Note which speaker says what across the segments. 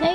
Speaker 1: 哎，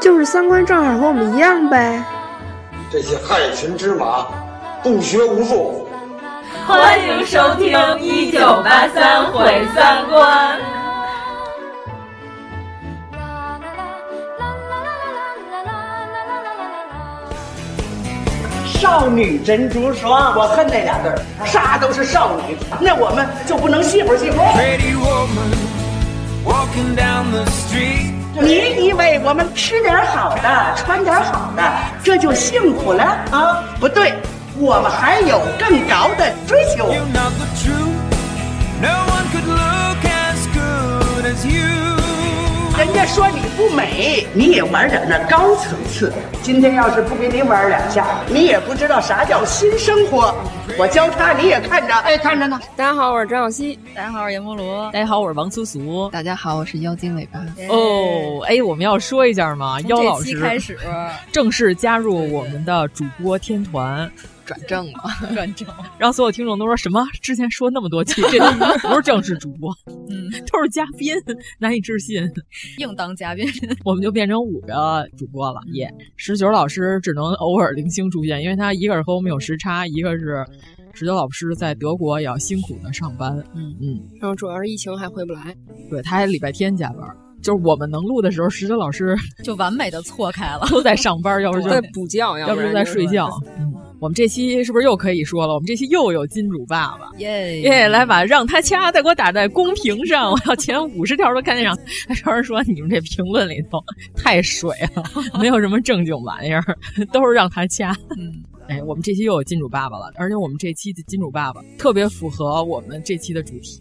Speaker 2: 就是三观正好和我们一样呗。
Speaker 3: 这些害群之马，不学无术。
Speaker 4: 欢迎收听《一九八三毁三观》。
Speaker 5: 少女珍珠霜，我恨那俩字儿，啥都是少女，那我们就不能幸福幸福。你以为我们吃点好的，穿点好的，这就幸福了啊？不对，我们还有更高的追求。人家说你不美，你也玩点那高层次。今天要是不给你玩两下，你也不知道啥叫新生活。我交叉你也看着，哎，看着呢。
Speaker 6: 大家好，我是张小希。
Speaker 7: 大家好，我是阎摩罗。
Speaker 8: 大家好，我是王苏苏。
Speaker 9: 大家好，我是妖精尾巴。
Speaker 7: 哎
Speaker 8: 哦，哎，我们要说一下吗？妖老师
Speaker 7: 开始
Speaker 8: 正式加入我们的主播天团。
Speaker 9: 转正了，
Speaker 7: 转正，
Speaker 8: 让所有听众都说什么？之前说那么多期，这都不是正式主播，嗯， 都是嘉宾，难以置信，
Speaker 7: 硬当嘉宾，
Speaker 8: 我们就变成五个主播了。也、嗯，十、yeah, 九老师只能偶尔零星出现，因为他一个是和我们有时差，一个是十九老师在德国也要辛苦的上班，嗯嗯，
Speaker 6: 然后主要是疫情还回不来，
Speaker 8: 对，他还礼拜天加班。就是我们能录的时候，石头老师
Speaker 7: 就完美的错开了，
Speaker 8: 都在上班，要不就
Speaker 6: 在补觉，要
Speaker 8: 不就在睡 觉。嗯，我们这期是不是又可以说了？我们这期又有金主爸爸，
Speaker 7: 耶
Speaker 8: 耶！来吧，让他掐，再给我打在公屏上，我要前五十条都看见上。 还有人说你们这评论里头太水了，没有什么正经玩意儿， 都是让他掐。嗯。哎，我们这期又有金主爸爸了，而且我们这期的金主爸爸特别符合我们这期的主题。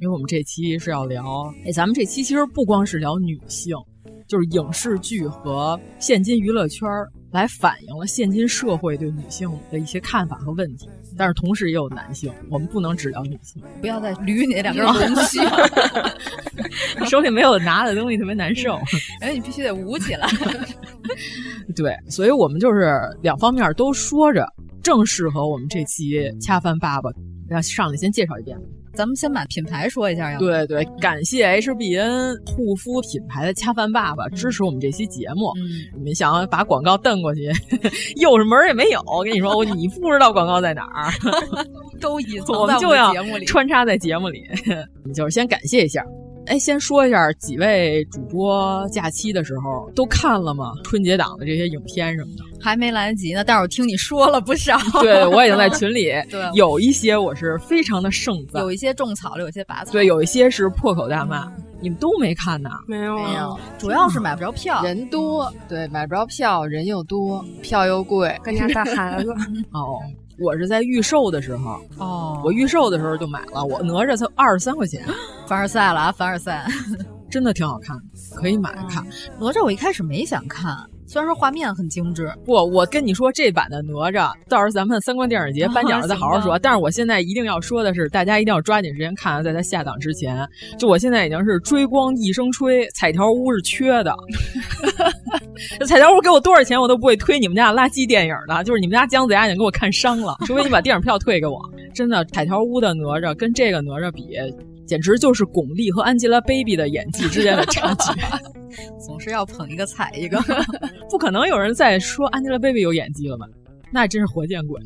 Speaker 8: 因为我们这期是要聊，哎，咱们这期其实不光是聊女性，就是影视剧和现今娱乐圈来反映了现今社会对女性的一些看法和问题，但是同时也有男性，我们不能只聊女性。
Speaker 7: 不要再捋你那两根红线，
Speaker 8: 手里没有拿的东西特别难受，
Speaker 7: 哎，你必须得捂起来。
Speaker 8: 对，所以我们就是两方面都说着，正适合我们这期恰饭爸爸。让上来先介绍一遍。
Speaker 7: 咱们先把品牌说一下呀。
Speaker 8: 对对，感谢 HBN 护肤品牌的恰饭爸爸支持我们这期节目。嗯、你们想要把广告瞪过去， 又是门儿也没有。我跟你说，你不知道广告在哪儿，
Speaker 7: 都已
Speaker 8: 我
Speaker 7: 们
Speaker 8: 就要
Speaker 7: 节目里
Speaker 8: 穿插在节目里。 就是先感谢一下。哎，先说一下几位主播假期的时候都看了吗？春节档的这些影片什么 的，
Speaker 7: 还没来得及呢。但是我听你说了不少，
Speaker 8: 对我已经在群里，
Speaker 7: 对
Speaker 8: 有一些我是非常的盛赞，
Speaker 7: 有一些种草了，有些拔草，
Speaker 8: 对，有一些是破口大骂。嗯你们都没看呐？
Speaker 6: 没有，
Speaker 7: 没
Speaker 9: 嗯
Speaker 7: 有，嗯啊主要是买不着票，
Speaker 9: 人多，对，买不着票，人又多，票又贵，
Speaker 6: 跟家带 孩子。
Speaker 8: 哦，我是在预售的时候，
Speaker 7: 哦，
Speaker 8: 我预售的时候就买了，我哪吒才二十三块钱，
Speaker 7: 凡尔赛了啊，凡尔赛，
Speaker 8: 真的挺好看，可以买来看。
Speaker 7: 哪吒我一开始没想看，虽然说画面很精致，
Speaker 8: 不，我跟你说这版的哪吒，到时候咱们三观电影节颁奖再好好说。但是我现在一定要说的是，大家一定要抓紧时间看，在它下档之前，就我现在已经是。追光一生吹，彩条屋是缺的。 彩条屋给我多少钱，我都不会推你们家垃圾电影的。就是你们家姜子牙已经给我看伤了，除非你把电影票退给我。真的，彩条屋的哪吒跟这个哪吒比，简直就是巩俐和 Angelababy 的演技之间的差距。
Speaker 7: 总是要捧一个踩一个，
Speaker 8: 不可能有人再说 Angelababy 有演技了吧？那真是活见鬼！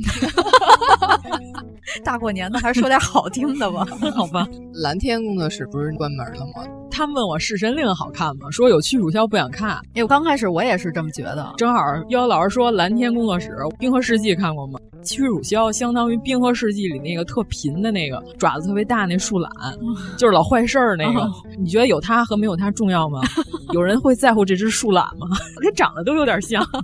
Speaker 7: 大过年的，还是说点好听的吧？
Speaker 8: 好吧。
Speaker 9: 蓝天工作室不是关门了吗？
Speaker 8: 他问我《侍神令》好看吗？说有去暑消不想看。
Speaker 7: 哎，我刚开始我也是这么觉得。
Speaker 8: 正好幺老师说蓝天工作室《冰河世纪》看过吗？去乳消相当于《冰河世纪》里那个特贫的那个爪子特别大那树懒，就是老坏事儿那个。你觉得有他和没有他重要吗？有人会在乎这只树懒吗？它长得都有点像。《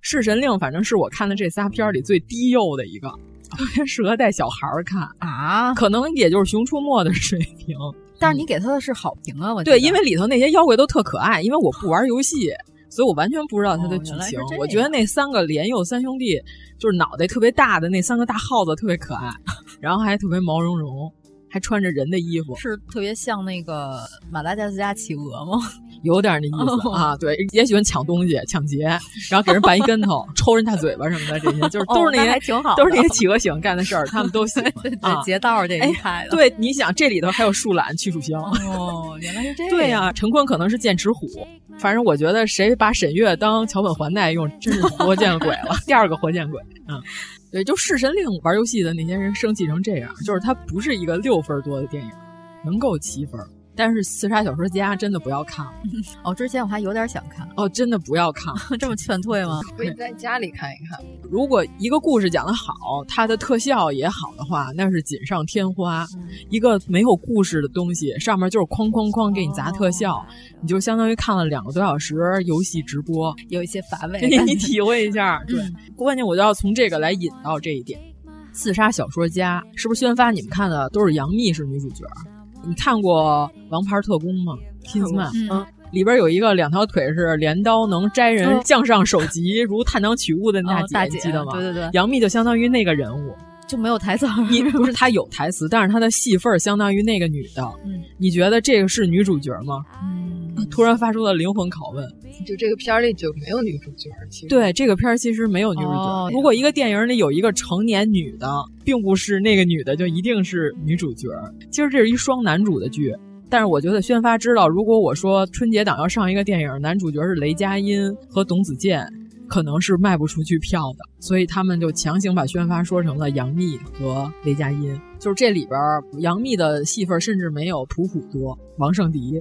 Speaker 8: 侍神令》反正是我看的这仨片儿里最低幼的一个。特别适合带小孩儿看
Speaker 7: 啊，
Speaker 8: 可能也就是《熊出没》的水平。
Speaker 7: 但是你给他的是好评啊，我
Speaker 8: 对，因为里头那些妖怪都特可爱。因为我不玩游戏，所以我完全不知道他的剧情。
Speaker 7: 哦
Speaker 8: 我觉得那三个莲幼三兄弟，就是脑袋特别大的那三个大耗子特别可爱， 然后还特别毛茸茸，还穿着人的衣服，
Speaker 7: 是特别像那个马达加斯加企鹅吗？
Speaker 8: 有点那意思、啊。对，也喜欢抢东西、抢劫， 然后给人绊一跟头、抽人大嘴巴什么的，这些就是都是那
Speaker 7: 哦
Speaker 8: 些、
Speaker 7: 那还挺好的
Speaker 8: 都是那些企鹅喜欢干的事儿，他们都 喜欢啊
Speaker 7: 对，劫道儿这一派
Speaker 8: 哎
Speaker 7: 的。
Speaker 8: 对，你想这里头还有树懒、去树香。
Speaker 7: 哦，原来是这样。
Speaker 8: 对呀、陈坤可能是剑齿虎，反正我觉得谁把沈月当桥本环奈用，真是活见鬼了， 第二个活见鬼。嗯，对，就《侍神令》玩游戏的那些人生气成这样，就是它不是一个六分多的电影，能够七分，但是《刺杀小说家》真的不要看了
Speaker 7: 哦，之前我还有点想看，
Speaker 8: 哦，真的不要看了。
Speaker 7: 这么劝退吗？
Speaker 10: 可以在家里看一看。
Speaker 8: 如果一个故事讲得好，它的特效也好的话，那是锦上添花。
Speaker 7: 嗯
Speaker 8: 一个没有故事的东西，上面就是哐哐哐给你砸特效，
Speaker 7: 嗯
Speaker 8: 你就相当于看了两个多小时游戏直播，
Speaker 7: 有一些乏 味的
Speaker 8: 给你
Speaker 7: 感觉。
Speaker 8: 你体会 一下。对，
Speaker 7: 嗯
Speaker 8: 关键我就要从这个来引到这一点。刺杀小说家是不是宣发你们看的都是杨幂是女主角？你看过《王牌特工》吗？Kingsman，
Speaker 7: 嗯，
Speaker 8: 里边有一个两条腿是镰刀能摘人
Speaker 7: 嗯
Speaker 8: 将上首级，如探囊取物的那
Speaker 7: 哦大
Speaker 8: 姐，你
Speaker 7: 姐
Speaker 8: 记得吗？
Speaker 7: 对对对
Speaker 8: 杨幂就相当于那个人物，
Speaker 7: 就没有台词儿。
Speaker 8: 你不是她有台词，但是她的戏份儿相当于那个女的。
Speaker 7: 嗯，
Speaker 8: 你觉得这个是女主角吗？突然发出了灵魂拷问。
Speaker 10: 就这个片儿里就没有女主角，其实
Speaker 8: 对，这个片儿其实没有女主角。
Speaker 10: 哦
Speaker 8: 如果一个电影里有一个成年女的，并不是那个女的就一定是女主角。其实这是一双男主的剧，但是我觉得宣发知道，如果我说春节档要上一个电影，男主角是雷佳音和董子健，可能是卖不出去票的，所以他们就强行把宣发说成了杨幂和雷佳音。就是这里边儿杨幂的戏份甚至没有普普多，王圣迪。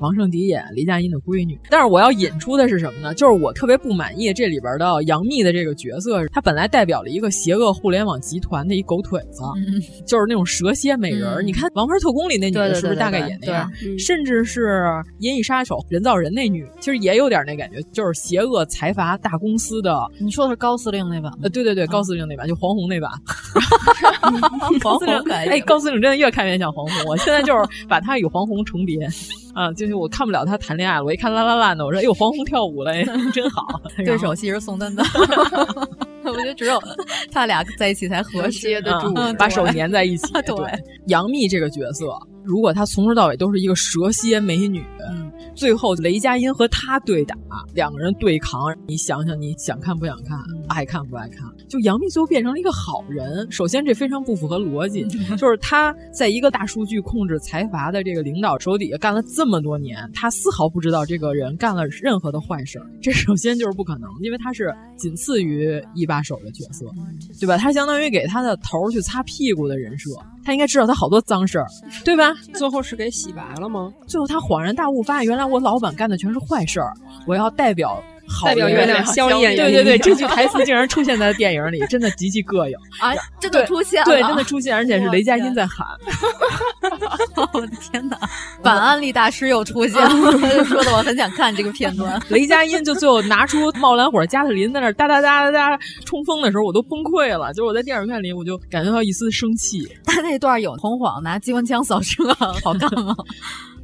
Speaker 8: 王圣迪演雷佳音的闺女。但是我要引出的是什么呢？就是我特别不满意这里边的杨幂的这个角色，她本来代表了一个邪恶互联网集团的一狗腿子，就是那种蛇蝎美人儿。
Speaker 7: 嗯
Speaker 8: 你看《王牌特工》里那女
Speaker 7: 对
Speaker 8: 的
Speaker 7: 对
Speaker 8: 是不是
Speaker 7: 对
Speaker 8: 大概
Speaker 7: 对
Speaker 8: 也那
Speaker 7: 对
Speaker 8: 样？
Speaker 10: 嗯
Speaker 8: 甚至是《银翼杀手》人造人那女，其实也有点那感觉，就是邪恶财阀大公司的。
Speaker 7: 你说的是高司令那版吗
Speaker 8: 呃，？对对对，高司令那版就黄宏那版，
Speaker 7: 黄
Speaker 8: 司令
Speaker 7: 宏感觉
Speaker 8: 哎，高司令真的越看越像黄宏，我现在就是把他与黄宏重叠， 啊，就是我看不了他谈恋爱了，我一看啦啦啦呢，我说哎呦黄宏跳舞了，哎真好，
Speaker 7: 对手戏是宋丹 丹，我觉得只有他俩在一起才合适，
Speaker 10: 接得住
Speaker 8: 嗯把手粘在一起。
Speaker 7: 对
Speaker 8: 杨幂这个角色，如果她从头到尾都是一个蛇蝎美女，
Speaker 7: 嗯
Speaker 8: 最后雷佳音和她对打，两个人对扛，你想想，你想看不想看，
Speaker 7: 嗯
Speaker 8: 爱看不爱看？就杨幂最后变成了一个好人，首先这非常不符合逻辑，
Speaker 7: 嗯
Speaker 8: 就是她在一个大数据控制财阀的这个领导手底下干了这么多年，她丝毫不知道这个人干了任何的坏事儿，这首先就是不可能，因为她是仅次于一把手的角色。对吧？他相当于给他的头儿去擦屁股的人设，他应该知道他好多脏事儿，
Speaker 10: 嗯
Speaker 8: 对吧？
Speaker 10: 最后是给洗白了吗？
Speaker 8: 最后他恍然大悟，发现原来我老板干的全是坏事儿，我要代表好
Speaker 10: 代表
Speaker 8: 人
Speaker 10: 月亮消
Speaker 8: 对
Speaker 10: 焰
Speaker 8: 对对， 这句台词竟然出现在电影里，真的极其 膈应。
Speaker 7: 啊，真的出现了，
Speaker 8: 对，真的出现，而且是雷佳音在喊。
Speaker 7: 我的天哪！反案例大师又出现了，说的我很想看这个片 段。
Speaker 8: 雷佳音就最后拿出冒蓝火加特林，在那儿哒哒哒哒哒冲锋的时候，我都崩溃了。就是我在电影院里，我就感觉到一丝生气。
Speaker 7: 他那段有洪晃拿机关枪扫射，好看 吗？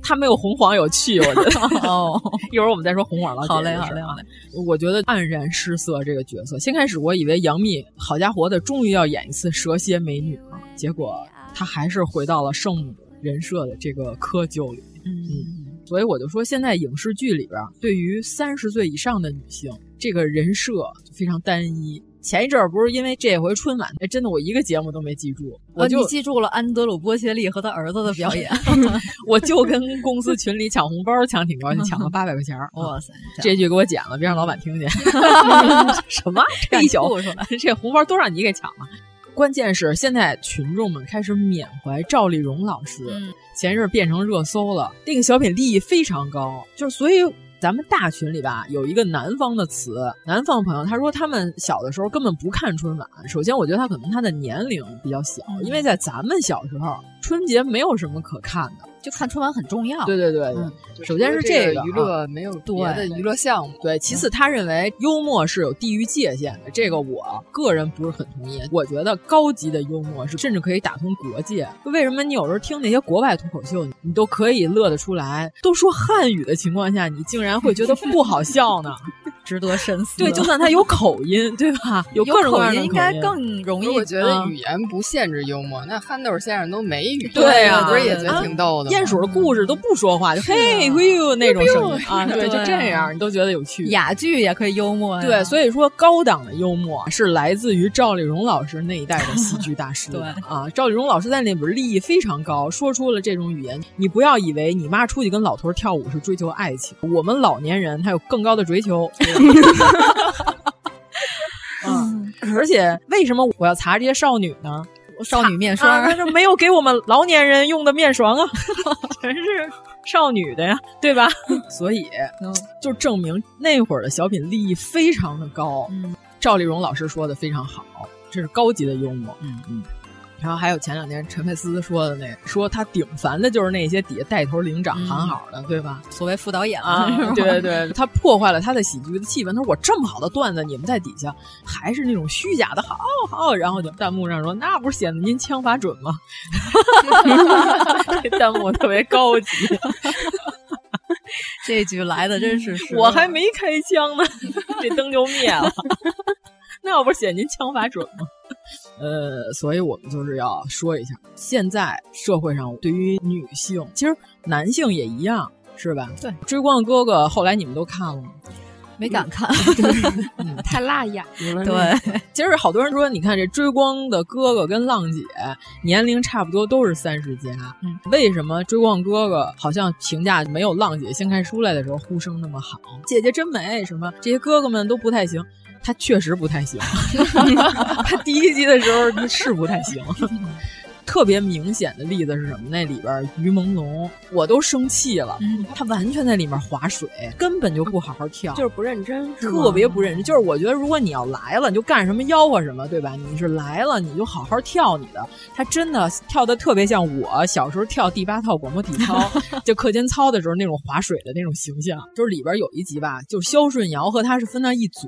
Speaker 8: 他没有红黄有趣，我觉 得。
Speaker 7: 哦，
Speaker 8: 一会儿我们再说红黄老姐
Speaker 7: 好嘞
Speaker 8: 这个事儿
Speaker 7: 好嘞好
Speaker 8: 我觉得黯然失色这个角色，先开始我以为杨幂好家伙的终于要演一次蛇蝎美女了，结果她还是回到了圣母人设的这个窠臼里。嗯，所以我就说，现在影视剧里边儿对于三十岁以上的女性，这个人设就非常单一。前一阵儿不是因为这回春晚，哎，真的我一个节目都没记住，我
Speaker 7: 我
Speaker 8: 就
Speaker 7: 呃你记住了安德鲁·波切利和他儿子的表 演。
Speaker 8: 我就跟公司群里抢红包儿抢挺高兴，抢了八百块钱儿。
Speaker 7: 哇塞，
Speaker 8: 这句给我剪了，别让老板听见。 什么？这一宿
Speaker 7: 干吐出来
Speaker 8: 这红包都让你给抢了。关键是现在群众们开始缅怀赵丽蓉老师，
Speaker 7: 嗯
Speaker 8: 前一阵变成热搜了，那个小品利益非常高，就是所以。咱们大群里吧，有一个南方的词，南方朋友他说他们小的时候根本不看春晚。首先，我觉得他可能他的年龄比较小，因为在咱们小时候，春节没有什么可看的，
Speaker 7: 就看春晚很重要。
Speaker 8: 对对对，
Speaker 7: 嗯、
Speaker 8: 首先是这啊
Speaker 5: 个娱乐没有别的娱乐项目。
Speaker 8: 对，其次他认为幽默是有地域界限的，这个我个人不是很同意。我觉得高级的幽默是甚至可以打通国界。为什么你有时候听那些国外脱口秀，你都可以乐得出来？都说汉语的情况下，你竟然会觉得不好笑呢？
Speaker 7: 值得深思。
Speaker 8: 对，就算他有口音，对吧？有各种各样的
Speaker 7: 应该更容易。嗯
Speaker 5: 我觉
Speaker 8: 嗯
Speaker 5: 得语言不限制幽默，那憨豆先生都没语，
Speaker 8: 对
Speaker 5: 呀，不是也觉得挺逗的？啊
Speaker 8: 鼹鼠的故事都不说话，就嘿嘿呦那种 声音啊，对，就这样，你都觉得有趣。
Speaker 7: 哑剧也可以幽默，
Speaker 8: 对，所以说高档的幽默是来自于赵丽蓉老师那一代的喜剧大 师。
Speaker 7: 对
Speaker 8: 啊，赵丽蓉老师在那本立意非常高，说出了这种语言。你不要以为你妈出去跟老头跳舞是追求爱情，我们老年人他有更高的追求。 嗯，而且为什么我要擦这些少女呢？
Speaker 7: 少女面霜，
Speaker 8: 那就、啊、没有给我们老年人用的面霜啊， 全是少女的呀，对吧？ 所以就证明那会儿的小品利益非常的高。
Speaker 7: 嗯、
Speaker 8: 赵丽蓉老师说的非常好，这是高级的幽默。
Speaker 7: 嗯
Speaker 8: 嗯。然后还有前两天陈佩斯说的那个，说他顶烦的就是那些底下带头领涨喊好的，
Speaker 7: 嗯、
Speaker 8: 对吧？
Speaker 7: 所谓副导演
Speaker 8: 啊，对对对，他破坏了他的喜剧的气氛。他说我这么好的段子，你们在底下还是那种虚假的，好好。然后就弹幕上说，那不是显得您枪法准 吗？ 这弹幕特别高级。
Speaker 7: 这句来的真是，
Speaker 8: 嗯我还没开枪呢，这灯就灭了。 那不是显您枪法准吗？呃，所以我们就是要说一下，现在社会上对于女性，其实男性也一样，是吧？
Speaker 7: 对，《
Speaker 8: 追光的哥哥》后来你们都看了吗？
Speaker 7: 没敢看，
Speaker 8: 嗯、
Speaker 5: 太辣眼
Speaker 8: 了。
Speaker 7: 对，
Speaker 8: 其实好多人说，你看这《追光的哥哥》跟《浪姐》年龄差不多，都是三十加。
Speaker 7: 嗯、
Speaker 8: 为什么《追光哥哥》好像评价没有《浪姐》先看书来的时候呼声那么好？姐姐真美，什么这些哥哥们都不太行。他确实不太行， 他第一集的时候是不太行。特别明显的例子是什么？那里边于朦胧，我都生气了。
Speaker 7: 嗯、
Speaker 8: 他完全在里面划水，根本就不好好跳，
Speaker 5: 就是不认真，
Speaker 8: 特别不认真。就是我觉得，如果你要来了，你就干什么吆喝什么，对吧？你是来了，你就好好跳你的。他真的跳的特别像我小时候跳第八套广播体操，就课间操的时候那种划水的那种形象。就是里边有一集吧，就是肖顺尧和他是分到一组，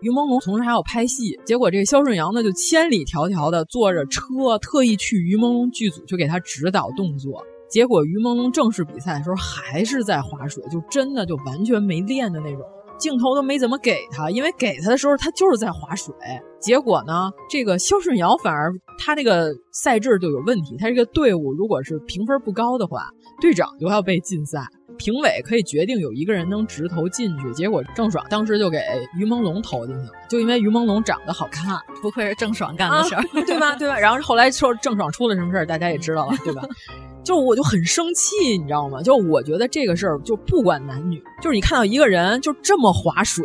Speaker 8: 于朦胧同时还要拍戏，结果这个肖顺尧呢就千里迢迢的坐着车，特意去于。于朦胧剧组就给他指导动作，结果于朦胧正式比赛的时候还是在划水，就真的就完全没练的那种，镜头都没怎么给他，因为给他的时候他就是在划水。结果呢，这个肖顺尧反而他这个赛制就有问题，他这个队伍如果是评分不高的话，队长就要被禁赛。评委可以决定有一个人能直投进去，结果郑爽当时就给于朦胧投进去了，就因为于朦胧长得好看，
Speaker 7: 不愧是郑爽干的事儿、
Speaker 8: 啊，对吧？对吧？然后后来说郑爽出了什么事儿，大家也知道了，对吧？ 就我就很生气，你知道吗？就我觉得这个事儿就不管男女，就是你看到一个人就这么划水。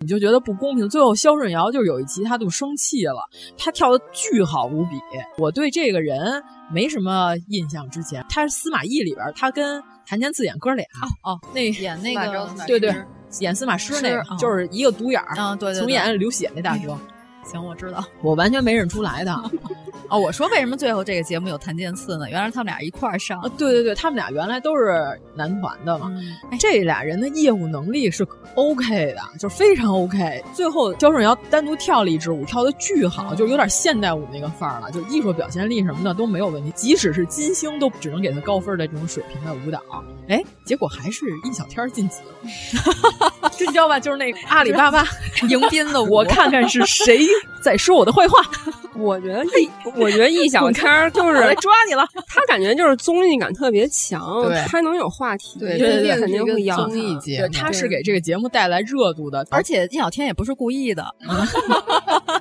Speaker 8: 你就觉得不公平。最后，肖顺尧就有一集他就生气了，他跳的巨好无比。我对这个人没什么印象，之前他是《司马懿》里边，他跟谭健次演哥俩
Speaker 7: 哦哦，
Speaker 8: 那
Speaker 7: 演那个
Speaker 8: 对对，演司马师那个，就是一个独眼儿
Speaker 7: 啊，哦对对，嗯
Speaker 8: 从眼里流血那大哥。
Speaker 7: 行，我知道，
Speaker 8: 我完全没认出来的。
Speaker 7: 哦，我说为什么最后这个节目有谭健次呢？原来他们俩一块儿上。
Speaker 8: 哦对对对，他们俩原来都是男团的嘛。哎
Speaker 7: 嗯、
Speaker 8: 这俩人的业务能力是 OK 的，就是非常 OK。最后焦顺尧单独跳了一支舞，跳的巨好，就是有点现代舞那个范儿了，就艺术表现力什么的都没有问题。即使是金星都只能给他高分的这种水平的舞蹈，哎，结果还是易小天晋级了。 这你知道吧？就是那阿里巴巴
Speaker 7: 迎宾的，
Speaker 8: 我看看是谁在说我的坏话。
Speaker 5: 我觉得易，我觉得易小天就是
Speaker 8: 来抓你了。
Speaker 5: 他感觉就是综艺感特别强，他能有话题，
Speaker 10: 对，
Speaker 5: 肯定会
Speaker 10: 要综艺节目，
Speaker 8: 他是给这个节目带来热度的。
Speaker 7: 而且易小天也不是故意的，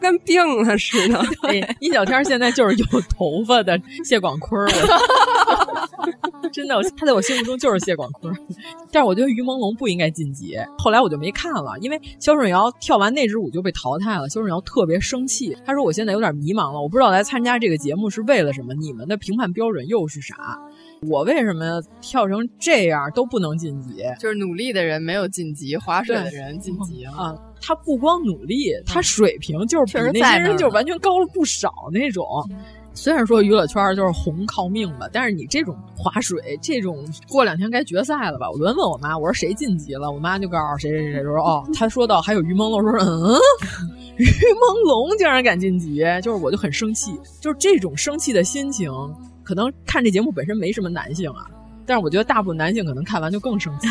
Speaker 5: 跟病了似的。
Speaker 8: 易哎小天现在就是有头发的谢广坤， 真的，他在我心目中就是谢广坤。但是我觉得于朦胧不应该晋级，后来我就没看了，因为肖顺尧跳完那支舞就被淘汰了。肖顺尧特别生气，他说：“我现在有点。”迷茫了，我不知道来参加这个节目是为了什么？你们的评判标准又是啥？我为什么跳成这样都不能晋级？
Speaker 10: 就是努力的人没有晋级，划水的人晋级
Speaker 8: 了啊！他不光努力，他水平就是比那些人就完全高了不少那种。虽然说娱乐圈就是红靠命吧，但是你这种划水，这种过两天该决赛了吧？我昨天问我妈，我说谁晋级了？我妈就告诉谁谁谁谁说哦，她说到还有于朦胧，说嗯， 于朦胧竟然敢晋级，就是我就很生气，就是这种生气的心情，可能看这节目本身没什么男性啊，但是我觉得大部分男性可能看完就更生气。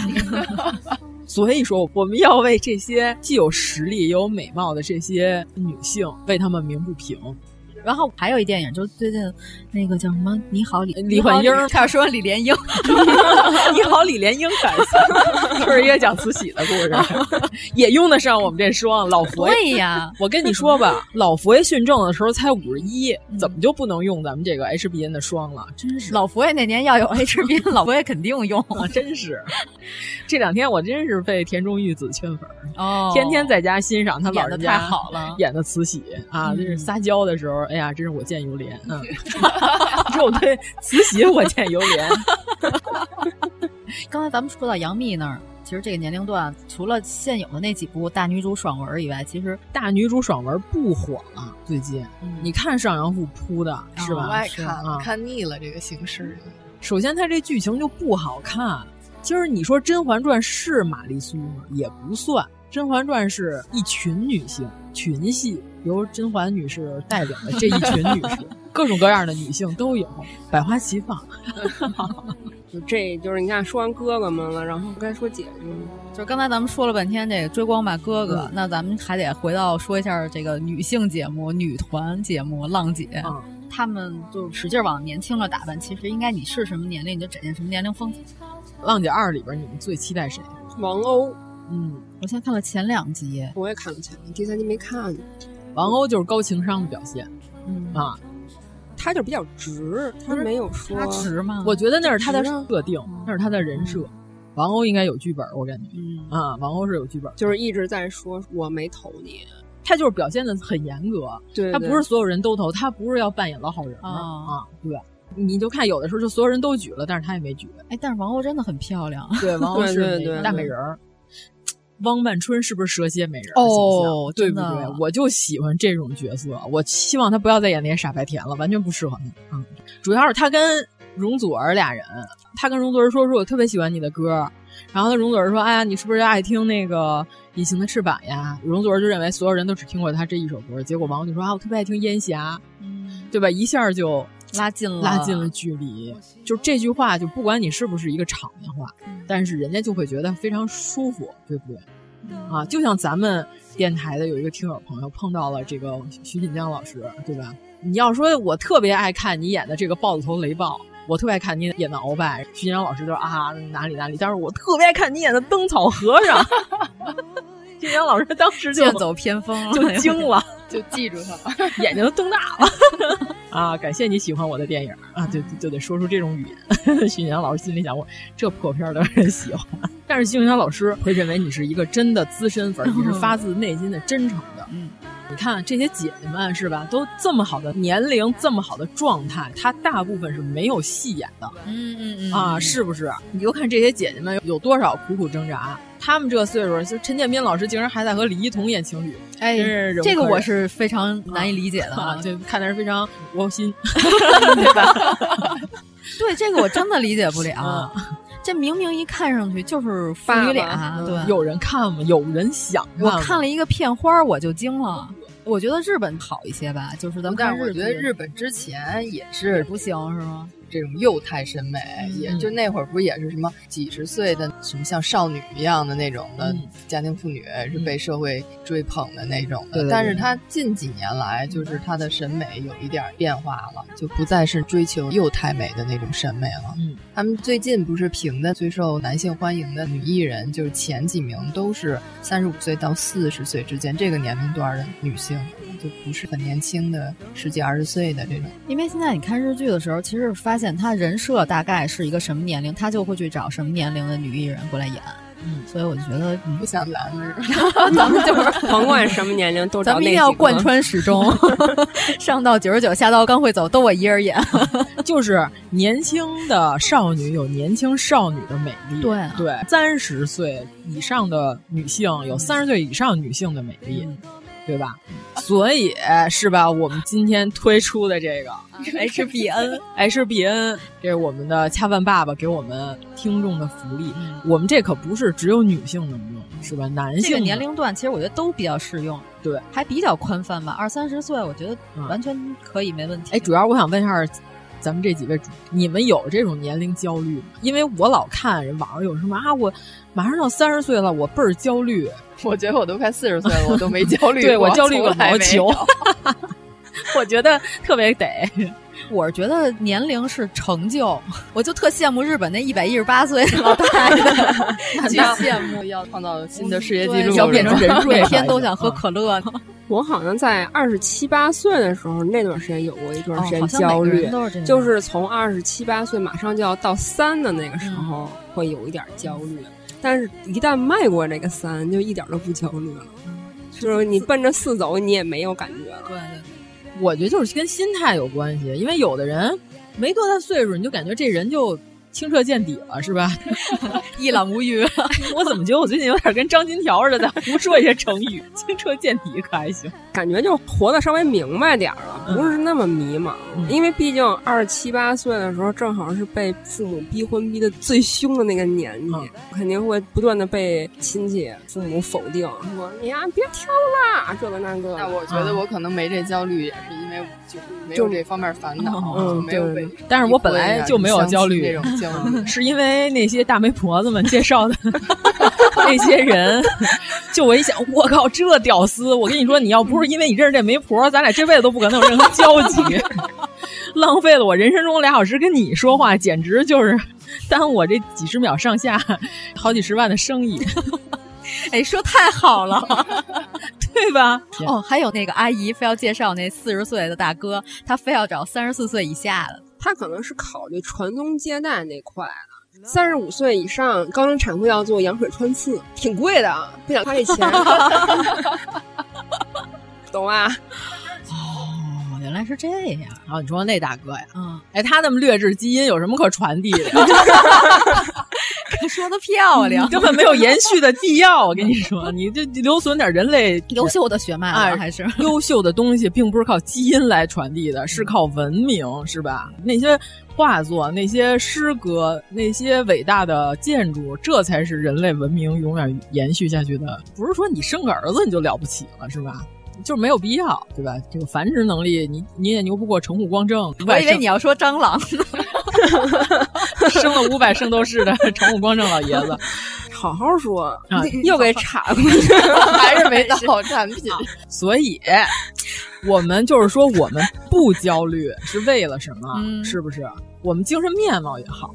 Speaker 8: 所以说，我们要为这些既有实力又有美貌的这些女性为她们鸣不 平。
Speaker 7: 然后还有一电影，就最近那个叫什么《你好李
Speaker 8: 呃李焕英》，
Speaker 7: 开始说李莲英，
Speaker 8: 你好李莲英感谢，就是一个讲慈禧的故事，也用得上 我们这双老佛爷。
Speaker 7: 对呀，
Speaker 8: 我跟你 说吧，老佛爷训政的时候才五十一，
Speaker 7: 嗯
Speaker 8: 怎么就不能用咱们这个 HBN 的霜了？真是
Speaker 7: 老佛爷那年要有 HBN，老佛爷肯定用，
Speaker 8: 真是。这两天我真是被田中裕子圈粉
Speaker 7: 哦，
Speaker 8: 天天在家欣赏他老
Speaker 7: 演的太好了，
Speaker 8: 演的慈禧啊，
Speaker 5: 嗯
Speaker 8: 就是撒娇的时候，哎呀，真是我见犹怜嗯， 这种对慈禧我见犹怜。
Speaker 7: 刚才咱们说到杨幂那儿，其实这个年龄段除了现有的那几部大女主爽文以外，其实
Speaker 8: 大女主爽文不火了。最近、嗯、你看上阳赋铺的是吧？
Speaker 5: 我爱看，啊、看腻了这个形式。
Speaker 8: 首先，它这剧情就不好看。今儿你说《甄嬛传》是玛丽苏吗？也不算，《甄嬛传》是一群女性群戏，由甄嬛女士代表的这一群女士， 各种各样的女性都有，百花齐放。
Speaker 2: 就这就是你看，说完哥哥们了，然后该说姐姐了。
Speaker 7: 就是刚才咱们说了半天这个追光吧哥哥，嗯、那咱们还得回到说一下这个女性节目、女团节目浪姐，嗯、他们就使劲往年轻了打扮。其实应该你是什么年龄，你就展现什么年龄风采。
Speaker 8: 浪姐二里边你们最期待谁？
Speaker 2: 王鸥。
Speaker 8: 嗯，
Speaker 7: 我先看了前两集，
Speaker 2: 我也看了前第三集没看。
Speaker 8: 王鸥就是高情商的表现，嗯啊。
Speaker 2: 他就比较直，他没有说啊嗯
Speaker 7: 他直吗？
Speaker 8: 我觉得那是他的设定，那是他的人设。王鸥应该有剧本，我感觉啊，王鸥是有剧本，
Speaker 2: 嗯就是一直在说我没投你，
Speaker 8: 他就是表现的很严格，
Speaker 2: 对哦
Speaker 8: 他不是所有人都投，他不是要扮演老好人啊，对，你就看有的时候就所有人都举了，但是他也没举。
Speaker 7: 哎，但是王鸥真的很漂亮，
Speaker 8: 对，王鸥是大美人儿。汪曼春是不是蛇蝎美人哦，对不对？我就喜欢这种角色，我希望她不要再演那些傻白甜了，完全不适合她。嗯，主要是她跟容祖儿俩人，她跟容祖儿说说我特别喜欢你的歌，然后她容祖儿说哎呀你是不是爱听那个隐形的翅膀呀？容祖儿就认为所有人都只听过她这一首歌，结果王就说啊我特别爱听烟霞，嗯，对吧？一下就。
Speaker 7: 拉近了，
Speaker 8: 拉近了距离。就这句话，就不管你是不是一个场面话，嗯、但是人家就会觉得非常舒服，对不对？嗯、啊，就像咱们电台的有一个听友朋友碰到了这个徐锦江老师，对吧？你要说我特别爱看你演的这个豹子头雷暴，我特别爱看你演的鳌拜，徐锦江老师就啊哪里哪里，但是我特别爱看你演的灯草和尚。 徐锦江老师当时 就
Speaker 7: 剑走偏锋了，
Speaker 8: 就惊了，
Speaker 5: 就记住他
Speaker 8: 了， 眼睛都瞪大了。 啊，感谢你喜欢我的电影啊！就就得说出这种语言。 徐宁老师心里想：我这破片的人喜欢， 但是徐宁老师会认为你是一个真的资深粉，你是发自内心的、真诚的。嗯，你看这些姐姐们是吧，都这么好的年龄，这么好的状态，她大部分是没有戏演的。
Speaker 7: 嗯嗯嗯
Speaker 8: 啊，是不是？你就看这些姐姐们有多少苦苦挣扎。他们这岁数，就陈建斌老师竟然还在和李一桐演情侣，
Speaker 7: 哎，这个我是非常难以理解的
Speaker 8: 啊，就看的是非常窝心，对吧？
Speaker 7: 对，这个我真的理解不 了。
Speaker 5: 嗯
Speaker 7: 这明明一看上去就是父女俩，
Speaker 5: 嗯
Speaker 7: 对，
Speaker 8: 有人看吗？有人想看？
Speaker 7: 我看了一个片花，我就惊了。我觉得日本好一些吧，就是咱们，
Speaker 5: 但是我觉得日本之前也是
Speaker 7: 不行，是吗？
Speaker 5: 这种幼态审美，
Speaker 8: 嗯
Speaker 5: 也就那会儿不是也是什么几十岁的什么像少女一样的那种的
Speaker 8: 嗯
Speaker 5: 家庭妇女是被社会追捧的那种的，但是她近几年来就是她的审美有一点变化了，就不再是追求幼态美的那种审美了。嗯，他们最近不是评的最受男性欢迎的女艺人，就是前几名都是三十五岁到四十岁之间这个年龄段的女性。就不是很年轻的十几二十岁的这种，
Speaker 7: 因为现在你看日剧的时候，其实发现他人设大概是一个什么年龄，他就会去找什么年龄的女艺人过来演。嗯，所以我就觉得
Speaker 5: 不像咱们，
Speaker 7: 咱们就是
Speaker 2: 甭管什么年龄都
Speaker 7: 咱们一定要贯穿始 终，上到九十九，下到刚会走，都我一人演。
Speaker 8: 就是年轻的少女有年轻少女的美丽，
Speaker 7: 对啊嗯
Speaker 8: 对，三十岁以上的女性有三十岁以上女性的美丽。对吧？所以是吧，我们今天推出的 这个
Speaker 7: 哎
Speaker 8: 哎
Speaker 7: HBN
Speaker 8: HBN，这是我们的恰饭爸爸给我们听众的福利。我们这可不是只有女性能用，是吧？男性
Speaker 7: 嗯 这个
Speaker 8: 呢
Speaker 7: 年龄段其实我觉得都比较适用，
Speaker 8: 对，
Speaker 7: 还比较宽泛吧，二三十岁我觉得完全可以，没问题。
Speaker 8: 哎，主要我想问一下，咱们这几位主，你们有这种年龄焦虑吗？因为我老看人网上有什么啊，我马上要三十岁了，我倍儿焦虑。
Speaker 5: 我觉得我都快四十岁了，我都没焦 虑过，
Speaker 8: 对我焦虑个
Speaker 5: 从来
Speaker 8: 毛
Speaker 5: 没
Speaker 8: 球
Speaker 5: 有
Speaker 8: 我觉得特别得。
Speaker 7: 我是觉得年龄是成就，我就特羡慕日本那一百一十八岁的老太太，
Speaker 5: 巨羡慕要创造新的世界纪录，
Speaker 7: 要变成
Speaker 5: 是吧
Speaker 7: 人每天都想
Speaker 8: 嗯
Speaker 7: 喝可乐。
Speaker 2: 我好像在二十七八岁的时候，那段时间有过一段时间
Speaker 7: 哦好像每
Speaker 2: 焦
Speaker 7: 个人
Speaker 2: 虑，
Speaker 7: 都是这样
Speaker 2: 就是从二十七八岁马上就要到三的那个时候，会有一点焦虑。但是，一旦迈过这个三，就一点都不焦虑了。就是你奔着四走，你也没有感觉了。
Speaker 7: 对对
Speaker 8: 我觉得就是跟心态有关系，因为有的人没多大岁数，你就感觉这人就清澈见底了，是吧？
Speaker 7: 一览无余。
Speaker 8: 我怎么觉得我最近有点跟张金条似的，在胡说一些 成语？清澈见底可还行？
Speaker 2: 感觉就活得稍微明白点儿了，不是那么迷茫。因为毕竟二十七八岁的时候，正好是被父母逼婚逼得最凶的那个年纪，肯定会不断的被亲戚、父母否定，说你呀别挑啦，这个那个。
Speaker 5: 那我觉得我可能没这焦虑，也是因为就是没有这方面烦恼，
Speaker 8: 嗯
Speaker 5: 就没有被。
Speaker 8: 但是我本来就没有焦虑，
Speaker 5: 那种焦虑。
Speaker 8: 是因为那些大媒婆子们介绍的 那些人，就我一想，我靠，这屌丝！我跟你说，你要不是因为你认识这媒婆，咱俩这辈子都不可能有任何交集， 浪费了我人生中俩小时跟你说话，简直就是耽误我这几十秒上下好几十万的生意，
Speaker 7: 哎，说太好 了，
Speaker 8: 对吧？
Speaker 7: 哦，还有那个阿姨非要介绍那四十岁的大哥，他非要找三十四岁以下的。
Speaker 2: 他可能是考虑传宗接代那块了。三十五岁以上，高龄产妇要做羊水穿刺，挺贵的，啊不想花这钱，懂吧？
Speaker 8: 哦，原来是这样。然后你说那大哥呀，
Speaker 7: 嗯，
Speaker 8: 哎，他那么劣质基因有什么可传递的呀？
Speaker 7: 说的漂亮，
Speaker 8: 你根本没有延续的必要。我跟你说，你这留存点人类
Speaker 7: 优秀的血脉
Speaker 8: 啊，
Speaker 7: 了， 还是
Speaker 8: 优秀的东西，并不是靠基因来传递的，是靠文明，是吧？那些画作、那些诗歌、那些伟大的建筑，这才是人类文明永远延续下去的。不是说你生个儿子你就了不起了，是吧？就是没有必要，对吧？这个繁殖能力，你你也牛不过成户光正。
Speaker 7: 我以为你要说蟑螂 呢。
Speaker 8: 生了五百圣斗士的成户光正老爷 子，
Speaker 2: 好好说
Speaker 8: 啊，
Speaker 2: 又给岔过去，
Speaker 5: 还是没到 产
Speaker 7: 啊
Speaker 5: 品。
Speaker 8: 所以，我们就是说，我们不焦虑是为了什么？
Speaker 7: 嗯
Speaker 8: 是不是？我们精神面貌也好，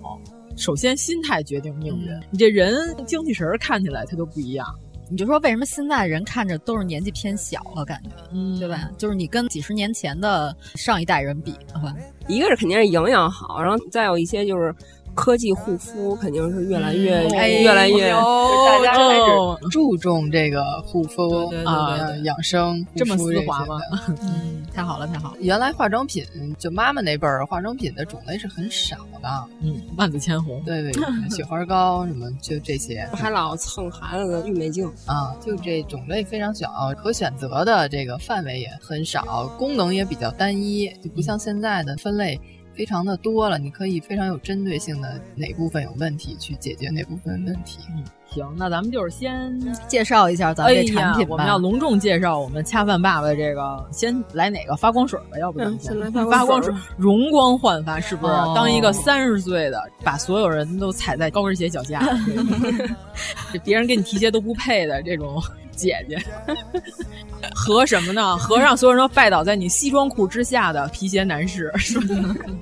Speaker 8: 首先心态决定命
Speaker 7: 嗯
Speaker 8: 运。你这人精气神儿看起来他就不一样。
Speaker 7: 你就说为什么现在人看着都是年纪偏小了，感觉，
Speaker 8: 嗯
Speaker 7: 对吧？就是你跟几十年前的上一代人比的话，
Speaker 2: 一个是肯定是营养好，然后再有一些就是科技护肤，肯定是越来越、
Speaker 7: 嗯
Speaker 5: 哎
Speaker 2: 越来越。
Speaker 5: 大家开
Speaker 8: 哦
Speaker 5: 始注重这个护肤
Speaker 7: 对对对
Speaker 5: 啊
Speaker 7: 对，
Speaker 5: 养生
Speaker 8: 这么
Speaker 5: 护肤
Speaker 8: 丝
Speaker 5: 些
Speaker 8: 滑吗
Speaker 5: 的
Speaker 7: 嗯，太好了，太好了。
Speaker 5: 原来化妆品，就妈妈那辈儿，化妆品的种类是很少的。
Speaker 8: 嗯，万紫千红，
Speaker 5: 对对，对雪花膏什么，就这些
Speaker 2: 我还老蹭孩子的郁美净，
Speaker 5: 啊，就这种类非常小，可选择的这个范围也很少，功能也比较单一，就不像现在的分类非常的多了，你可以非常有针对性的哪部分有问题去解决哪部分问题。
Speaker 8: 嗯行，那咱们就是先，
Speaker 7: 介绍一下咱
Speaker 8: 哎
Speaker 7: 们这
Speaker 8: 呀
Speaker 7: 产品，吧。
Speaker 8: 我们要隆重介绍我们恰饭爸爸的这个，先来哪个发光水吧，要不咱们
Speaker 2: 嗯先来发
Speaker 8: 发光
Speaker 2: 光
Speaker 8: 水
Speaker 2: 水，
Speaker 8: 容光焕发，是不是？
Speaker 7: 哦
Speaker 8: 当一个三十岁的，把所有人都踩在高跟鞋脚 下，这别人跟你提鞋都不配的这种姐姐，和什么呢？和让所有人都拜倒在你西装裤之下的皮鞋 男士，是吧？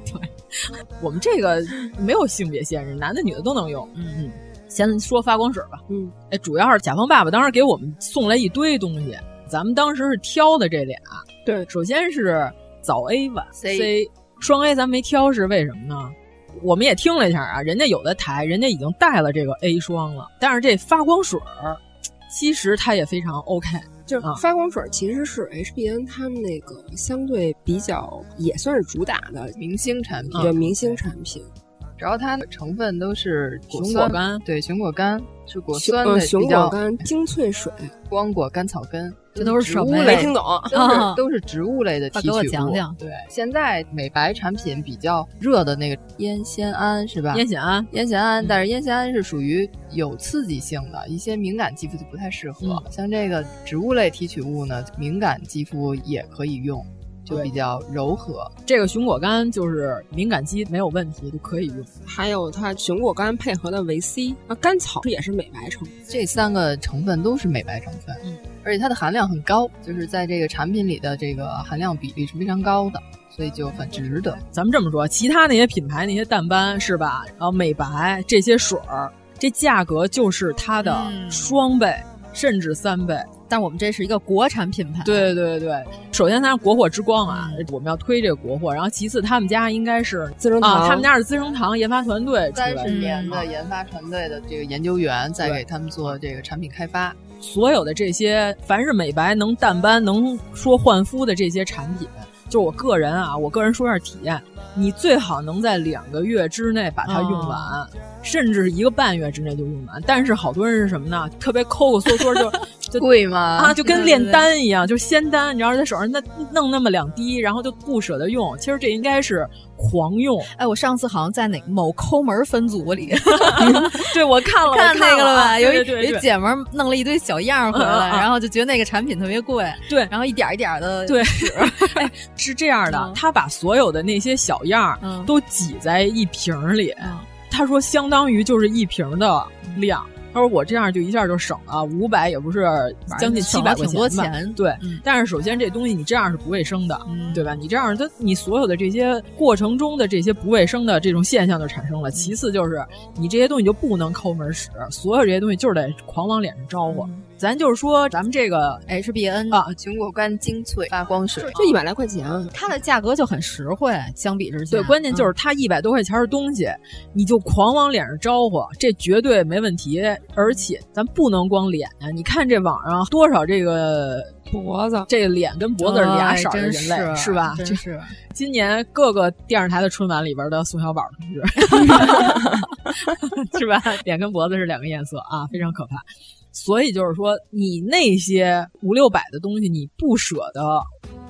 Speaker 8: 对，我们这个没有性别限制，男的女的都能用。嗯嗯，先说发光水吧。
Speaker 2: 嗯，
Speaker 8: 哎，主要是甲方爸爸当时给我们送来一堆东西，咱们当时是挑的这俩。
Speaker 2: 对，
Speaker 8: 首先是早 A 晚
Speaker 5: C
Speaker 8: 双 A 咱没挑是为什么呢？我们也听了一下啊，人家有的台人家已经带了这个 A 霜了，但是这发光水儿其实它也非常 OK。
Speaker 2: 就是
Speaker 8: 啊
Speaker 2: 发光水其实是 HBN 他们那个相对比较也算是主打的
Speaker 5: 明星产品
Speaker 8: 嗯
Speaker 2: 一个明星产品。
Speaker 5: 主要它的成分都是果
Speaker 8: 熊
Speaker 5: 酸
Speaker 8: 果苷，
Speaker 5: 对，熊果苷是果
Speaker 2: 熊
Speaker 5: 酸的
Speaker 2: 呃熊
Speaker 5: 比
Speaker 2: 果
Speaker 5: 较
Speaker 2: 苷、精粹水、
Speaker 5: 光果、甘草根，
Speaker 2: 这都是
Speaker 5: 植
Speaker 2: 什
Speaker 5: 物
Speaker 2: 么呀
Speaker 5: 类，
Speaker 2: 没听懂
Speaker 5: 都
Speaker 2: 啊
Speaker 5: 是都是植物类的
Speaker 2: 快
Speaker 5: 提
Speaker 2: 给
Speaker 5: 取
Speaker 2: 我讲
Speaker 5: 物。
Speaker 2: 讲
Speaker 5: 对，现在美白产品比较热的那个烟酰胺是吧？
Speaker 8: 烟酰胺，嗯
Speaker 5: 烟酰胺，但是烟酰胺是属于有刺激性的，一些敏感肌肤就不太适合。
Speaker 8: 嗯
Speaker 5: 像这个植物类提取物呢，敏感肌肤也可以用，就比较柔和。
Speaker 8: 这个熊果苷就是敏感肌没有问题就可以用。
Speaker 2: 还有它熊果苷配合的维 C 啊，甘草也是美白成分。
Speaker 5: 这三个成分都是美白成分，
Speaker 8: 嗯
Speaker 5: 而且它的含量很高，就是在这个产品里的这个含量比例是非常高的，所以就很值得。
Speaker 8: 咱们这么说，其他那些品牌那些淡斑是吧？然后美白这些水儿，这价格就是它的
Speaker 5: 嗯
Speaker 8: 双倍、甚至三倍。
Speaker 10: 但我们这是一个国产品牌，
Speaker 8: 对对对，首先它是国货之光啊，
Speaker 5: 嗯
Speaker 8: 我们要推这个国货。然后其次，他们家应该是
Speaker 2: 资生
Speaker 8: 啊，
Speaker 5: 堂
Speaker 8: 他们家是资生堂研发团队出来
Speaker 5: 三
Speaker 8: 的
Speaker 5: 十年的研发团队的这个研究员在给他们做这个产品开发，
Speaker 8: 所有的这些，凡是美白能淡斑、能说焕肤的这些产品，就是我个人啊，我个人说一下体验，你最好能在两个月之内把它用完，
Speaker 5: 哦
Speaker 8: 甚至是一个半月之内就用完。但是好多人是什么呢？特别抠抠缩缩 就就
Speaker 5: 贵吗？啊
Speaker 8: 啊，就跟炼丹一样，就是仙丹，你知道在手上那弄那么两滴，然后就不舍得用。其实这应该是狂用。
Speaker 10: 哎，我上次好像在哪某抠门分组里
Speaker 8: 对我看了
Speaker 10: 看
Speaker 8: 我
Speaker 10: 那个了吧？
Speaker 8: 对
Speaker 10: 有一
Speaker 8: 对对
Speaker 10: 有
Speaker 8: 对
Speaker 10: 一姐们儿弄了一堆小样儿回来，
Speaker 8: 嗯嗯嗯
Speaker 10: 然后就觉得那个产品特别贵，
Speaker 8: 对，
Speaker 10: 然后一点儿一点儿的，
Speaker 8: 对，哎，是这样
Speaker 10: 嗯
Speaker 8: 的，他把所有的那些小样儿都挤在一瓶儿里，
Speaker 10: 嗯
Speaker 8: 他说相当于就是一瓶儿的量。他说我这样就一下就省了五百，也不是将近七
Speaker 10: 省
Speaker 8: 百
Speaker 10: 了
Speaker 8: 块
Speaker 10: 挺多
Speaker 8: 吧
Speaker 10: 钱嗯
Speaker 8: 对，但是首先这东西你这样是不卫生的，对吧？你这样它你所有的这些过程中的这些不卫生的这种现象就产生
Speaker 10: 嗯
Speaker 8: 了。其次就是你这些东西就不能抠门使，所有这些东西就是得狂往脸上招呼。
Speaker 10: 嗯
Speaker 8: 咱就是说，咱们这个
Speaker 10: HBN
Speaker 8: 啊，
Speaker 5: 熊果苷精粹发光水，
Speaker 2: 就一百来块钱，啊
Speaker 10: 它的价格就很实惠，相比之下，
Speaker 8: 对，关键就是它一百多块钱的东西，你就狂往脸上招呼，这绝对没问题。而且咱不能光脸呀，你看这网上多少这个
Speaker 10: 嗯
Speaker 2: 脖子，
Speaker 8: 这个脸跟脖子是俩
Speaker 10: 哎
Speaker 8: 色儿
Speaker 10: 真
Speaker 8: 的人类，
Speaker 10: 是
Speaker 8: 吧？
Speaker 10: 真
Speaker 8: 这
Speaker 10: 是
Speaker 8: 今年各个电视台的春晚里边的宋小宝同志， 是吧？脸跟脖子是两个颜色啊，非常可怕。所以就是说，你那些五六百的东西，你不舍得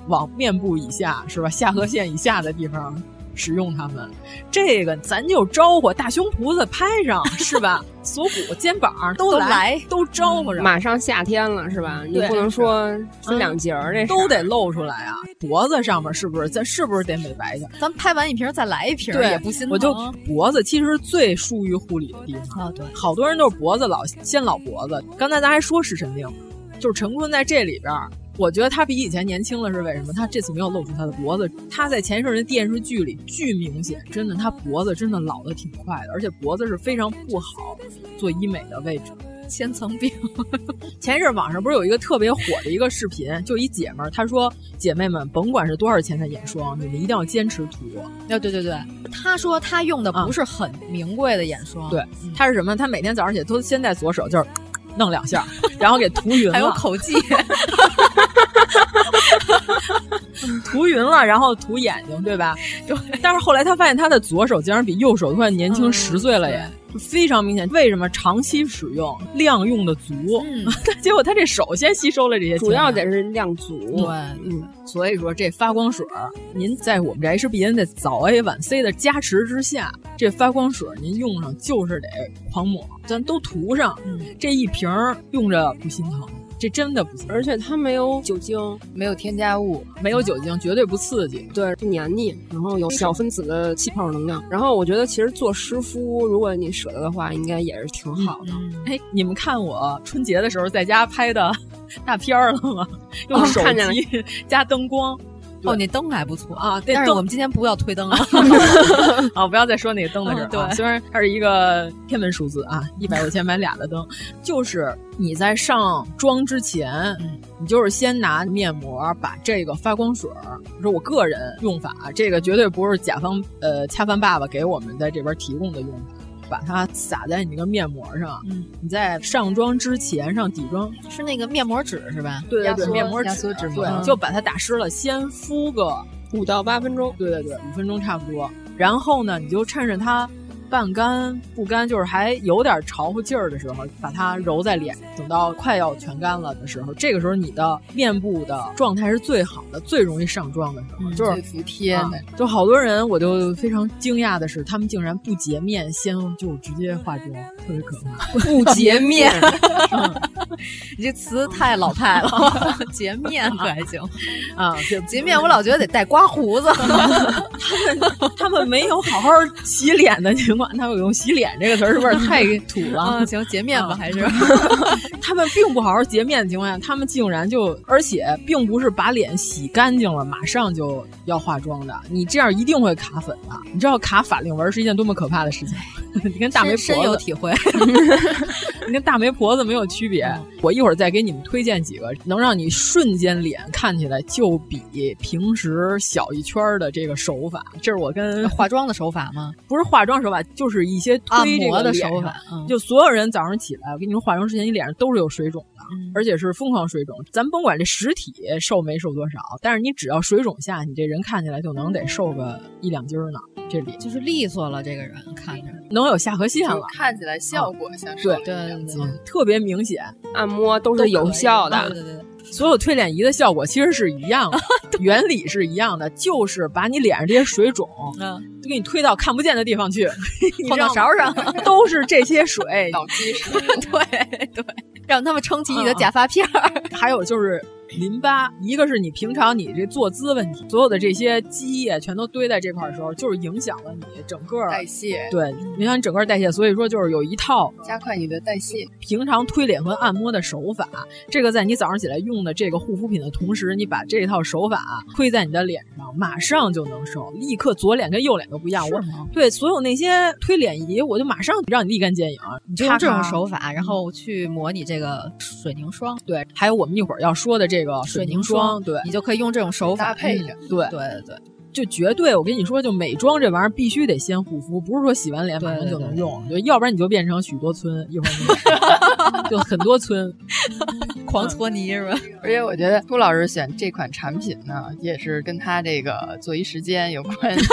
Speaker 8: 往面部以下，是吧？下颌线以下的地方使用它们，这个咱就招呼大胸脯子拍上，是吧？锁骨、肩膀都
Speaker 2: 都
Speaker 8: 来
Speaker 2: 来，
Speaker 8: 都招呼上。
Speaker 2: 马上夏天了是吧？你
Speaker 8: 对
Speaker 2: 不能说分两
Speaker 8: 节
Speaker 2: 截儿，这
Speaker 8: 都得露出来啊！脖子上面是不是？咱是不是得美白一下？
Speaker 10: 咱们拍完一瓶儿再来一瓶儿
Speaker 8: 对，
Speaker 10: 也不心疼。
Speaker 8: 我就脖子其实是最疏于护理的地方。
Speaker 2: 哦
Speaker 10: 对，
Speaker 8: 好多人都是脖子老先老脖子。刚才咱还说视神经，就是陈坤在这里边儿，我觉得他比以前年轻了，是为什么？他这次没有露出他的脖子，他在前一阵的电视剧里巨明显，真的，他脖子真的老的挺快的，而且脖子是非常不好做医美的位置。
Speaker 10: 千层病，
Speaker 8: 前一阵网上不是有一个特别火的一个视频，就一姐们儿，她说：“姐妹们，甭管是多少钱的眼霜，你们一定要坚持涂。”
Speaker 10: 哦，对对对，他说他用的不是很名贵的眼霜，
Speaker 8: 啊对，他是什么？他每天早上起来都先在左手就是弄两下，然后给涂匀了，
Speaker 10: 还有口 技，
Speaker 8: 涂匀了，然后涂眼睛，对 吧？但是后来他发现他的左手竟然比右手突然年轻
Speaker 10: 嗯
Speaker 8: 十岁了耶，就非常明显。为什么长期使用量用的足？
Speaker 10: 嗯
Speaker 8: 结果他这手先吸收了这些，
Speaker 2: 主要得是量足。
Speaker 8: 对，嗯，所以说这发光水儿，您在我们这 HBN 的早 A 晚 C 的加持之下，这发光水儿您用上就是得狂抹，咱都涂上，
Speaker 2: 嗯
Speaker 8: 这一瓶儿用着不心疼。这真的不行，
Speaker 2: 而且它没有酒精，
Speaker 5: 没有添加物，
Speaker 8: 没有酒精，绝对不刺激，
Speaker 2: 对，不黏腻，然后有小分子的气泡能量。然后我觉得其实做湿敷，如果你舍得的话，应该也是挺好的。
Speaker 8: 哎，你们看我春节的时候在家拍的 大片儿了吗？用
Speaker 2: 哦
Speaker 8: 手
Speaker 2: 看见了
Speaker 8: 机 加灯光。
Speaker 10: 哦，那灯还不错
Speaker 8: 啊，对
Speaker 10: 但是
Speaker 8: 灯
Speaker 10: 我们今天不要推灯了，
Speaker 8: 啊，不要再说那个灯的事儿、啊
Speaker 10: 嗯对
Speaker 8: 虽然它是一个天文数字啊，一百块钱买俩的灯，就是你在上妆之前，
Speaker 10: 嗯
Speaker 8: 你就是先拿面膜把这个发光水儿，这是我个人用法，啊这个绝对不是甲方呃恰饭爸爸给我们在这边提供的用法。把它撒在你那个面膜上，
Speaker 10: 嗯、
Speaker 8: 你在上妆之前上底妆，
Speaker 10: 是那个面膜纸是吧？
Speaker 8: 对对
Speaker 10: 压
Speaker 8: 对，
Speaker 10: 缩
Speaker 8: 面膜
Speaker 10: 压缩纸膜
Speaker 8: 对，就把它打湿了，先敷个
Speaker 2: 五到八分钟，
Speaker 8: 对对对，五分钟差不多。然后呢，你就趁着它半干不干，就是还有点潮乎劲儿的时候，把它揉在脸，等到快要全干了的时候，这个时候你的面部的状态是最好的，最容易上妆的时
Speaker 10: 嗯
Speaker 8: 候，就是
Speaker 5: 最服帖
Speaker 8: 啊
Speaker 5: 的
Speaker 8: 就好多人，我就非常惊讶的是，他们竟然不洁面，先就直接化妆，特别可怕。
Speaker 7: 不洁面， 你这词太老派了，洁面可还行
Speaker 8: 啊？
Speaker 7: 洁面我老觉得得带刮胡子，
Speaker 8: 他们没有好好洗脸的情况，他们用“洗脸”这个词儿是不是太土了？
Speaker 7: 啊行洁面吧
Speaker 8: 啊
Speaker 7: 还是
Speaker 8: 他们并不好好洁面的情况下，他们竟然就，而且并不是把脸洗干净了马上就要化妆的，你这样一定会卡粉的。你知道卡法令纹是一件多么可怕的 事情？你跟大媒婆子
Speaker 7: 深深有体会，
Speaker 8: 你跟大媒婆子没有区别。我一会儿再给你们推荐几个能让你瞬间脸看起来就比平时小一圈儿的这个手法。这是我跟
Speaker 7: 化妆的手法吗？
Speaker 8: 不是化妆手法，就是一些
Speaker 7: 按
Speaker 8: 推这
Speaker 7: 摩
Speaker 8: 个
Speaker 7: 的
Speaker 8: 脸
Speaker 7: 手
Speaker 8: 上
Speaker 7: 法嗯
Speaker 8: 就所有人早上起来，我跟你们化妆之前，你脸上都是有水肿的，而且是疯狂水肿。咱甭管这实体瘦没瘦多少，但是你只要水肿下，你这人看起来就能得瘦个一两斤儿呢。这里
Speaker 7: 就是利索了，这个人看着
Speaker 8: 能有下颌线
Speaker 5: 就
Speaker 8: 了。啊
Speaker 5: 看起来效果像是
Speaker 8: 对
Speaker 5: 对
Speaker 8: 嗯特别明显，
Speaker 2: 按摩都是有效的。
Speaker 8: 对对对，所有推脸仪的效果其实是一样的，原理是一样的，就是把你脸上这些水肿，
Speaker 7: 嗯，
Speaker 8: 就给你推到看不见的地方去，
Speaker 7: 放到勺上，
Speaker 8: 都是这些水
Speaker 5: 倒鸡水。
Speaker 7: 对对，让他们撑起你的假发片儿。
Speaker 8: 还有就是淋巴，一个是你平常你这坐姿问题，所有的这些积液全都堆在这块儿的时候，就是影响了你整个儿
Speaker 5: 代谢，
Speaker 8: 对，影响你整个儿代谢。所以说，就是有一套
Speaker 5: 加快你的代谢。
Speaker 8: 平常推脸和按摩的手法，这个在你早上起来用的这个护肤品的同时，你把这套手法啊推在你的脸上，马上就能瘦，立刻左脸跟右脸都不一样。我对所有那些推脸仪，我就马上让你立竿见影。
Speaker 7: 你就用这种
Speaker 8: 咔咔
Speaker 7: 手法，然后去抹你这个水凝霜，
Speaker 8: 对，还有我们一会儿要说的这个水凝
Speaker 7: 凝霜，
Speaker 8: 对
Speaker 7: 你就可以用这种手法
Speaker 5: 搭配着
Speaker 7: 嗯
Speaker 8: 对
Speaker 7: 对对对，
Speaker 8: 就绝对，我跟你说，就美妆这玩意儿必须得先护肤，不是说洗完脸马上就能用，就要不然你就变成许多村，一会儿你 就很多村。
Speaker 7: 狂搓泥是吧？
Speaker 5: 而且我觉得朱老师选这款产品呢，也是跟他这个作息时间有关 系。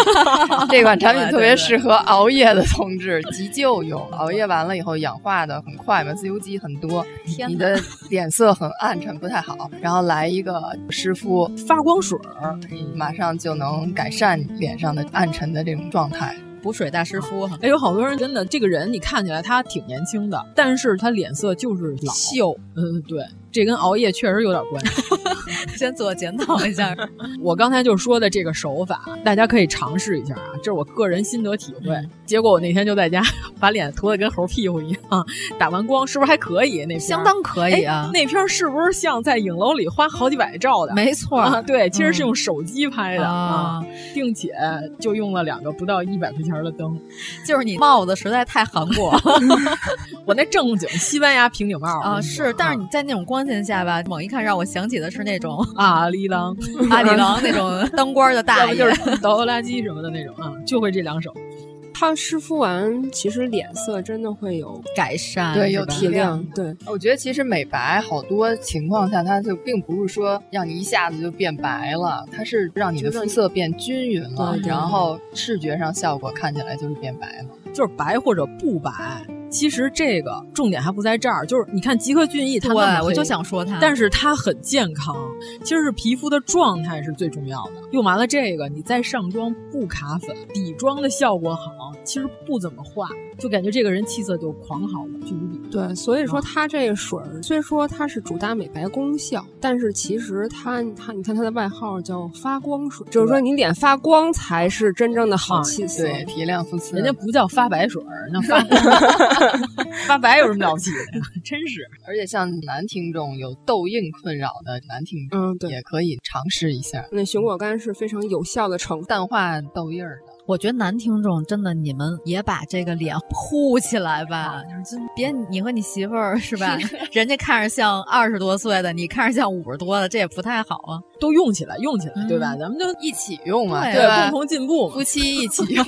Speaker 5: 这款产品特别适合熬夜的同志急救用，熬夜完了以后氧化的很快嘛，自由基很多，
Speaker 7: 天哪
Speaker 5: 你的脸色很暗沉，不太好。然后来一个湿敷，
Speaker 8: 发光水儿，
Speaker 5: 马上就能改善脸上的暗沉的这种状态。
Speaker 7: 补水大湿敷哈，
Speaker 8: 哎，有好多人真的，这个人你看起来他挺年轻的，但是他脸色就是老。
Speaker 7: 秀，
Speaker 8: 嗯，对，这跟熬夜确实有点关系。
Speaker 7: 先自我检讨一下。
Speaker 8: 我刚才就说的这个手法，大家可以尝试一下啊，这是我个人心得体会。
Speaker 7: 嗯
Speaker 8: 结果我那天就在家把脸涂的跟猴屁股一样，打完光是不是还可以？那片儿
Speaker 7: 相当可以啊
Speaker 8: 哎那片儿是不是像在影楼里花好几百照的？
Speaker 7: 没错
Speaker 8: 啊，对，其实是
Speaker 7: 嗯
Speaker 8: 用手机拍的、啊，并且就用了两个不到一百块钱的灯。
Speaker 7: 就是你帽子实在太韩国
Speaker 8: 我那正经西班牙平顶帽
Speaker 7: 啊，是，但是你在那种光线下吧，猛一看让我想起的是那种
Speaker 8: 啊，里郎
Speaker 7: 阿里郎那种当官的
Speaker 8: 要
Speaker 7: 大
Speaker 8: 不
Speaker 7: 爷，
Speaker 8: 就是倒拖拉机什么的那种啊，就会这两手。
Speaker 2: 它湿敷完，其实脸色真的会有
Speaker 7: 改善，
Speaker 5: 对，
Speaker 7: 是
Speaker 5: 有
Speaker 7: 吧
Speaker 5: 提亮。
Speaker 2: 对，
Speaker 5: 我觉得其实美白好多情况下，它就并不是说让你一下子就变白了，它是让你的肤色变均匀了
Speaker 2: 对，对
Speaker 5: 然后视觉上效果看起来就是变白了。
Speaker 8: 就是白或者不白。其实这个重点还不在这儿，就是你看吉克隽逸，它
Speaker 7: 对，
Speaker 8: 那么黑
Speaker 7: 我就想，
Speaker 5: 嗯
Speaker 7: 说他，
Speaker 8: 但是它很健康，其实是皮肤的状态是最重要的。用完了这个，你再上妆不卡粉，底妆的效果好，其实不怎么化，就感觉这个人气色就狂好了，就无比。
Speaker 2: 对，所以说
Speaker 8: 啊
Speaker 2: 它这个水儿虽说它是主打美白功效，但是其实它它你看它的外号叫发光水，就是说你脸发光才是真正的好
Speaker 8: 啊
Speaker 2: 气色。
Speaker 5: 对，提亮肤色。
Speaker 8: 人家不叫发白水儿，那 发 发白有什么了不起的呀？ 真是。
Speaker 5: 而且像男听众有痘印困扰的男听众，
Speaker 2: 嗯，对
Speaker 5: 也，可以尝试一下
Speaker 2: 那熊果苷是非常有效的成分。
Speaker 5: 淡化痘印儿的。
Speaker 7: 我觉得男听众真的，你们也把这个脸护起来吧，就是别你和你媳妇儿是 吧？人家看着像二十多岁的，你看着像五十多的，这也不太好啊。
Speaker 8: 都用起来，用起来，对吧？
Speaker 7: 嗯
Speaker 8: 咱们就
Speaker 5: 一起用嘛，
Speaker 7: 对
Speaker 5: 对啊吧
Speaker 8: 共？同进步嘛，
Speaker 5: 夫妻一起 用，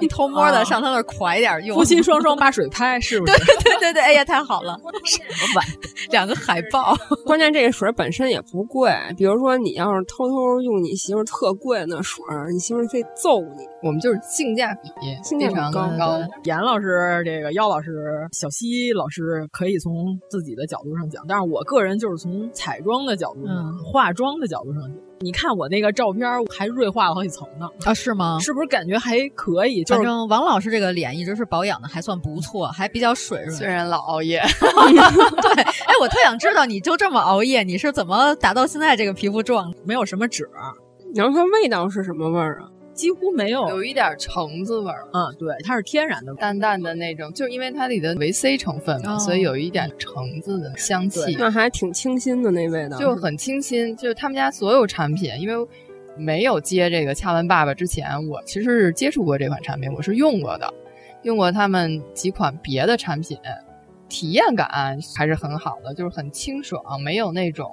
Speaker 7: 你偷 摸的
Speaker 8: 啊
Speaker 7: 上他那儿快一点用，
Speaker 8: 夫妻双双把水拍，是不是？
Speaker 7: 对对对对，哎呀，太好了，
Speaker 8: 什么玩意儿
Speaker 7: 两个海报。
Speaker 11: 关键这个水本身也不贵，比如说你要是偷偷用你媳妇特贵那水，你媳妇非揍你。
Speaker 2: 我们就是性价比
Speaker 11: 性
Speaker 2: 非
Speaker 11: 价
Speaker 2: 常
Speaker 11: 比
Speaker 2: 高
Speaker 11: 高。
Speaker 8: 严老师、这个姚老师、小西老师可以从自己的角度上讲，但是我个人就是从彩妆的角度上、
Speaker 7: 嗯
Speaker 8: 化妆的角度上讲。你看我那个照片儿还锐化了好几层呢，
Speaker 7: 啊，是吗？
Speaker 8: 是不是感觉还可以？就
Speaker 7: 反
Speaker 8: 是
Speaker 7: 正王老师这个脸一直是保养的还算不错，还比较水润。
Speaker 2: 虽然老熬夜，
Speaker 7: 哎，我特想知道你就这么熬夜，你是怎么达到现在这个皮肤状态？
Speaker 8: 没有什么 褶儿，
Speaker 11: 你要说味道是什么味儿啊？
Speaker 8: 几乎没有。
Speaker 2: 有一点橙子味儿，
Speaker 8: 嗯，对，它是天然的。
Speaker 2: 淡淡的那种，就是因为它里的维 C 成分嘛，
Speaker 11: 哦
Speaker 2: 所以有一点橙子的香气。
Speaker 11: 那还挺清新的那味道，
Speaker 2: 就很清新。就是他们家所有产品，因为没有接这个恰文爸爸之前，我其实是接触过这款产品，我是用过的，用过他们几款别的产品，体验感还是很好的，就是很清爽，没有那种。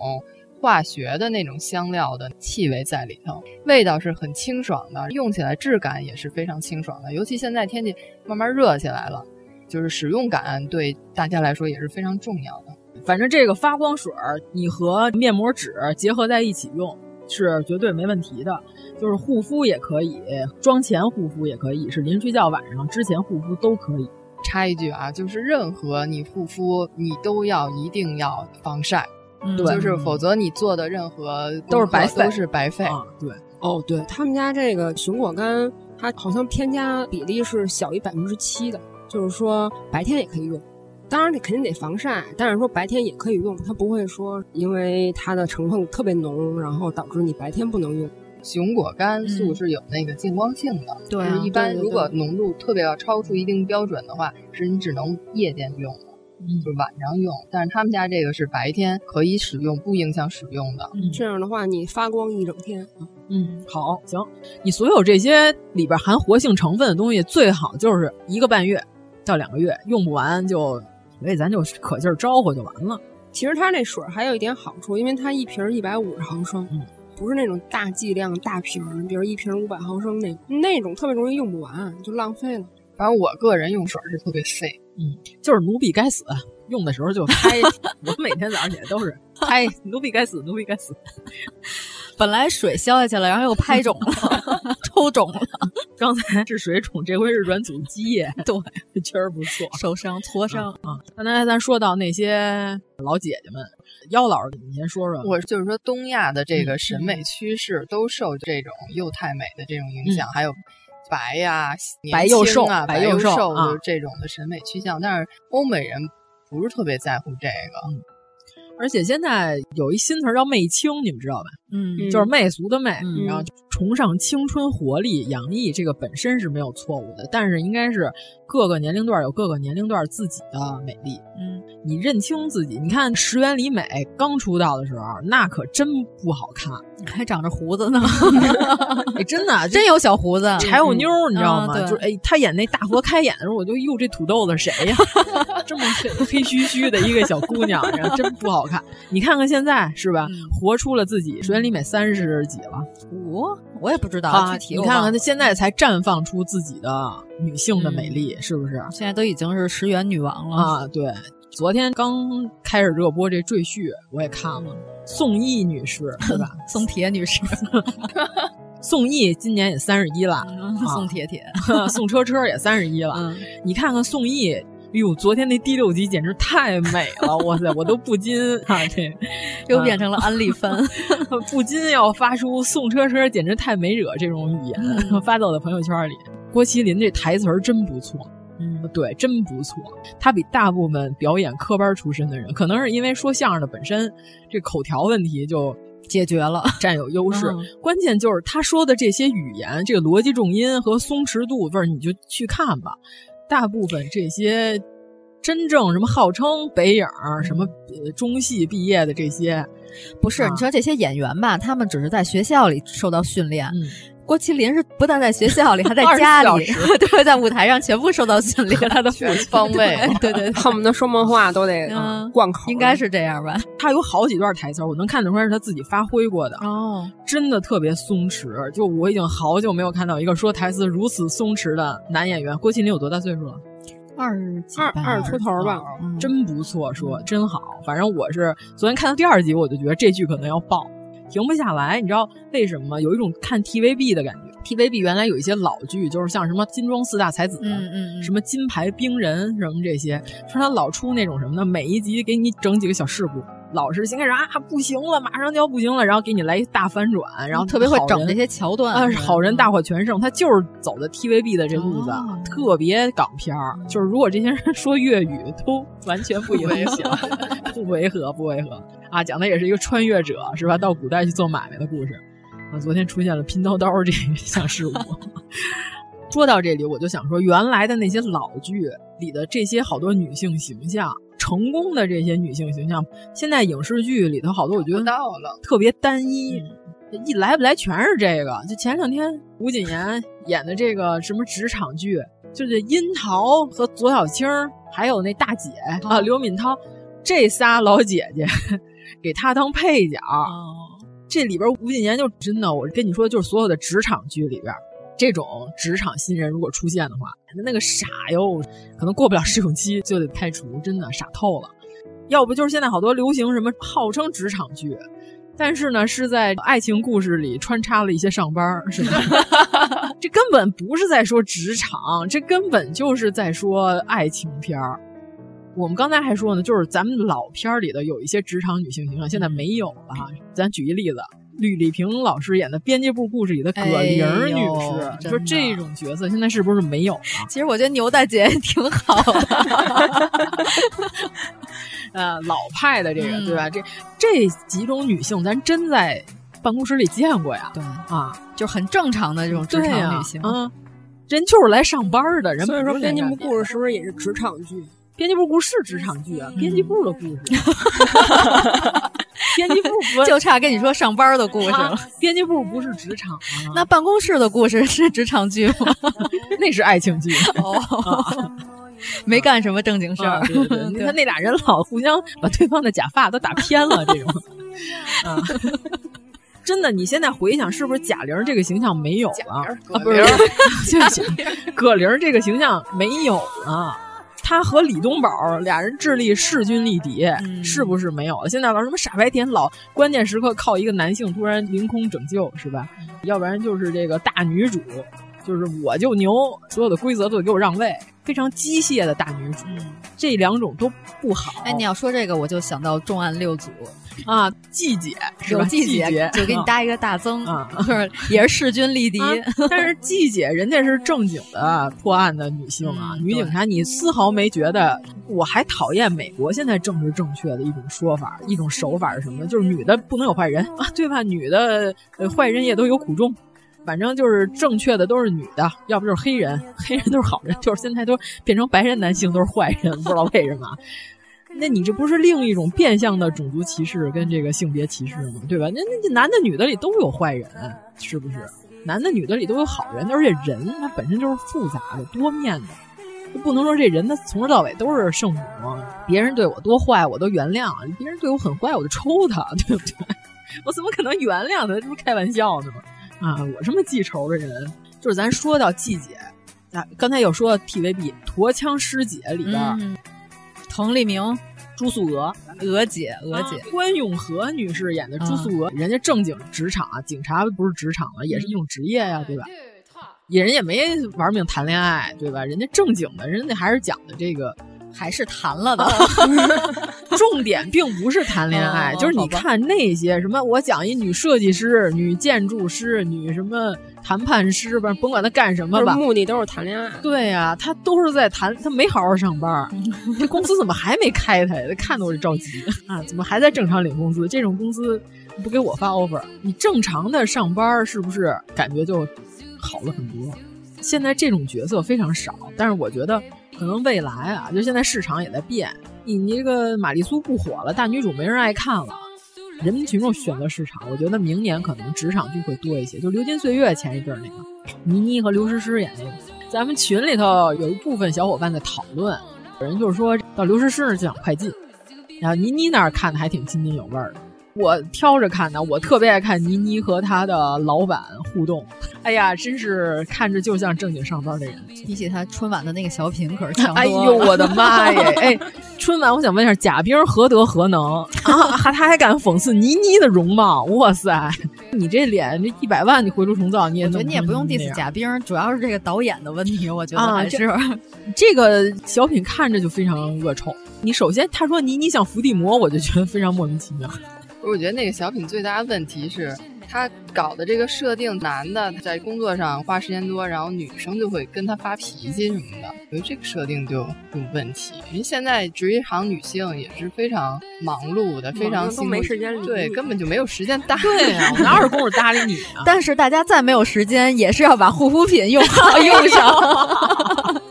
Speaker 2: 化学的那种香料的气味在里头，味道是很清爽的，用起来质感也是非常清爽的。尤其现在天气慢慢热起来了，就是使用感对大家来说也是非常重要的。
Speaker 8: 反正这个发光水儿，你和面膜纸结合在一起用是绝对没问题的。就是护肤也可以，妆前护肤也可以，是临睡觉晚上之前护肤都可以。
Speaker 2: 插一句啊，就是任何你护肤，你都要一定要防晒，
Speaker 7: 嗯
Speaker 2: 就是
Speaker 11: 啊
Speaker 2: 否则你做的任何功课
Speaker 11: 都是白费
Speaker 2: 都是白费。
Speaker 8: 啊对，
Speaker 11: 哦，对他们家这个熊果苷，它好像添加比例是小于百分之七的，就是说白天也可以用。当然，你肯定得防晒，但是说白天也可以用，它不会说因为它的成分特别浓，然后导致你白天不能用。
Speaker 2: 熊果
Speaker 11: 嗯
Speaker 2: 苷素是有那个见光性的，
Speaker 7: 对啊
Speaker 2: 就是一般
Speaker 7: 对对对
Speaker 2: 如果浓度特别要超出一定标准的话，是你只能夜间用的，
Speaker 11: 嗯
Speaker 2: 就是晚上用。但是他们家这个是白天可以使用，不影响使用的。
Speaker 11: 嗯这样的话，你发光一整天。
Speaker 8: 嗯，好，行，你所有这些里边含活性成分的东西，最好就是一个半月到两个月，用不完就，所以咱就可劲儿招呼就完了。
Speaker 11: 其实它这水还有一点好处，因为它一瓶一百五十毫升，不是那种大剂量大瓶儿，比如一瓶五百毫升那那种特别容易用不完，就浪费了。
Speaker 2: 反正我个人用水是特别费，
Speaker 8: 嗯，就是奴婢该死，啊用的时候就拍。我每天早上起来都是拍，奴婢该死，奴婢该死。
Speaker 7: 哎本来水消下去了，然后又拍肿了，抽肿了，
Speaker 8: 刚才是水肿，这回是软组织液，对，确实不错。
Speaker 7: 受伤、挫伤
Speaker 8: 啊。刚才咱说到那些老姐姐们，妖老师，你先说说。
Speaker 2: 我就是说，东亚的这个审美趋势都受这种幼态美的这种影响，
Speaker 8: 嗯
Speaker 2: 还有白呀、
Speaker 8: 白
Speaker 2: 年轻
Speaker 8: 幼瘦
Speaker 2: 啊、
Speaker 8: 白
Speaker 2: 白
Speaker 8: 幼瘦
Speaker 2: 瘦
Speaker 8: 啊
Speaker 2: 的这种的审美趋向。但是欧美人不是特别在乎这个，
Speaker 8: 而且现在有一新词儿叫“媚青”，你们知道吧？
Speaker 7: 嗯
Speaker 8: 就是媚俗的媚，
Speaker 7: 嗯
Speaker 8: 然后崇尚青春活力、洋溢，这个本身是没有错误的，但是应该是各个年龄段有各个年龄段自己的美丽。
Speaker 7: 嗯，
Speaker 8: 你认清自己，你看石原里美刚出道的时候，那可真不好看，
Speaker 7: 还长着胡子呢，
Speaker 8: 哎， 真的
Speaker 7: 真有小胡子，
Speaker 8: 柴火妞儿，你知道
Speaker 7: 嗯
Speaker 8: 吗？
Speaker 7: 对
Speaker 8: 就是哎，她演那大佛开演的时候，我就哟，这土豆子谁呀？ 这么黑黑黢黢的一个小姑娘，然后真不好看。你看看现在是吧？
Speaker 7: 嗯
Speaker 8: 活出了自己。石原里美三十几了
Speaker 7: 我我也不知道
Speaker 8: 啊
Speaker 7: 具，体
Speaker 8: 你
Speaker 7: 我
Speaker 8: 看
Speaker 7: 忘
Speaker 8: 看她
Speaker 7: 了
Speaker 8: 现在才绽放出自己的女性的
Speaker 7: 嗯
Speaker 8: 美丽，是不是？
Speaker 7: 现在都已经是石原女王了
Speaker 8: 啊，对。昨天刚开始热播这《赘婿》，我也看了，宋轶女士是吧？
Speaker 7: 嗯 宋铁女士，
Speaker 8: 宋轶今年也三十一 了，啊
Speaker 7: 宋铁铁，
Speaker 8: 宋车车也三十一了，
Speaker 7: 嗯
Speaker 8: 你看看宋轶，哎呦，昨天那第六集简直太美 了，哇塞，我都不禁啊，这
Speaker 7: 又变成了安利 番，
Speaker 8: 不禁要发出“宋车车简直太没惹”这种语言，
Speaker 7: 嗯
Speaker 8: 发到我的朋友圈里。郭麒麟这台词儿真不错。
Speaker 7: 嗯，
Speaker 8: 对，真不错。他比大部分表演科班出身的人，可能是因为说相声的本身这口条问题就
Speaker 7: 解决了，
Speaker 8: 占有优势。
Speaker 7: 嗯
Speaker 8: 关键就是他说的这些语言，这个逻辑重音和松弛度，不是你就去看吧。大部分这些真正什么号称北影儿什么呃中戏毕业的这些，
Speaker 7: 不是，你说这些演员吧，他们只是在学校里受到训练。郭麒麟是不但在学校里，还在家里
Speaker 8: 24 小，
Speaker 7: 对，在舞台上全部受到训练，他的
Speaker 2: 全方位。
Speaker 7: 对对对，
Speaker 11: 恨不得说梦话都得
Speaker 7: 嗯
Speaker 11: 贯口，
Speaker 7: 应该是这样吧？
Speaker 8: 他有好几段台词儿，我能看得出来是他自己发挥过的。
Speaker 7: 哦，
Speaker 8: 真的特别松弛，就我已经好久没有看到一个说台词如此松弛的男演员。郭麒麟有多大岁数了？啊
Speaker 5: 二
Speaker 8: 二二出头吧，
Speaker 5: 嗯
Speaker 8: 真不错，说真好。反正我是昨天看到第二集，我就觉得这剧可能要爆，停不下来。你知道为什么吗？有一种看 TVB 的感觉。TVB 原来有一些老剧，就是像什么《金装四大才子》，
Speaker 10: 嗯嗯嗯
Speaker 8: 什么《金牌兵人》，什么这些，说他老出那种什么呢？每一集给你整几个小事故，老是先开始啊不行了，马上就要不行了，然后给你来一大翻转，然后嗯特别会整这
Speaker 7: 些桥段嗯
Speaker 8: 啊，好
Speaker 5: 嗯
Speaker 8: 人大获全胜，他就是走的 TVB 的这路子，
Speaker 5: 哦
Speaker 8: 特别港片儿。就是如果这些人 说粤语，都完全不影响，不违和，不违和啊。讲的也是一个穿越者，是吧？到古代去做买卖的故事。啊，昨天出现了拼刀刀这一项事物。 说到这里，我就想说，原来的那些老剧里的这些好多女性形象，成功的这些女性形象，现在影视剧里头好多，我觉得
Speaker 5: 到了嗯
Speaker 8: 特别单一，一来不来全是这个。就前两天吴谨言演的这个什么职场剧，就是樱桃和左小青儿，还有那大姐、啊刘敏涛，这仨老姐姐 给她当配角。这里边吴谨言就真的，我跟你说，就是所有的职场剧里边，这种职场新人如果出现的话，那个傻哟，可能过不了试用期就得开除，真的傻透了。要不就是现在好多流行什么号称职场剧，但是呢是在爱情故事里穿插了一些上班儿，是吧？ 这根本不是在说职场，这根本就是在说爱情片儿。我们刚才还说呢，就是咱们老片儿里的有一些职场女性形象，现在没有了。咱举一例子，吕丽萍老师演的《编辑部故事》里的葛玲儿女士，
Speaker 7: 哎呦
Speaker 8: 说这种角色现在是不是没有了？
Speaker 7: 其实我觉得牛大姐也挺好的，
Speaker 8: 呃，老派的这个，对
Speaker 7: 嗯
Speaker 8: 吧？这这几种女性，咱真在办公室里见过呀。
Speaker 7: 对
Speaker 8: 啊，
Speaker 7: 就很正常的这种职
Speaker 8: 对呀
Speaker 7: 场女性。
Speaker 8: 嗯，人就是来上班儿的，人
Speaker 2: 所以说，
Speaker 8: 不是来
Speaker 2: 编辑
Speaker 8: 干
Speaker 2: 部故事是不是也是职场剧？啊
Speaker 8: 编辑部故事是职场剧啊，
Speaker 7: 嗯
Speaker 8: 编辑部的故 事。编辑部不
Speaker 7: 就差跟你说上班的故事了。
Speaker 8: 啊编辑部不是职场啊，
Speaker 7: 那办公室的故事是职场剧吗？
Speaker 8: 那是爱情剧
Speaker 7: 哦，没干什么正经事儿。
Speaker 8: 啊 对对对，他那俩人老互相把对方的假发都打偏了，这种。 啊，真的，你现在回想，是不是贾玲这个形象没有了？啊，不是， 对不起，葛玲这个形象没有了。她和李东宝俩人智力势均力敌，
Speaker 7: 嗯
Speaker 8: 是不是没有了？现在老什么傻白甜，老关键时刻靠一个男性突然凌空拯救，是吧？
Speaker 7: 嗯
Speaker 8: 要不然就是这个大女主，就是我就牛，所有的规则都得给我让位，非常机械的大女主。这两种都不好。
Speaker 7: 嗯哎，你要说这个，我就想到重案六组
Speaker 8: 啊，季姐是
Speaker 7: 有
Speaker 8: 吧？啊
Speaker 7: 季嗯
Speaker 8: 姐
Speaker 7: 姐就给你搭一个大增，就是也是势均力敌。
Speaker 8: 啊 但是季姐人家是正经的破案的女性啊，女警察，你丝毫没觉得？我还讨厌美国现在政治正确的一种说法，一种手法是什么呢？就是女的不能有坏人 啊，对吧？女的、呃、坏人也都有苦衷。反正就是正确的都是女的，要不就是黑人， 黑人都是好人，就是现在都变成白人男性都是坏人，不知道为什么啊。那你这不是另一种变相的种族歧视跟这个性别歧视吗？对吧？那那那男的女的里都有坏人，是不是？男的女的里都有好人，而且人他本身就是复杂的、多面的，就不能说这人他从头到尾都是圣母。别人对我多坏我都原谅，啊别人对我很坏我就抽他，对不 对？我怎么可能原谅他？这不是开玩笑呢吗？啊，我这么记仇的人，就是咱说到季姐，啊，刚才有说到 TVB《驼枪师姐》里边儿，
Speaker 7: 嗯
Speaker 8: 滕丽明、朱素娥、
Speaker 7: 娥姐，娥姐，
Speaker 8: 关咏荷女士演的朱素娥，人家正经职场啊，警察不是职场了，也是一种职业
Speaker 7: 嗯
Speaker 8: 呀、对吧？也人也没玩命谈恋爱，对吧？人家正经的，人家还是讲的这个，
Speaker 7: 还是谈了的。
Speaker 8: 重点并不是谈恋爱，
Speaker 7: 哦
Speaker 8: 就是你看那些什么，我讲一女设计师、女建筑师、女什么谈判师吧，甭管她干什么吧，
Speaker 2: 就是目的都是谈恋爱。
Speaker 8: 对呀、她都是在谈，她没好好上班儿，这公司怎么还没开她呀？看得我就着急啊！怎么还在正常领工资？这种公司不给我发 offer，你正常的上班儿是不是感觉就好了很多？现在这种角色非常少，但是我觉得可能未来啊，就现在市场也在变，你你这个玛丽苏不火了，大女主没人爱看了。人民群众选择市场，我觉得明年可能职场剧会多一些。就《流金岁月》前一阵儿那个，倪妮和刘诗诗演那个，咱们群里头有一部分小伙伴在讨论，有人就是说到刘诗诗那儿就想快进，然后倪妮那儿看的还挺津津有味儿的。我挑着看的，我特别爱看倪妮和她的老板互动，哎呀，真是看着就像正经上班的人。
Speaker 7: 比起他春晚的那个小品可是强多了。
Speaker 8: 哎呦，我的妈 耶！哎，春晚，我想问一下，贾冰何德何能 啊？还他还敢讽刺倪妮的容貌？哇塞，你这脸这一百万，你回炉重造你也
Speaker 7: 我觉得
Speaker 8: 弄
Speaker 7: 你也
Speaker 8: 成
Speaker 7: 不用
Speaker 8: 那
Speaker 7: diss
Speaker 8: 样
Speaker 7: 贾冰，主要是这个导演的问题，我觉得
Speaker 8: 啊
Speaker 7: 还
Speaker 8: 这
Speaker 7: 是。
Speaker 8: 这个小品看着就非常恶臭。你首先他说倪妮像伏地魔，我就觉得非常莫名其妙。
Speaker 5: 我觉得那个小品最大的问题是，他搞的这个设定，男的在工作上花时间多，然后女生就会跟他发脾气什么的。我觉得这个设定就有问题，因为现在职场女性也是非常忙碌的，非常
Speaker 2: 忙得都
Speaker 5: 辛苦
Speaker 2: 没时间理你啊
Speaker 5: 对，根本就没有时间搭理
Speaker 8: 对呀、啊我哪有功夫搭理你啊？
Speaker 7: 但是大家再没有时间，也是要把护肤品用 好用上，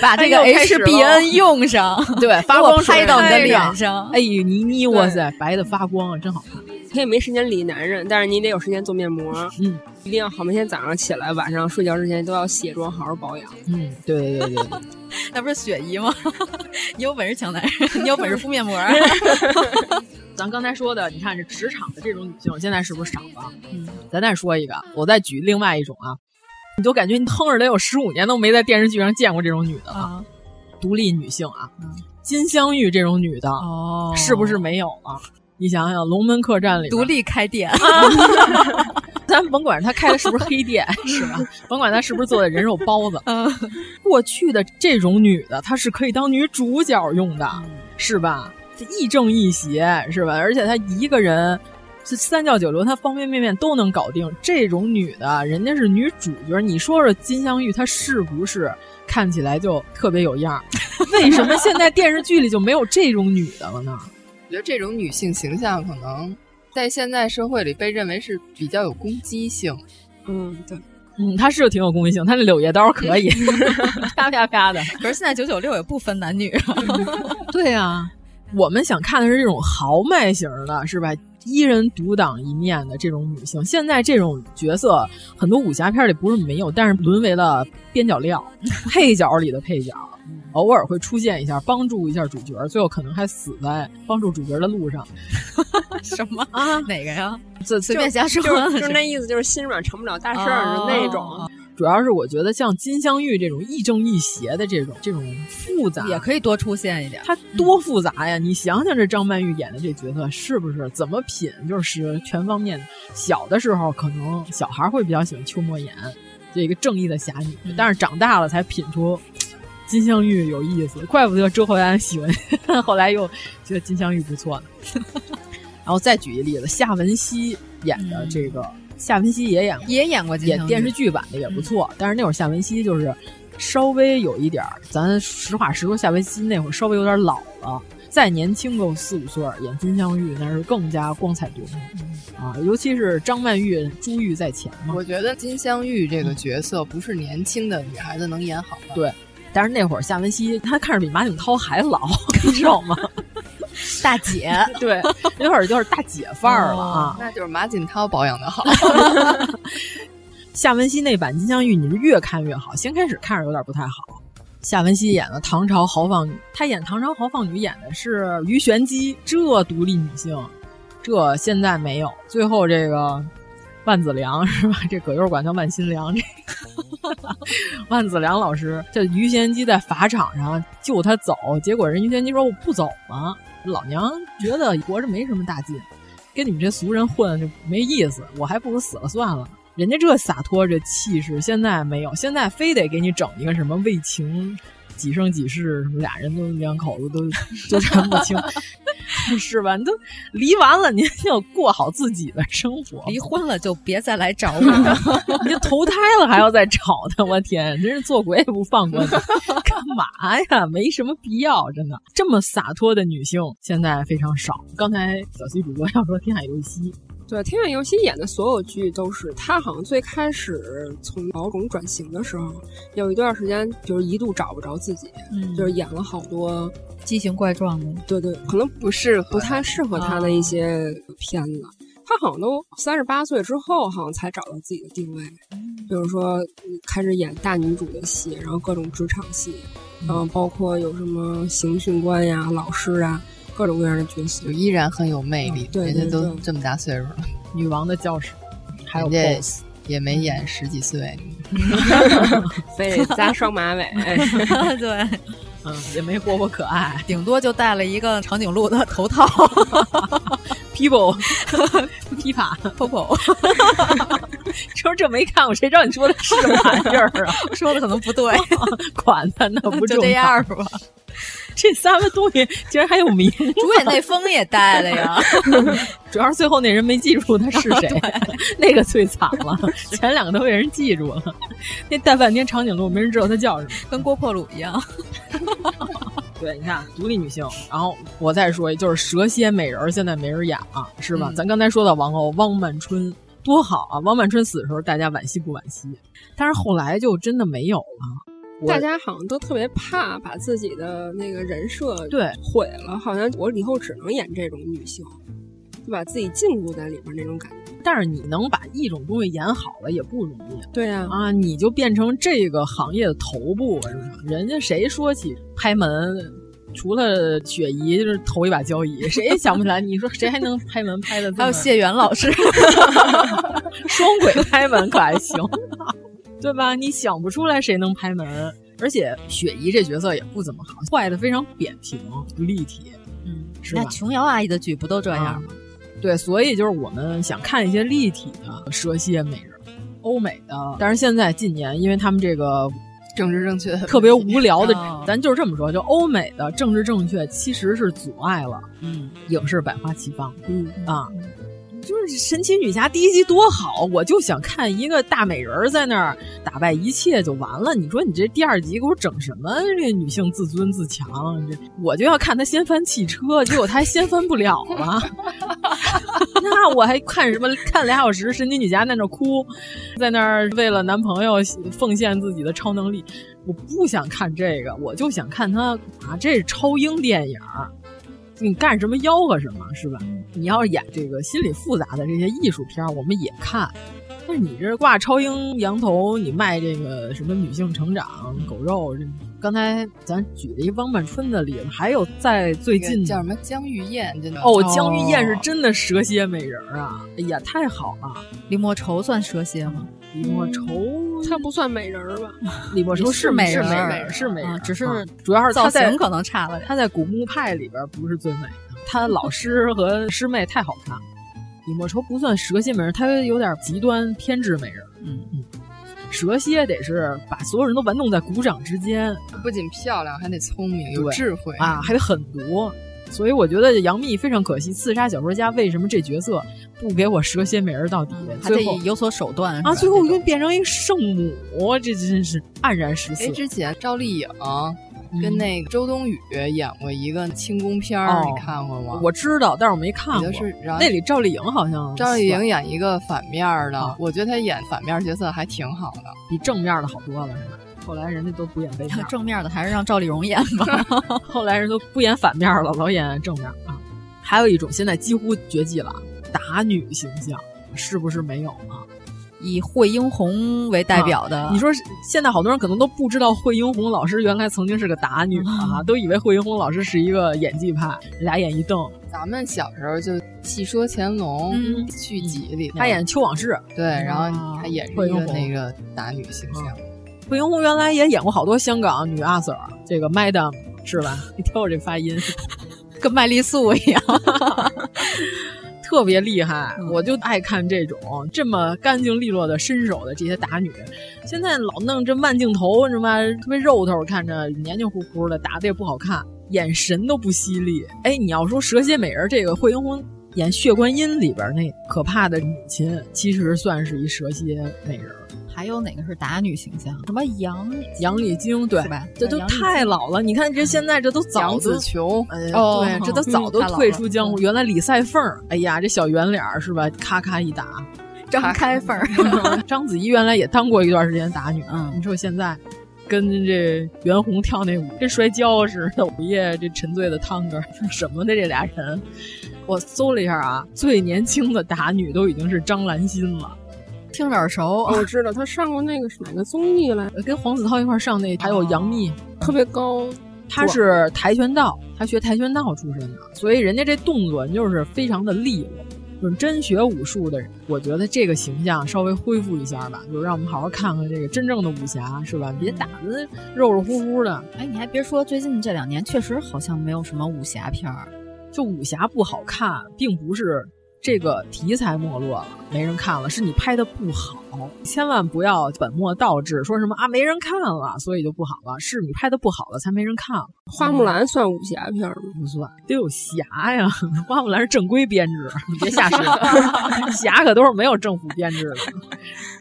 Speaker 7: 把这个
Speaker 8: 哎又开始了
Speaker 7: HBN 用上，
Speaker 8: 对，发
Speaker 7: 给我
Speaker 8: 光水
Speaker 7: 拍到你的
Speaker 8: 哎呀
Speaker 7: 脸上。
Speaker 8: 哎呦，倪妮，哇塞，白的发光啊，真 好看。
Speaker 2: 可以没时间理男人，但是你得有时间做面膜。
Speaker 8: 嗯，
Speaker 2: 一定要好。每天早上起来，晚上睡觉之前都要卸妆，好好保养。
Speaker 8: 嗯，对对对对对。
Speaker 7: 那不是雪姨吗？ 你有本事抢男人，你有本事敷面膜。
Speaker 8: 咱刚才说的，你看这职场的这种女性，现在是不是少了？嗯，咱再说一个，我再举另外一种啊，你就感觉你腾着得有十五年都没在电视剧上见过这种女的了，独立女性啊，金镶玉这种女的，
Speaker 7: 哦
Speaker 8: 是不是没有了？你想想，龙门客栈里
Speaker 7: 独
Speaker 8: 边
Speaker 7: 立开店，
Speaker 8: 咱甭管他开的是不是黑店，是吧？甭管他是不是做的人肉包子，过去的这种女的，她是可以当女主角用的，是吧？这亦正亦邪，是吧？而且她一个人。这三教九流，她方便面面都能搞定。这种女的，人家是女主角，你说说金镶玉，她是不是看起来就特别有样儿？为什么现在电视剧里就没有这种女的了呢？
Speaker 5: 我觉得这种女性形象可能在现在社会里被认为是比较有攻击性。
Speaker 2: 嗯，对。
Speaker 8: 嗯，她是挺有攻击性，她那柳叶刀可以，啪啪啪的。
Speaker 7: 可是现在九九六也不分男女，
Speaker 8: 对啊，我们想看的是这种豪迈型的，是吧？一人独当一面的这种女性，现在这种角色很多武侠片里不是没有，但是沦为了边角 料，配角里的配角，
Speaker 2: 嗯
Speaker 8: 偶尔会出现一下，帮助一下主角，最后可能还死在帮助主角的路上。
Speaker 7: 什么
Speaker 8: 啊？
Speaker 7: 哪个呀？
Speaker 8: 这
Speaker 7: 随便瞎说
Speaker 2: 就就是那意思，就是心软成不了大事儿，就
Speaker 7: 哦
Speaker 2: 那种。
Speaker 8: 主要是我觉得像金镶玉这种亦正亦邪的这种这种复杂，
Speaker 7: 也可以多出现一点。
Speaker 8: 它多复杂呀！你想想，这张曼玉演的这角色是不是怎么品，就是全方面的。小的时候可能小孩会比较喜欢邱莫言，这个正义的侠女，但是长大了才品出嘖金镶玉有意思，怪不得周淮安喜欢， 后来又觉得金镶玉不错呢。 然后再举一例子，夏文熙演的这个，夏文熙也演过
Speaker 7: 也演过金
Speaker 8: 演
Speaker 7: 镶玉
Speaker 8: 电视剧版的也
Speaker 7: 嗯
Speaker 8: 不错，但是那会儿夏文熙就是稍微有一点儿，咱实话实说，夏文熙那会儿稍微有点老了，再年轻个四五岁儿演金镶玉那是更加光彩夺
Speaker 7: 嗯
Speaker 8: 目啊，尤其是张曼玉、朱玉在前嘛，
Speaker 5: 我觉得金镶玉这个角色不是年轻的女孩子能演好的。
Speaker 8: 对。但是那会儿夏文熙她看着比马景涛还老， 你知道吗？
Speaker 7: 大姐，哦
Speaker 8: 对，那会儿就是大姐范儿了啊。
Speaker 5: 那就是马景涛保养的好。
Speaker 8: 夏文熙那版金镶玉，你是越看越好。先开始看着有点不太好。夏文熙演的唐朝豪放女，她演唐朝豪放女演的是鱼玄机，这独立女性，这呃现在没有。最后这个万子良 是吧？这葛优管叫万新良，这个万子良老师，这鱼玄机在法场上救他走，结果人鱼玄机说我不走了，老娘觉得活着没什么大劲，跟你们这俗人混就没意思，我还不如死了算了。人家这洒脱这气势，现在没有，现在非得给你整一个什么为情几生几世，什么俩人都两口子都 纠缠不清， 是吧？你都离完了，您就过好自己的生活，
Speaker 7: 离婚了就别再来找我了。
Speaker 8: 你投胎了还要再找他，我天，真是做鬼也不放过你， 干嘛呀？没什么必要，真的。这么洒脱的女性现在非常少。刚才小西主播要说《天海佑希》，
Speaker 2: 对，天海佑希演的所有剧都是，她好像最开始从老种转型的时候，有一段时间就是一度找不着自己，
Speaker 7: 嗯
Speaker 2: 就是演了好多
Speaker 7: 畸形怪状的，
Speaker 2: 对对，可能不适不太适合她的一些片子。她好像都三十八岁之后，好像才找到自己的定位，比如说嗯开始演大女主的戏，然后各种职场戏，然后包括有什么刑讯官呀、老师啊，各种各样的角色，
Speaker 5: 依然很有魅力，
Speaker 7: 嗯
Speaker 2: 对
Speaker 5: 人家
Speaker 2: 对
Speaker 5: 都
Speaker 2: 对
Speaker 5: 这么大岁数了，
Speaker 8: 女王的教室，还有
Speaker 5: 人家
Speaker 8: BOSS，
Speaker 5: 也没演十几岁，
Speaker 2: 非得扎双马 尾。
Speaker 7: 对，
Speaker 8: 嗯，也没活泼可爱，
Speaker 7: 顶多就戴了一个长颈鹿的头套
Speaker 8: ，people 琵 琶
Speaker 7: popo。
Speaker 8: 说这没看过，谁知道你说的是什么玩意儿 啊？
Speaker 7: 说的可能不对，
Speaker 8: 管他呢， 不
Speaker 7: 就这样 吧。
Speaker 8: 这三个东西竟然还有名，
Speaker 7: 主演那风也带了呀。
Speaker 8: 主要是最后那人没记住他是谁，那个最惨了。前两个都被人记住了，那带半天长颈鹿没人知道他叫什么，
Speaker 7: 跟郭破鲁一 样。
Speaker 8: 对，你看独立女性。然后我再说一，就是蛇蝎美人现在没人演了、啊，是吧？嗯、咱刚才说到王后汪曼春多好啊，汪曼春死的时候大家惋惜不惋惜？但是后来就真的没有了。
Speaker 2: 大家好像都特别怕把自己的那个人设
Speaker 8: 对
Speaker 2: 毁了，好像我以后只能演这种女性，就把自己禁锢在里面那种感觉。
Speaker 8: 但是你能把一种东西演好了也不容易。
Speaker 2: 对呀、
Speaker 8: 啊，啊，你就变成这个行业的头部，是不是？人家谁说起拍门，除了雪姨就是头一把交椅，谁也想不起来。你说谁还能拍门拍的？
Speaker 7: 还有哦谢元老师，
Speaker 8: 双轨拍门可还行。啊 对吧？你想不出来谁能拍门，而且雪姨这角色也不怎么好，坏的非常扁平不立体。
Speaker 7: 嗯，
Speaker 8: 是吧？
Speaker 7: 那琼瑶阿姨的剧不都这样吗、
Speaker 8: 嗯？对，所以就是我们想看一些立体的蛇蝎美人，欧美的。但是现在近年，因为他们这个
Speaker 5: 政治正确
Speaker 8: 特别无聊的，哦、咱就是这么说，就欧美的政治正确其实是阻碍了嗯影视百花齐放嗯啊。嗯就是神奇女侠第一集多好，我就想看一个大美人在那儿打败一切就完了。你说你这第二集给我整什么？这女性自尊自强，这我就要看她掀翻汽车，结果她还掀翻不了了。 那我还看什么？看俩小时神奇女侠在那哭，在那儿为了男朋友奉献自己的超能力，我不想看这个，我就想看她啊，这是超英电影。你干什么吆喝什么，是吧？你要演这个心理复杂的这些艺术片，我们也看。但是你这挂超英羊头，你卖这个什么女性成长、狗肉？这刚才咱举了一汪曼春的例子，还有在最近
Speaker 5: 叫什么江玉燕，真的
Speaker 8: 哦，江玉燕是真的蛇蝎美人啊！哎呀，太好了！
Speaker 7: 李莫愁算蛇蝎吗？
Speaker 8: 李莫愁，
Speaker 2: 她不算美人吧？
Speaker 8: 李莫愁
Speaker 7: 是
Speaker 8: 美
Speaker 7: 人，
Speaker 8: 是美人，是美人，
Speaker 7: 只是
Speaker 8: 主要是
Speaker 7: 造型可能差了点。
Speaker 8: 她在古墓派里边不是最美的，她老师和师妹太好看了。李莫愁不算蛇蝎美人，她有点极端偏执美人。嗯嗯，蛇蝎得是把所有人都玩弄在鼓掌之间，
Speaker 5: 不仅漂亮，还得聪明有智慧
Speaker 8: 啊，还得狠毒。所以我觉得杨幂非常可惜，《刺杀小说家》为什么这角色不给我蛇蝎美人到底？
Speaker 7: 嗯还得有所手段
Speaker 8: 啊！最后就变成一个圣母，这真是黯然失色。哎，嗯
Speaker 5: 之前赵丽颖跟那周冬雨演过一个清宫片儿，你看过吗？
Speaker 8: 哦我知道，但是我没看过。
Speaker 5: 是
Speaker 8: 那里赵丽颖好像
Speaker 5: 啊赵丽颖演一个反面
Speaker 8: 啊
Speaker 5: 的，我觉得她演反面角色还挺好的，
Speaker 8: 比正面的好多了，是吧？后来人家都不演背面，
Speaker 7: 正面的还是让赵丽蓉演 吧。
Speaker 8: 后来人都不演反面了，老演正面啊。还有一种现在几乎绝迹了，打女形象是不是没有了？
Speaker 7: 以惠英红为代表的，
Speaker 8: 啊、你说现在好多人可能都不知道惠英红老师原来曾经是个打女 啊，嗯、都以为惠英红老师是一个演技派，俩眼一瞪。
Speaker 5: 咱们小时候就《戏说乾隆》续集里，
Speaker 8: 他嗯演啊秋往事，
Speaker 5: 对，然后他也是一个那个打女形象。嗯
Speaker 8: 啊惠英红原来也演过好多香港女阿 Sir，这个 Madam 是吧？ 你听我这发音，
Speaker 7: 跟麦丽素一样，
Speaker 8: 特别厉害。嗯、我就爱看这种这么干净利落的身手的这些打女。现在老弄这慢镜头，什么特别肉头，看着黏黏糊糊的，打的也不好看，眼神都不犀利。哎，你要说蛇蝎美人这个惠英红演《血观音》里边那可怕的母亲，其实算是一蛇蝎美人。
Speaker 7: 还有哪个是打女形象？什么杨
Speaker 8: 杨丽菁，对
Speaker 7: 吧？
Speaker 8: 这都太老了。你看这现在这都早
Speaker 5: 子琼，
Speaker 8: 哦，对，这都早都退出江湖。原来李赛凤，哎呀，这小圆脸是吧？咔咔一打，
Speaker 7: 张开凤。
Speaker 8: 章子怡原来也当过一段时间打女。嗯，你说现在跟这袁弘跳那舞，跟摔跤似的， 午夜这沉醉的探戈什么的，这俩人，我搜了一下啊，最年轻的打女都已经是张兰心了。
Speaker 7: 听着耳熟，
Speaker 2: 我知道他上过那个哪个综艺来，
Speaker 8: 跟黄子韬一块上那，还有杨幂，
Speaker 2: 特别高。
Speaker 8: 他是跆拳道，他学跆拳道出身的，所以人家这动作就是非常的利落。就是真学武术的人，我觉得这个形象稍微恢复一下吧，就让我们好好看看这个真正的武侠，是吧？别打的肉肉乎乎的。
Speaker 7: 哎，你还别说，最近这两年确实好像没有什么武侠片儿，
Speaker 8: 就武侠不好看，并不是这个题材没落了，没人看了，是你拍的不好。千万不要本末倒置，说什么啊没人看了，所以就不好了，是你拍的不好了才没人看了。
Speaker 2: 花木兰算武侠片吗？
Speaker 8: 不算，得有侠呀。花木兰是正规编制，你别瞎说， 侠可都是没有政府编制的，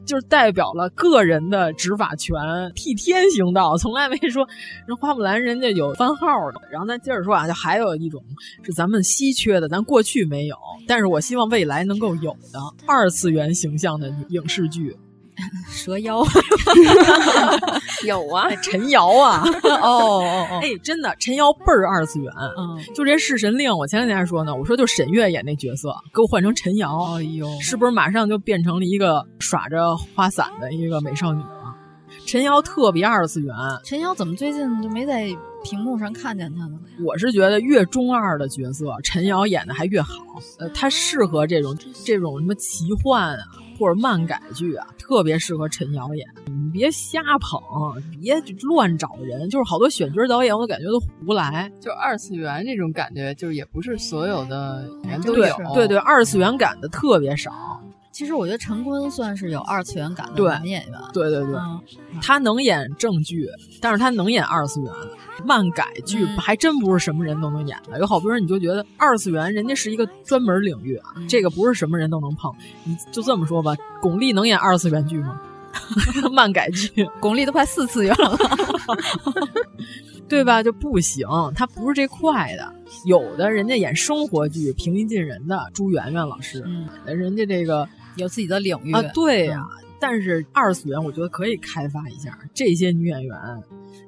Speaker 8: 就是代表了个人的执法权，替天行道，从来没说人花木兰人家有番号的。然后咱接着说啊，就还有一种是咱们稀缺的，咱过去没有，但是我希望未来能够有的二次元形象的影视剧。
Speaker 7: 蛇妖
Speaker 8: 有啊，陈瑶啊，哦哦哦， 哎，真的，陈瑶倍儿二次元，嗯，就这《弑神令》，我前两天还说呢，我说就沈月演那角色，给我换成陈瑶，哎呦，是不是马上就变成了一个耍着花伞的一个美少女了？陈瑶特别二次元，
Speaker 7: 陈瑶怎么最近就没在屏幕上看见她呢？
Speaker 8: 我是觉得越中二的角色，陈瑶演的还越好，呃，她适合这种这种什么奇幻啊。或者漫改剧啊，特别适合陈瑶演。你别瞎捧，别乱找人。就是好多选角导演，我都感觉都胡来。
Speaker 5: 就二次元这种感觉，就是也不是所有的人都
Speaker 8: 有。对
Speaker 5: 对
Speaker 8: 对，对二次元感的特别少。
Speaker 7: 其实我觉得陈坤算是有二次元感的
Speaker 8: 对
Speaker 7: 男演员。
Speaker 8: 对对对，
Speaker 7: 嗯
Speaker 8: 他能演正剧，但是他能演二次元。漫改剧还真不是什么人都能演的，有好多人你就觉得二次元人家是一个专门领域啊，这个不是什么人都能碰。你就这么说吧，巩俐能演二次元剧吗？ 漫改剧，
Speaker 7: 巩俐都快四次元了，
Speaker 8: 对吧？就不行，他不是这块的。有的人家演生活剧，平易近人的朱媛媛老师，人家这个
Speaker 7: 有自己的领域哎
Speaker 8: 啊，对呀、但是二次元，我觉得可以开发一下这些女演员。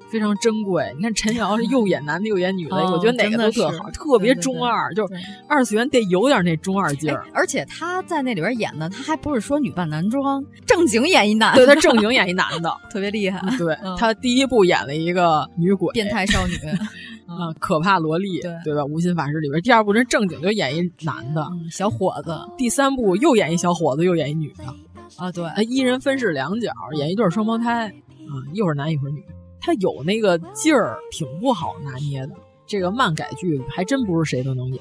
Speaker 8: 非常珍贵，你看陈瑶是又演男的又演女 的，
Speaker 7: 哦
Speaker 8: 我觉得哪个都特好，
Speaker 7: 真的是
Speaker 8: 特
Speaker 7: 对对
Speaker 8: 别
Speaker 7: 对
Speaker 8: 中二，
Speaker 7: 对哎
Speaker 8: 就是二次元得有点那中二劲儿。
Speaker 7: 而且他在那里边演的，他还不是说女扮男装，正经演一男，
Speaker 8: 对他正经演一男的，
Speaker 7: 特别厉害。
Speaker 8: 对、
Speaker 7: 嗯
Speaker 8: 他第一部演了一个女鬼，
Speaker 7: 变态嗯少女，
Speaker 8: 啊、可怕萝莉，对吧？无心法师里边，第二部真正经就演一男的、
Speaker 7: 嗯小伙子，
Speaker 8: 第三部又演一小伙子，又演一女的，
Speaker 7: 啊，对，
Speaker 8: 哎，一人分饰两角，演一对双胞胎，啊、一会儿男一会儿女，他有那个劲儿，挺不好拿捏的。这个漫改剧还真不是谁都能演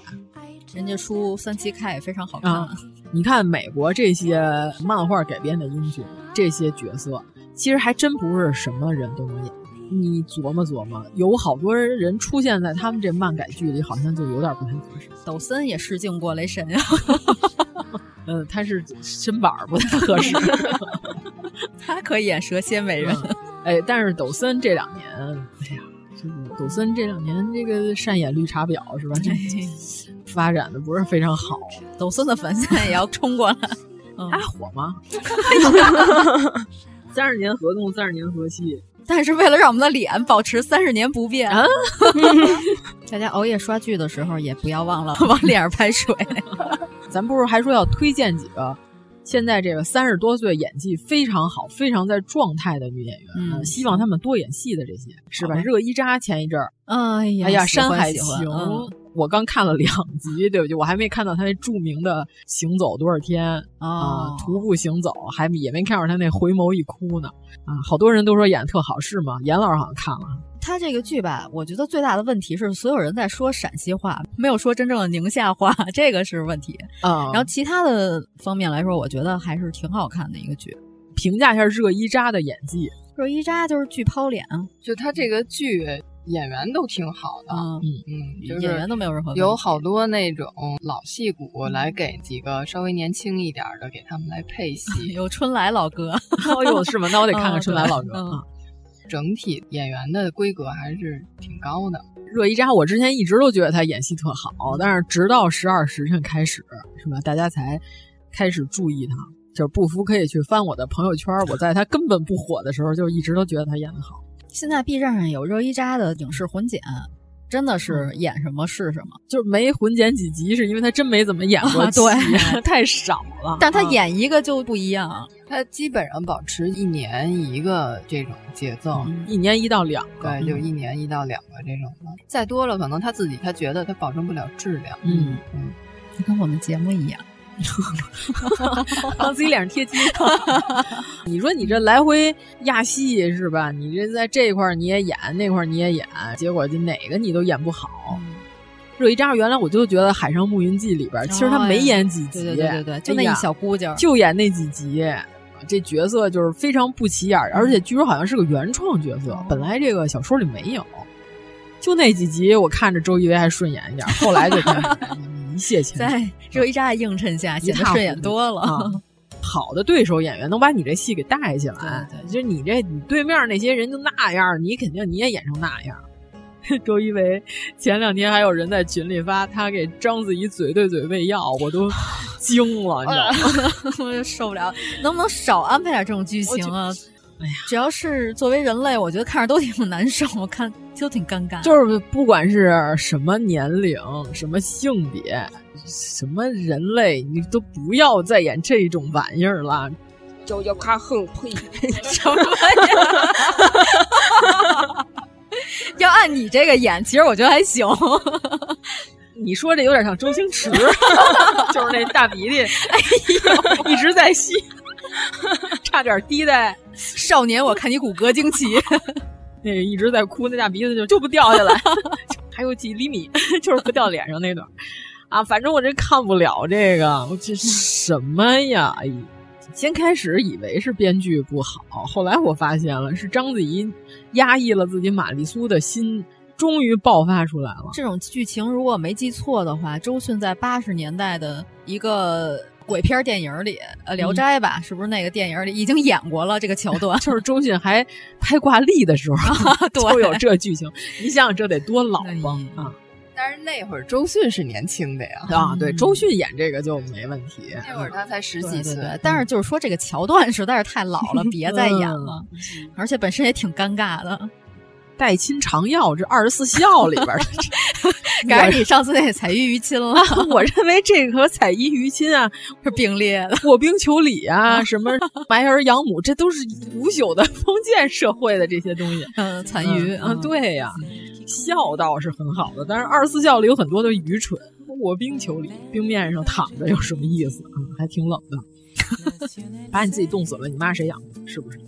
Speaker 7: 人家出三七开也非常好看。
Speaker 8: 啊！你看美国这些漫画改编的英雄，这些角色其实还真不是什么人都能演。你琢磨琢磨，有好多人出现在他们这漫改剧里，好像就有点不太合适。
Speaker 7: 抖森也试镜过雷神啊呀、
Speaker 8: 嗯，他是身板儿不太合适。
Speaker 7: 他可以演蛇蝎美人。
Speaker 8: 哎，但是抖森这两年，哎呀，这个抖森这两年这个善演绿茶婊是吧？这发展的不是非常好。
Speaker 7: 哎抖森的粉丝也要冲过来。啊
Speaker 8: 他火吗？ 三十年河东，三十年河西。
Speaker 7: 但是为了让我们的脸保持三十年不变，啊 大家熬夜刷剧的时候也不要忘了 往脸上拍水。
Speaker 8: 咱不是还说要推荐几个现在这个三十多岁演技非常好、非常在状态的女演员，
Speaker 7: 嗯
Speaker 8: 希望她们多演戏的这些是吧？热依扎前一阵儿，
Speaker 7: 哎呀，
Speaker 8: 哎呀，《
Speaker 7: 喜
Speaker 8: 山
Speaker 7: 欢
Speaker 8: 海
Speaker 7: 喜
Speaker 8: 情
Speaker 7: 欢》嗯
Speaker 8: 我刚看了两集，对不起，我还没看到他那著名的“行走多少天”啊、
Speaker 7: 哦
Speaker 8: 徒步行走，还也没看着他那回眸一哭呢。啊，好多人都说演得特好，是吗？严老师好像看了，
Speaker 7: 他这个剧吧，我觉得最大的问题是，所有人在说陕西话，没有说真正的宁夏话， 这个是问题。
Speaker 8: 啊、
Speaker 5: 嗯
Speaker 7: 然后其他的方面来说，我觉得还是挺好看的一个剧。
Speaker 8: 评价一下热依扎的演技，
Speaker 7: 热依扎就是剧抛脸啊，
Speaker 5: 就他这个剧演员都挺好的，
Speaker 7: 嗯
Speaker 5: 嗯，就是
Speaker 7: 演员都没有任何问题
Speaker 5: 有好多那种老戏骨来给几个稍微年轻一点儿的给他们来配戏，
Speaker 7: 有春来老哥，
Speaker 8: 哎呦 是吗那我得看看春来老哥
Speaker 7: 嗯对嗯
Speaker 8: 啊
Speaker 5: 整体演员的规格还是挺高的。
Speaker 8: 热依扎，我之前一直都觉得她演戏特好，但是直到《十二时辰》开始，是吧？大家才开始注意她。就是不服可以去翻我的朋友圈，我在她根本不火的时候，就一直都觉得她演的好。
Speaker 7: 现在 B 站上有热依扎的影视混剪，真的
Speaker 8: 嗯
Speaker 7: 是演什么是什么。
Speaker 8: 就是没混剪几集，是因为她真没怎么演过
Speaker 7: 啊
Speaker 8: 戏，
Speaker 7: 对
Speaker 8: 太少了。
Speaker 7: 但他
Speaker 8: 嗯
Speaker 7: 演一个就不一样，
Speaker 5: 他基本上保持一年一个这种节奏，
Speaker 8: 嗯一年一到两个，嗯
Speaker 5: 对，就一年一到两个这种的，再多了可能他自己他觉得他保证不了质量。
Speaker 8: 嗯
Speaker 5: 嗯，
Speaker 7: 跟我们节目一样。
Speaker 8: 往自己脸上 贴金。你说你这来回压戏是吧？你这在这块儿你也演，那块儿你也演，结果就哪个你都演不好。
Speaker 5: 嗯
Speaker 8: 热依扎原来我就觉得《海上牧云记》里边，其实她
Speaker 5: 哎
Speaker 8: 没演几集，
Speaker 7: 对对对对对就那
Speaker 8: 哎呀
Speaker 7: 一小姑劲儿
Speaker 8: 就演那几集。这角色就是非常不起眼儿，而且据说好像是个原创角色，本来这个小说里没有。就那几集，我看着周一围还顺眼一点，后来就开始一泻千 里。
Speaker 7: 在热依扎的映衬下，
Speaker 8: 一
Speaker 7: 显得
Speaker 8: 塌
Speaker 7: 顺眼
Speaker 8: 糊涂
Speaker 7: 多了。
Speaker 8: 啊好的对手演员能把你这戏给带起来，就是你这你对面那些人就那样，你肯定你也演成那样。 周一围前两天还有人在群里发他给章子怡嘴对嘴喂药，我都惊了，你知道吗？
Speaker 7: 我就受不了，能不能少安排点这种剧情啊？只要是作为人类，我觉得看着都挺难受，我看都挺尴尬。
Speaker 8: 就是不管是什么年龄、什么性别、什么人类，你都不要再演这种玩意儿了。
Speaker 2: 就要看横呸，
Speaker 7: 什么呀？ 要按你这个演，其实我觉得还行。
Speaker 8: 你说这有点像周星 驰，就是那大鼻涕，哎呦，一直在吸， 差点滴在。
Speaker 7: 少年，我看你骨骼惊奇，
Speaker 8: 那个一直在哭，那大鼻子就就不掉下来， 还有几厘米， 就是不掉脸上那段。啊，反正我这看不了这个，我这什么呀？哎先开始以为是编剧不好，后来我发现了是章子怡压抑了自己玛丽苏的心，终于爆发出来了。
Speaker 7: 这种剧情如果没记错的话，周迅在八十年代的一个鬼片电影里，呃，《聊斋》吧，是不是那个电影里已经演过了这个桥段？
Speaker 8: 就是周迅还拍挂历的时 候，
Speaker 7: 对
Speaker 8: 就有这剧情。你想想，这得多老吧？啊
Speaker 5: 但是那会儿周迅是年轻的呀，嗯
Speaker 8: 啊！对，周迅演这个就没问题。
Speaker 5: 那会儿她才十
Speaker 7: 对
Speaker 5: 几
Speaker 7: 对
Speaker 5: 岁，
Speaker 7: 对，但是就是说这个桥段实在是太老了，别再演了， 而且本身也挺尴尬的。
Speaker 8: 代亲常药，这二十四孝里边儿，
Speaker 7: 赶上你上次那彩衣娱亲了，
Speaker 8: 我认为这个和彩衣娱亲啊
Speaker 7: 是并列的。
Speaker 8: 卧冰求鲤啊，什么埋儿养母，这都是腐朽的封建社会的这些东西。
Speaker 7: 嗯，残余
Speaker 8: 啊，，对呀、孝道是很好的，但是二十四孝里有很多的愚蠢。卧冰求鲤，冰面上躺着有什么意思啊？还挺冷的，把你自己冻死了，你妈谁养？是不是？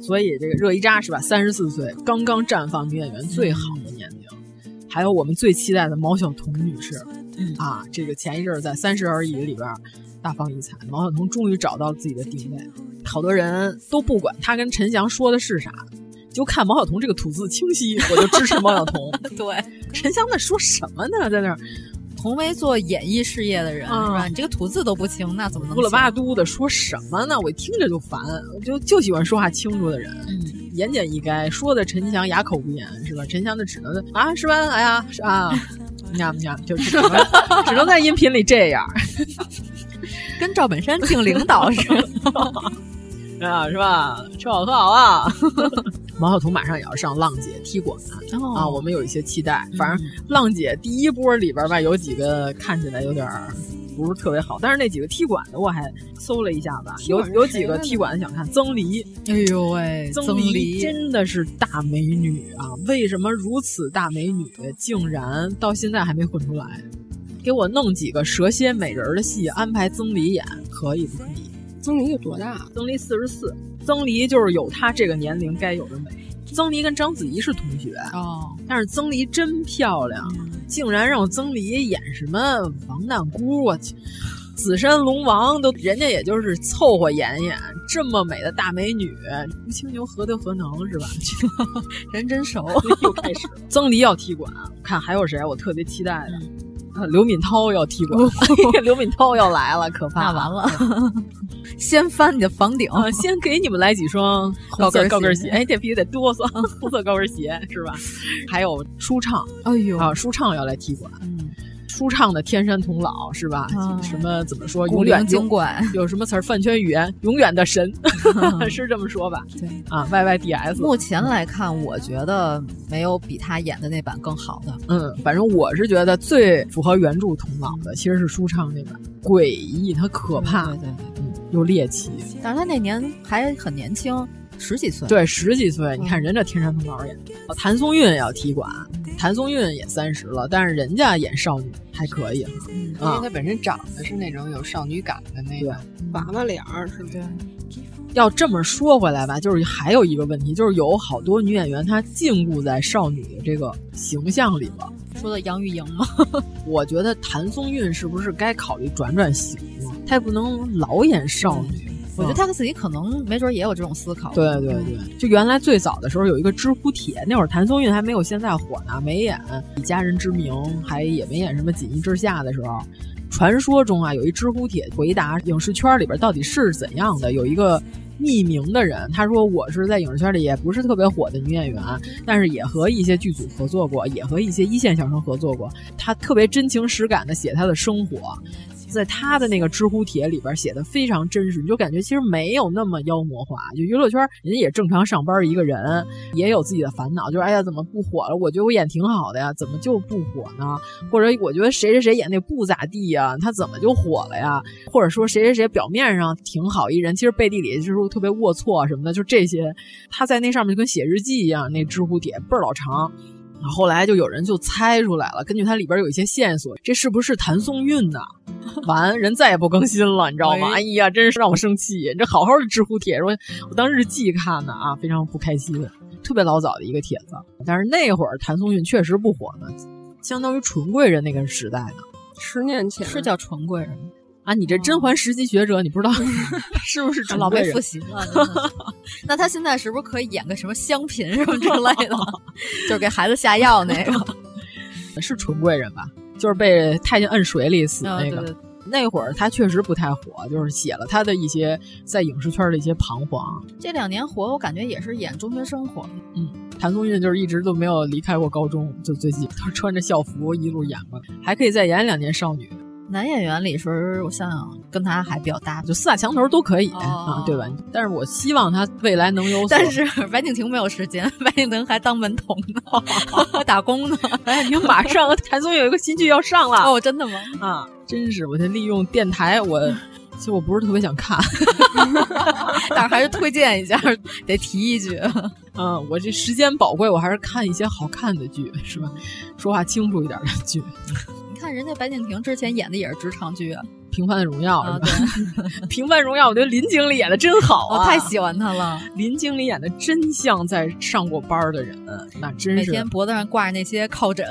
Speaker 8: 所以这个热依扎是吧？三十四岁，刚刚绽放女演员最好的年龄。还有我们最期待的毛晓彤女士，
Speaker 7: 嗯
Speaker 8: 啊，这个前一阵儿在《三十而已》里边儿大放异彩，毛晓彤终于找到自己的定位。好多人都不管她跟陈翔说的是啥，就看毛晓彤这个吐字清晰，我就支持毛晓彤。
Speaker 7: 对，
Speaker 8: 陈翔在说什么呢？在那儿
Speaker 7: 同为做演艺事业的人、
Speaker 8: 嗯
Speaker 7: 是吧？你这个吐字都不清，那怎么能
Speaker 8: 嘟了吧
Speaker 7: 行？
Speaker 8: 嘟的说什么呢？我一听着就烦，我就就喜欢说话清楚的人，言简意赅，说的陈翔哑口无言，是吧？陈翔就只能啊，是吧？哎呀，是啊，呀呀，就只能只能在音频里这样。
Speaker 7: 跟赵本山敬领导似的。
Speaker 8: 啊，是吧？吃好喝好 啊！毛晓彤马上也要上浪姐踢馆、
Speaker 7: 哦
Speaker 8: 啊，我们有一些期待。反正浪姐第一波里边吧，有几个看起来有点儿不是特别好，但是那几个踢馆的我还搜了一下吧，有
Speaker 7: 馆是
Speaker 8: 有几
Speaker 7: 谁
Speaker 8: 个
Speaker 7: 来
Speaker 8: 踢馆的想看曾黎，
Speaker 7: 哎呦 喂，
Speaker 8: 曾
Speaker 7: 黎
Speaker 8: 真的是大美女啊！为什么如此大美女，竟然到现在还没混出来？给我弄几个蛇蝎美人儿的戏，安排曾黎演，可以不可以？
Speaker 2: 曾黎有多大？
Speaker 8: 曾黎四十四，曾黎就是有她这个年龄该有的美。曾黎跟章子怡是同学，
Speaker 7: 哦，嗯
Speaker 8: 但是曾黎真漂亮，竟然让曾黎演什么王难姑，我去，紫山龙王都人家也就是凑合演演，这么美的大美女，吴清牛何德何能是吧？
Speaker 7: 人真熟。
Speaker 8: 又开始了，曾黎要踢馆，我看还有谁我特别期待的。
Speaker 7: 嗯
Speaker 8: 啊刘敏涛要 踢馆， 刘敏涛要来了，可
Speaker 7: 那
Speaker 8: 怕！
Speaker 7: 完了，哦先翻你的房顶，
Speaker 8: 啊，先给你们来几双红
Speaker 7: 高
Speaker 8: 色高
Speaker 7: 跟
Speaker 8: 跟
Speaker 7: 鞋
Speaker 8: 鞋，哎，这必须得哆嗦， 红色高跟鞋是吧？还有舒畅
Speaker 7: 哎呦，
Speaker 8: 啊，舒畅要来踢馆，
Speaker 7: 嗯
Speaker 8: 舒畅的天山童姥是吧？
Speaker 7: 啊
Speaker 8: 什么怎么说？
Speaker 7: 古
Speaker 8: 永
Speaker 7: 灵
Speaker 8: 远
Speaker 7: 精怪，
Speaker 8: 有什么词儿？饭圈语言，永远的神， 是这么说吧？
Speaker 7: 嗯对
Speaker 8: 啊，Y Y D S，
Speaker 7: 目前来看，我觉得没有比他演的那版更好的。
Speaker 8: 嗯，反正我是觉得最符合原著童姥的其实是舒畅那版，诡异，它可怕嗯
Speaker 7: 对，对对，
Speaker 8: 又猎奇，
Speaker 7: 但是他那年还很年轻，
Speaker 10: 十几岁，
Speaker 8: 对，十几岁，你看人家天山童姥演的，哦谭松韵也要踢馆，谭松韵也三十了，但是人家演少女还可以
Speaker 5: 嗯因为
Speaker 8: 啊
Speaker 5: 她。本身长得是那种有少女感的那种
Speaker 2: 娃娃脸儿是吧？
Speaker 8: 要这么说回来吧，就是还有一个问题，就是有好多女演员她禁锢在少女的这个形象里了。
Speaker 7: 说的杨钰莹吗？
Speaker 8: 我觉得谭松韵是不是该考虑转转型了？她也不能老演少女。
Speaker 7: 我觉得
Speaker 8: 嗯
Speaker 7: 他自己可能没准也有这种思考。
Speaker 8: 对对对，嗯就原来最早的时候有一个知乎帖，那会儿谭松韵还没有现在火呢，没演《以家人之名》，还也没演什么《锦衣之下》的时候。传说中啊，有一知乎帖回答影视圈里边到底是怎样的，有一个匿名的人，他说我是在影视圈里也不是特别火的女演员，但是也和一些剧组合作过，也和一些一线小生合作过。他特别真情实感的写他的生活，在他的那个知乎帖里边写的非常真实，你就感觉其实没有那么妖魔化。就娱乐圈人家也正常上班一个人，也有自己的烦恼，就是哎呀怎么不火了？我觉得我演挺好的呀，怎么就不火呢？或者我觉得谁谁谁演的不咋地呀，他怎么就火了呀？或者说谁谁谁表面上挺好一人，其实背地里就是特别龌龊啊什么的，就这些，他在那上面就跟写日记一样，那知乎帖倍儿老长。然后后来就有人就猜出来了，根据它里边有一些线索，这是不是谭松韵呢？ 完，人再也不更新了，你知道吗？哎呀，真是让我生气！这好好的知乎帖，说我当日记看呢啊，非常不开心，特别老早的一个帖子。但是那会儿谭松韵确实不火呢，相当于纯贵人那个时代呢。
Speaker 2: 十年前
Speaker 7: 是叫纯贵人吗，
Speaker 8: 啊，你
Speaker 7: 哦
Speaker 8: 这甄嬛实习学者，你不知道是不是纯
Speaker 7: 老
Speaker 8: 贵
Speaker 7: 被
Speaker 8: 人
Speaker 7: 复习 了。真的是那他现在是不是可以演个什么香嫔什么之类 的，就是给孩子下药那个？
Speaker 8: 是纯贵人吧？就是被太监摁水里死那个。
Speaker 7: 啊对对对
Speaker 8: 那会儿他确实不太火，就是写了他的一些在影视圈的一些彷徨。
Speaker 7: 这两年火，我感觉也是演中学生火。
Speaker 8: 谭松韵就是一直都没有离开过高中，就最近他穿着校服一路演过来，还可以再演两年少女，
Speaker 7: 男演员里时候，我想想，跟他还比较搭，
Speaker 8: 就四大墙头都可以、啊，对吧？但是我希望他未来能
Speaker 7: 哦
Speaker 8: 有所，
Speaker 7: 但是白敬亭没有时间，白敬亭还当门童 呢，打工呢。
Speaker 8: 白敬哎亭马上谭松韵有一个新剧要上了
Speaker 7: 哦，真的吗？
Speaker 8: 啊，真是我就利用电台，我其实我不是特别想看，
Speaker 7: 但是还是推荐一下，得提一句。
Speaker 8: 啊，我这时间宝贵，我还是看一些好看的剧，是吧？说话清楚一点的剧，《
Speaker 7: 你看人家白敬亭之前演的也是职场剧啊，
Speaker 8: 平凡的荣耀》
Speaker 7: 啊
Speaker 8: 是吧？平凡荣耀》，我觉得林经理演的真好
Speaker 7: 我
Speaker 8: 啊，
Speaker 7: 哦太喜欢他了。
Speaker 8: 林经理演的真像在上过班儿的人，那真
Speaker 7: 每
Speaker 8: 是。
Speaker 7: 天脖子上挂着那些靠枕，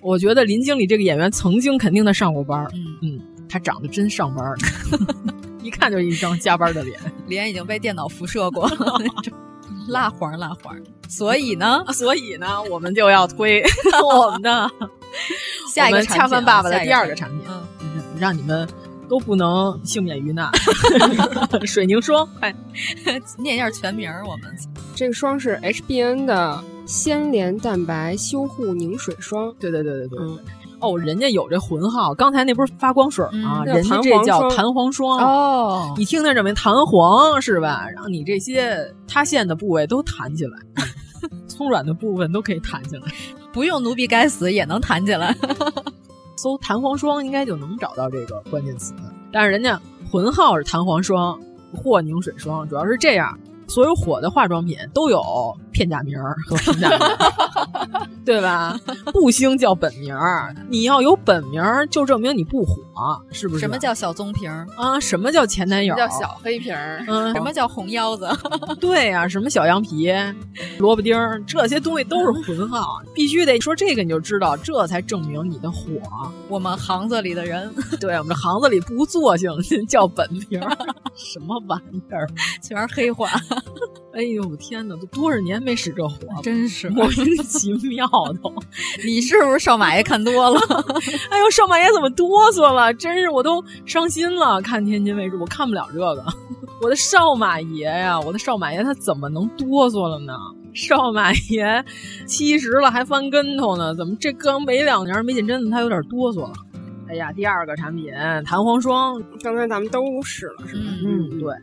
Speaker 8: 我觉得林经理这个演员曾经肯定他上过班儿，
Speaker 7: 嗯
Speaker 8: 他长得真上班儿， 一看就是一张加班的脸。
Speaker 7: 脸已经被电脑辐射过了，那 种蜡黄蜡黄。所以呢，
Speaker 8: 所以呢，我们就要 推我们的
Speaker 7: 下一个
Speaker 8: 我们恰饭爸爸的第二个产品，
Speaker 7: 嗯，
Speaker 8: 让你们都不能幸 免于难。水凝霜，哎，
Speaker 7: 嗯念一下全名儿，我们
Speaker 2: 这个霜是 HBN 的鲜莲蛋白修护凝水霜，
Speaker 8: 对对对对对。
Speaker 2: 嗯
Speaker 8: 哦，人家有这浑号，刚才那不是发光水儿吗？
Speaker 2: 嗯那
Speaker 8: 人家
Speaker 2: 弹
Speaker 8: 这
Speaker 2: 簧
Speaker 8: 叫
Speaker 2: 霜
Speaker 8: 弹簧霜。
Speaker 7: 哦，
Speaker 8: 一听那证明弹簧是吧？让你这些塌陷的部位都弹起来，嗯 松软的部分都可以弹起来。
Speaker 7: 不用奴婢该死也能弹起来。
Speaker 8: 搜弹簧霜应该就能找到这个关键词，但是人家浑号是弹簧霜或凝水霜，主要是这样。所有火的化妆品都有片假名儿和平假名儿， 对吧？不兴叫本名儿，你要有本名儿，就证明你不火，是不是？
Speaker 7: 什么叫小棕瓶儿？
Speaker 8: 啊？什么叫前男友？
Speaker 5: 叫小黑瓶儿。
Speaker 8: 嗯，
Speaker 7: 什么叫红腰子？
Speaker 8: 对呀、什么小羊皮、萝卜丁儿，这些东西都是混号，必须得说这个你就知道，这才证明你的火。
Speaker 7: 我们行子里的人
Speaker 8: 对我们这行子里不作性，叫本名儿， 什么玩意儿？
Speaker 7: 全是黑话，
Speaker 8: 哎呦天哪，都多少年没使这火了，
Speaker 7: 真是。
Speaker 8: 莫名其妙都。
Speaker 7: 你是不是少马爷看多了？
Speaker 8: 哎呦，少马爷怎么哆嗦了？真是我都伤心了。看天津卫视，我看不了这个。 我的少马爷呀、我的少马爷他怎么能哆嗦了呢？少马爷七十了还翻跟头呢，怎么这刚没两年没进针呢，他有点哆嗦了？哎呀，第二个产品弹簧霜，
Speaker 2: 刚才咱们都试了，是吧？
Speaker 8: 嗯，对。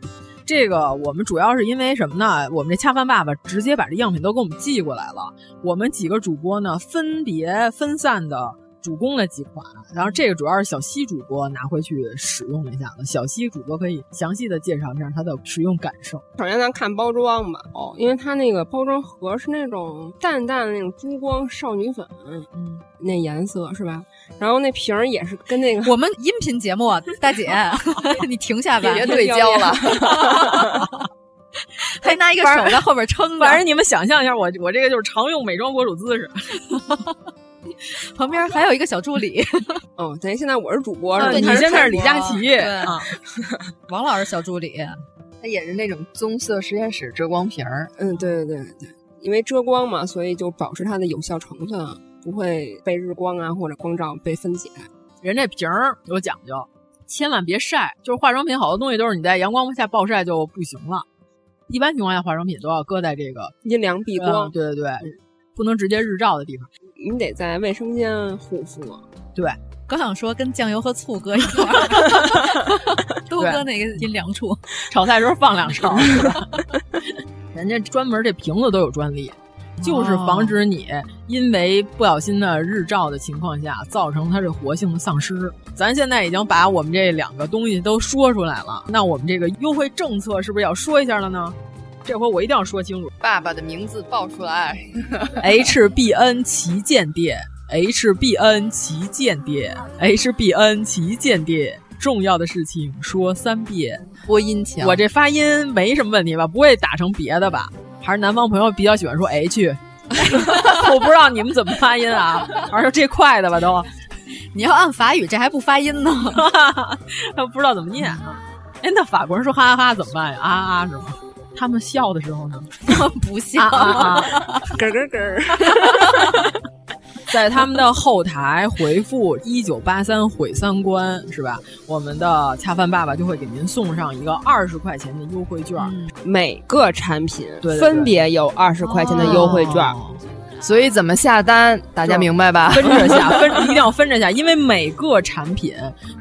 Speaker 8: 这个我们主要是因为什么呢？我们这恰饭爸爸直接把这样品都给我们寄过来了。我们几个主播呢，分别分散的主攻了几款，然后这个主要是小西主播拿回去使用了一下子。小西主播可以详细的介绍一下它的使用感受。
Speaker 2: 首先咱看包装吧，哦，因为它那个包装盒是那种淡淡的那种珠光少女粉，嗯，那颜色是吧？然后那瓶儿也是跟那个
Speaker 7: 我们音频节目，啊大姐，你停下吧，
Speaker 2: 别对焦了。
Speaker 7: 还拿一个手在后边撑着，
Speaker 8: 反正你们想象一下，我我这个就是常用美妆博主姿势。
Speaker 7: 旁边还有一个小助理，
Speaker 2: 哦，等于现在我是主播是吧？
Speaker 8: 嗯你现在是李佳琦，啊
Speaker 7: 王老师小助理，
Speaker 5: 他也是那种棕色实验室遮光瓶儿。
Speaker 2: 嗯，对对对对，因为遮光嘛，所以就保持它的有效成分，啊不会被日光啊或者光照被分解。
Speaker 8: 人这瓶儿有讲究，千万别晒，就是化妆品好多东西都是你在阳光下暴晒就不行了。一般情况下，化妆品都要搁在这个
Speaker 2: 阴凉避光、
Speaker 8: 嗯，对对对，嗯、不能直接日照的地方。
Speaker 2: 你得在卫生间护肤。啊
Speaker 8: 对，
Speaker 7: 刚想说跟酱油和醋搁一块儿，都搁那个阴凉处。
Speaker 8: 炒菜时候放两勺。 人家专门这瓶子都有专利，就是防止你因为不小心的日照的情况下，造成它这活性的丧失。咱现在已经把我们这两个东西都说出来了，那我们这个优惠政策是不是要说一下了呢？这回我一定要说清楚，
Speaker 5: 爸爸的名字报出来。
Speaker 8: HBN 旗舰店，HBN 旗舰店，HBN 旗舰店，重要的事情说三遍。
Speaker 5: 播音腔，
Speaker 8: 我这发音没什么问题吧？不会打成别的吧？还是南方朋友比较喜欢说 H，我不知道你们怎么发音啊？而且这快的吧都，
Speaker 7: 你要按法语这还不发音呢，
Speaker 8: 不知道怎么念啊？哎，那法国人说哈哈哈怎么办呀？啊啊是吗？他们笑的时候呢，
Speaker 7: 不
Speaker 8: 啊
Speaker 7: 笑，
Speaker 2: 咯咯咯。
Speaker 8: 在他们的后台回复“一九八三毁三观”是吧？我们的恰饭爸爸就会给您送上一个二十块钱的优惠券，嗯、
Speaker 2: 每个产品
Speaker 8: 分
Speaker 2: 别有二十块钱的优惠券。哦
Speaker 5: 所以怎么下单，大家明白吧？
Speaker 8: 分着下，分一定要分着下，因为每个产品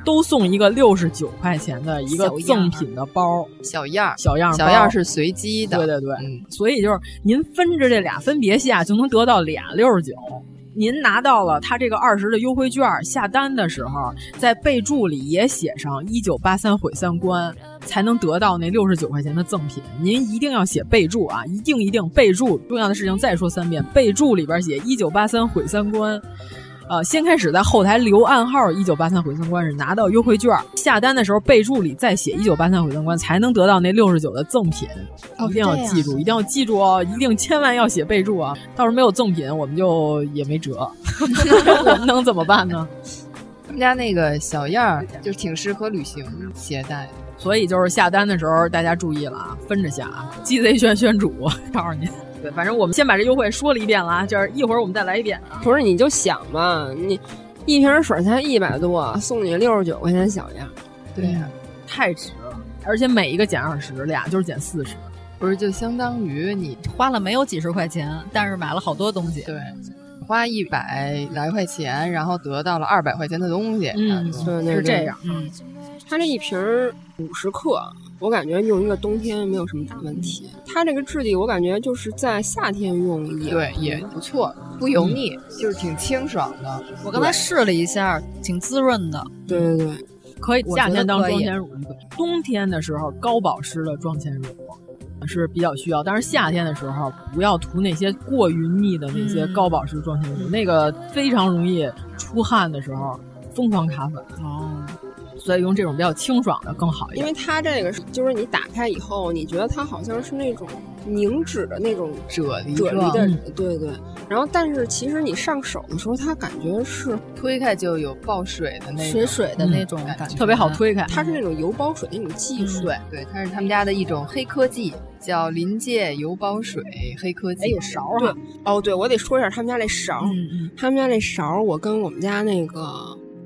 Speaker 8: 都送一个六十九块钱的一个赠品的包，
Speaker 5: 小样
Speaker 8: 小样
Speaker 5: 小样是随机的，
Speaker 8: 对对对。嗯、所以就是您分着这俩分别下，就能得到俩六十九。您拿到了他这个二十的优惠券，下单的时候在备注里也写上“一九八三毁三观”，才能得到那六十九块钱的赠品。您一定要写备注啊，一定一定备注。重要的事情再说三遍，备注里边写“一九八三毁三观”。呃，先开始在后台留暗号“一九八三毁三观”是拿到优惠券，下单的时候备注里再写“一九八三毁三观”，才能得到那六十九的赠品。
Speaker 7: 哦、
Speaker 8: 一定要记住，一定要记住哦，一定千万要写备注啊！到时候没有赠品，我们就也没 辙，我们能怎么办 呢？
Speaker 5: 他们家那个小样儿就挺适合旅行携带，
Speaker 8: 所以就是下单的时候大家注意了啊，分着下啊！GZ 炫炫主，啊告诉您。 对，反正我们先把这优惠说了一遍了啊，就是一会儿我们再来一遍。啊
Speaker 2: 不是，你就想吧，你一瓶水才一百多，送你六十九块钱小样，
Speaker 5: 对呀、啊，
Speaker 8: 太值了。而且每一个减二十，俩就是减四十，
Speaker 5: 不是就相当于你
Speaker 7: 花了没有几十块钱，但是买了好多东西。
Speaker 5: 对，花一百来块钱，然后得到了二百块钱的东西，
Speaker 8: 嗯，
Speaker 2: 对对
Speaker 8: 是这样。嗯，
Speaker 2: 它这一瓶五十克。我感觉用一个冬天没有什么大问题，它这个质地我感觉就是在夏天用也
Speaker 5: 对也不错，不油腻，嗯、就是挺清爽的。
Speaker 7: 我刚才试了一下，挺滋润的。
Speaker 2: 对对对，
Speaker 8: 可以夏天当妆前乳，冬天的时候高保湿的妆前乳是比较需要，但是夏天的时候不要涂那些过于腻的那些高保湿妆前乳，嗯、那个非常容易出汗的时候疯狂卡粉。
Speaker 7: 哦。
Speaker 8: 所以用这种比较清爽的更好一
Speaker 2: 点，因为它这个就是你打开以后，你觉得它好像是那种凝脂的那种
Speaker 5: 啫喱
Speaker 2: 啫喱的，嗯、对对。然后，但是其实你上手的时候，它感觉是
Speaker 5: 推开就有爆水的那种
Speaker 7: 水水的那种感觉，
Speaker 8: 嗯、特别好推开。
Speaker 2: 它是那种油包水的那种技术，啊
Speaker 5: 对、嗯、对，它是他们家的一种黑科技，叫哦临界油包水黑科技。哎，
Speaker 2: 有勺哈、啊？嗯哦，对，我得说一下他们家那勺，他们家那勺，我跟我们家那个。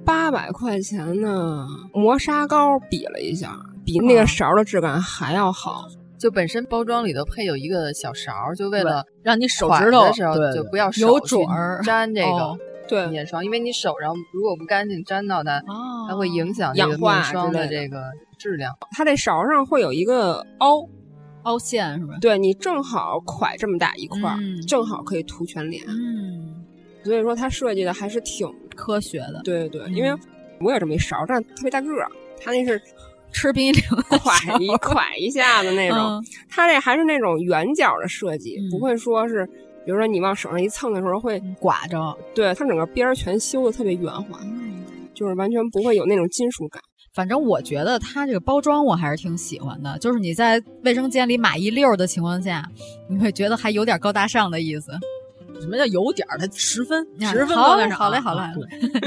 Speaker 2: 八百块钱的磨砂膏比了一下，比那个勺的质感还要好。
Speaker 5: 就本身包装里头配有一个小勺，就为了
Speaker 8: 让你手指头
Speaker 5: 的时候就不要
Speaker 7: 有准儿
Speaker 5: 粘这
Speaker 8: 哦
Speaker 7: 哦
Speaker 5: 个
Speaker 2: 对
Speaker 5: 面霜，因为你手上如果不干净沾到它，
Speaker 7: 哦、
Speaker 5: 它会影响这个面霜的这个质量。
Speaker 2: 它这勺上会有一个凹
Speaker 7: 凹陷，是吧？
Speaker 2: 对你正好蒯嗯这么大一块，嗯、正好可以涂全脸。
Speaker 7: 嗯。
Speaker 2: 所以说，它设计的还是挺
Speaker 7: 科学的。
Speaker 2: 对对，因为我也这么一勺，但特别大个儿，他那是
Speaker 7: 吃冰凌
Speaker 2: 蒯一蒯一下的那种，他这还是那种圆角的设计，
Speaker 7: 嗯
Speaker 2: 不会说是。比如说你往手上一蹭的时候会
Speaker 7: 刮嗯着，
Speaker 2: 对，它整个边儿全修的特别圆滑，
Speaker 7: 哦
Speaker 2: 就是完全不会有那种金属感。
Speaker 7: 反正我觉得它这个包装我还是挺喜欢的，就是你在卫生间里码一溜的情况下，你会觉得还有点高大上的意思。
Speaker 8: 什么叫有点儿？它十分，
Speaker 7: 啊
Speaker 8: 十分
Speaker 7: 好
Speaker 8: 高
Speaker 7: 嘞
Speaker 8: 大上。
Speaker 7: 好嘞好嘞
Speaker 8: 啊对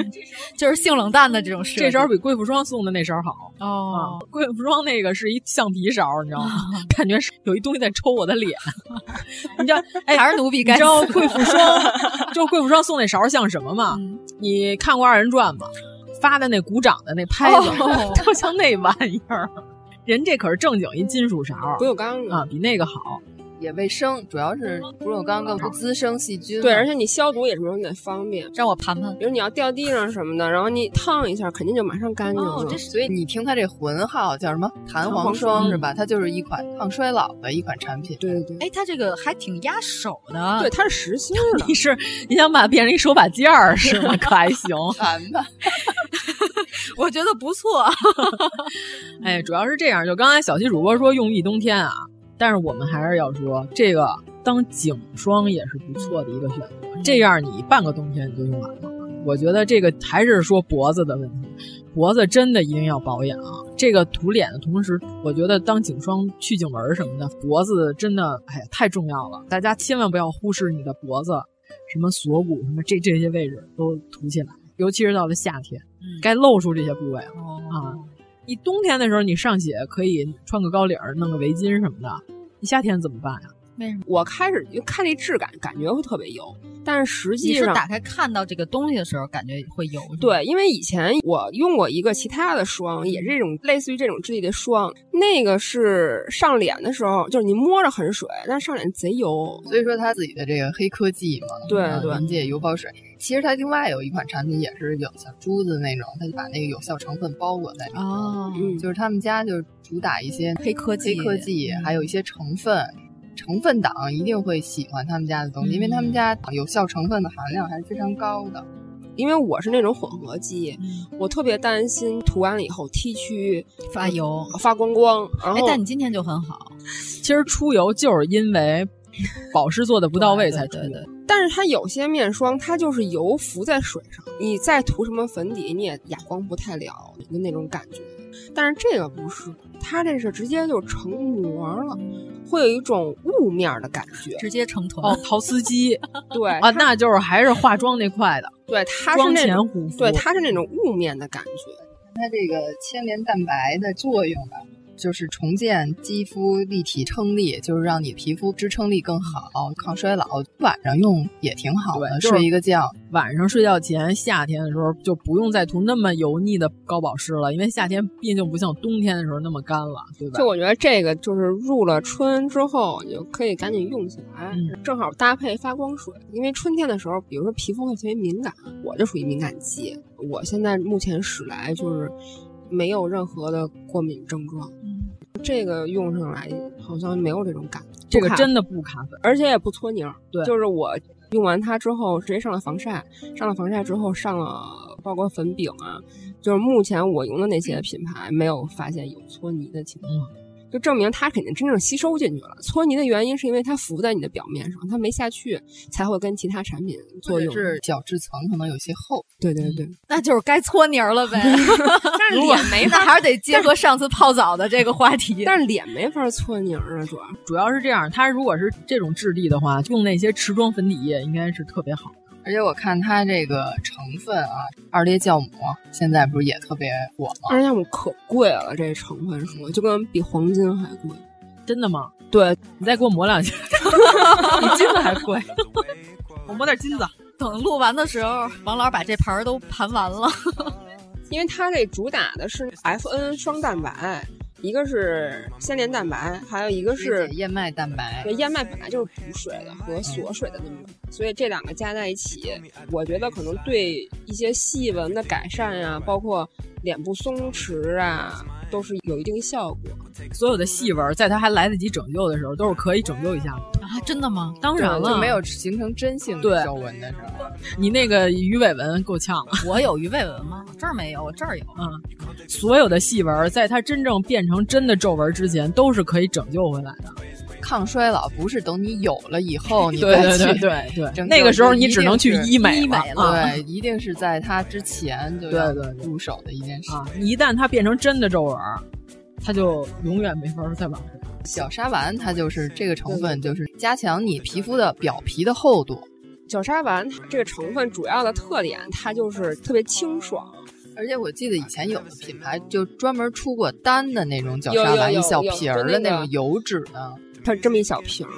Speaker 7: 就是性冷淡的这种事，
Speaker 8: 这勺比贵妇霜送的那勺好
Speaker 7: 哦
Speaker 8: 啊。贵妇霜那个是一橡皮勺，你 知道吗？感觉是有一东西在抽我的脸。你知道，哎，
Speaker 7: 还是奴婢
Speaker 8: 你
Speaker 7: 该
Speaker 8: 知
Speaker 7: 死。
Speaker 8: 道贵妇霜，就是贵妇霜送那勺像什么吗？
Speaker 2: 嗯
Speaker 8: 你看过《二人转》吗？发的那鼓掌的那拍子，
Speaker 7: 哦
Speaker 8: 就像那玩意儿。人这可是正经一金属勺，
Speaker 2: 不锈钢的
Speaker 8: 啊，比那个好。
Speaker 5: 也卫生，主要是不锈钢
Speaker 7: 嗯
Speaker 5: 更不滋生细菌嘛。
Speaker 2: 对，而且你消毒也是有点方便。
Speaker 7: 让我盘盘，
Speaker 2: 比如你要掉地上什么的，然后你烫一下，肯定就马上干净
Speaker 7: 哦
Speaker 2: 了。嗯
Speaker 5: 所以你听它这浑号叫什么弹簧霜是吧？它就是一款抗衰老的一款产品。
Speaker 2: 对对，
Speaker 7: 哎，它这个还挺压手的，
Speaker 2: 对，它是实心的
Speaker 8: 你。是你想把它变成一手把件儿是 吗？可还行。
Speaker 5: 盘吧，
Speaker 7: 我觉得不错。
Speaker 8: 哎，主要是这样，就刚才小七主播说用一冬天啊，但是我们还是要说，这个当颈霜也是不错的一个选择。这样你半个冬天你就用完了。我觉得这个还是说脖子的问题，脖子真的一定要保养。啊这个涂脸的同时，我觉得当颈霜、去颈纹什么的，脖子真的哎呀太重要了，大家千万不要忽视你的脖子，什么锁骨什么这这些位置都涂起来，尤其是到了夏天，该露出这些部位了、
Speaker 7: 哦
Speaker 8: 啊。你冬天的时候你上血可以穿个高领儿，弄个围巾什么的，你夏天怎么办呀、
Speaker 7: 为什么？
Speaker 2: 我开始就看这质感，感觉会特别油，但是实
Speaker 7: 你
Speaker 2: 际
Speaker 7: 是
Speaker 2: 上
Speaker 7: 打开看到这个东西的时候，感觉会油。
Speaker 2: 对，因为以前我用过一个其他的霜，也是这种类似于这种质地的霜，那个是上脸的时候，就是你摸着很水，但是上脸贼油。
Speaker 5: 所以说它自己的这个黑科技嘛，
Speaker 2: 对
Speaker 5: 啊
Speaker 2: 对
Speaker 5: 临界油包水。其实它另外有一款产品也是有像珠子那种，它就把那个有效成分包裹在里面。
Speaker 7: 哦，
Speaker 2: 嗯，
Speaker 5: 就是他们家就是主打一些
Speaker 7: 黑科技
Speaker 5: 黑科技，
Speaker 7: 嗯
Speaker 5: 还有一些成分。成分党一定会喜欢他们家的东西，因为
Speaker 7: 嗯
Speaker 5: 他们家有效成分的含量还是非常高的。
Speaker 2: 因为我是那种混合肌，
Speaker 7: 嗯
Speaker 2: 我特别担心涂完了以后 T 区
Speaker 7: 发油。
Speaker 2: 发光光，然
Speaker 7: 哎
Speaker 2: 后，
Speaker 7: 但你今天就很好，
Speaker 8: 其实出油就是因为保湿做的不到位才出
Speaker 7: 对
Speaker 8: 油。
Speaker 7: 对，
Speaker 2: 但是它有些面霜它就是油浮在水上，你再涂什么粉底你也哑光不太了的那种感觉。但是这个不是，它这是直接就成膜了，会有一种雾面儿的感觉。
Speaker 7: 直接成团。
Speaker 8: 哦，陶司机
Speaker 2: 对
Speaker 8: 啊，那就是还是化妆那块的，
Speaker 2: 对，它是
Speaker 8: 妆
Speaker 2: 那
Speaker 8: 前
Speaker 2: 种
Speaker 8: 护肤。
Speaker 2: 对，它是那种雾面的感觉。
Speaker 5: 它这个牵连蛋白的作用吧，就是重建肌肤立体撑力，就是让你皮肤支撑力更好，抗衰老。晚上用也挺好的，
Speaker 8: 对就是
Speaker 5: 睡一个觉。
Speaker 8: 晚上睡觉前，夏天的时候就不用再涂那么油腻的高保湿了，因为夏天毕竟不像冬天的时候那么干了，对吧
Speaker 2: 就？我觉得这个就是入了春之后，你就可以赶紧用起来，
Speaker 5: 嗯
Speaker 2: 正好搭配发光水。因为春天的时候，比如说皮肤会特别敏感，我就属于敏感肌。我现在目前使来就是没有任何的过敏症状，
Speaker 5: 嗯
Speaker 2: 这个用上来好像没有这种感觉，
Speaker 8: 这个
Speaker 2: 不卡
Speaker 8: 真的不卡粉，
Speaker 2: 而且也不搓泥儿。
Speaker 8: 对
Speaker 2: 就是我用完它之后，直接上了防晒，上了防晒之后上了包括粉饼啊，就是目前我用的那些品牌没有发现有搓泥的情况。就证明它肯定真正吸收进去了。搓泥的原因是因为它浮在你的表面上，它没下去，才会跟其他产品作用。
Speaker 5: 是角质层可能有些厚，
Speaker 2: 对对对，
Speaker 7: 那就是该搓泥儿了 呗。
Speaker 2: 但是脸没
Speaker 7: 那
Speaker 2: 法，
Speaker 7: 还是得结合上次泡澡的这个话题。
Speaker 2: 但是脸没法搓泥儿啊，主要
Speaker 8: 主要是这样，它如果是这种质地的话，用那些持妆粉底液应该是特别好。
Speaker 5: 而且我看它这个成分啊，二裂酵母现在不是也特别火吗？
Speaker 2: 二酵母可贵了，这成分说就跟比黄金还贵。
Speaker 8: 真的吗？
Speaker 2: 对，
Speaker 8: 你再给我抹两下， 比金子还贵。我抹点金子。
Speaker 7: 等录完的时候，王老把这盘儿都盘完了。
Speaker 2: 因为它这主打的是 FN 双蛋白，一个是鲜莲蛋白，还有一个是
Speaker 5: 是燕麦蛋白
Speaker 2: 对，，燕麦本来就是补水的和锁水的那么，所以这两个加在一起，我觉得可能对一些细纹的改善呀、包括脸部松弛啊，都是有一定效果。
Speaker 8: 所有的细纹，在他还来得及拯救的时候，都是可以拯救一下的
Speaker 10: 啊！真的吗？
Speaker 8: 当然了，
Speaker 5: 就没有形成真性
Speaker 8: 对
Speaker 5: 皱纹的时候，
Speaker 8: 你那个鱼尾纹够呛了。
Speaker 10: 我有鱼尾纹吗？我这儿没有，我这儿有。
Speaker 8: 嗯，所有的细纹，在它真正变成真的皱纹之前，都是可以拯救回来的。
Speaker 5: 抗衰老不是等你有了以 后你
Speaker 8: 对
Speaker 5: 再
Speaker 8: 对
Speaker 5: 去
Speaker 8: 对 对对
Speaker 5: 拯救
Speaker 8: 那个时候你只能去
Speaker 5: 一定是
Speaker 8: 医美了啊
Speaker 5: 对，一定是在它之前就
Speaker 8: 对
Speaker 5: 要
Speaker 8: 对对
Speaker 5: 入手的一件事。
Speaker 8: 啊，你一旦它变成真的皱纹，它就永远没法儿再往回。
Speaker 5: 小沙丸它就是这个成分，就是加强你皮肤的表皮的厚度，
Speaker 2: 角鲨烷这个成分主要的特点，它就是特别清爽，
Speaker 5: 而且我记得以前有的品牌就专门出过单的那种角
Speaker 2: 有
Speaker 5: 鲨
Speaker 2: 有
Speaker 5: 烷，
Speaker 2: 有
Speaker 5: 一小
Speaker 2: 有
Speaker 5: 瓶
Speaker 2: 就
Speaker 5: 儿
Speaker 2: 那
Speaker 5: 的那
Speaker 2: 个
Speaker 5: 种油脂的，
Speaker 2: 它这么一小瓶儿，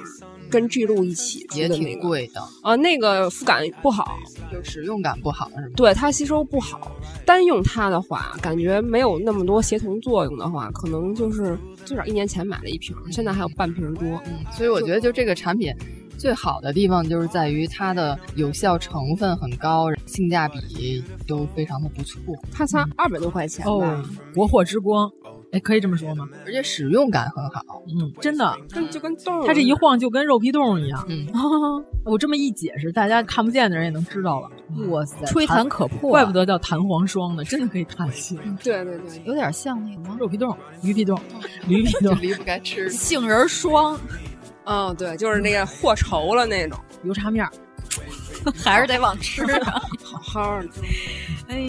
Speaker 2: 跟巨鹿一起出
Speaker 5: 也
Speaker 2: 的那
Speaker 5: 挺
Speaker 2: 个
Speaker 5: 贵的，
Speaker 2: 啊，那个肤感不好，
Speaker 5: 就使用感不好是吗？
Speaker 2: 对它吸收不好。单用它的话，感觉没有那么多协同作用的话，可能就是至少一年前买了一瓶，现在还有半瓶多。嗯
Speaker 5: 所以我觉得就这个产品。最好的地方就是在于它的有效成分很高，性价比都非常的不错，
Speaker 2: 它才二百多块钱吧，
Speaker 8: 哦，国货之光，哎，可以这么说吗？
Speaker 5: 而且使用感很好。
Speaker 8: 嗯，真的，
Speaker 2: 跟就跟豆儿
Speaker 8: 它这一晃就跟肉皮冻一样。
Speaker 5: 嗯，
Speaker 8: 我这么一解释，大家看不见的人也能知道了。哇塞，
Speaker 10: 吹弹可破
Speaker 7: 啊
Speaker 8: 怪不得叫弹簧霜呢，真的可以弹性。
Speaker 5: 嗯
Speaker 2: 对对对，
Speaker 10: 有点像那 个吗
Speaker 8: 肉皮冻、驴皮冻、驴 皮冻、
Speaker 5: 离不开吃
Speaker 10: 杏仁霜，
Speaker 2: 嗯、对，就是那个和稠了那种，
Speaker 8: 油茶面儿，
Speaker 10: 还是得往吃 上。
Speaker 2: 好好的。
Speaker 10: 哎，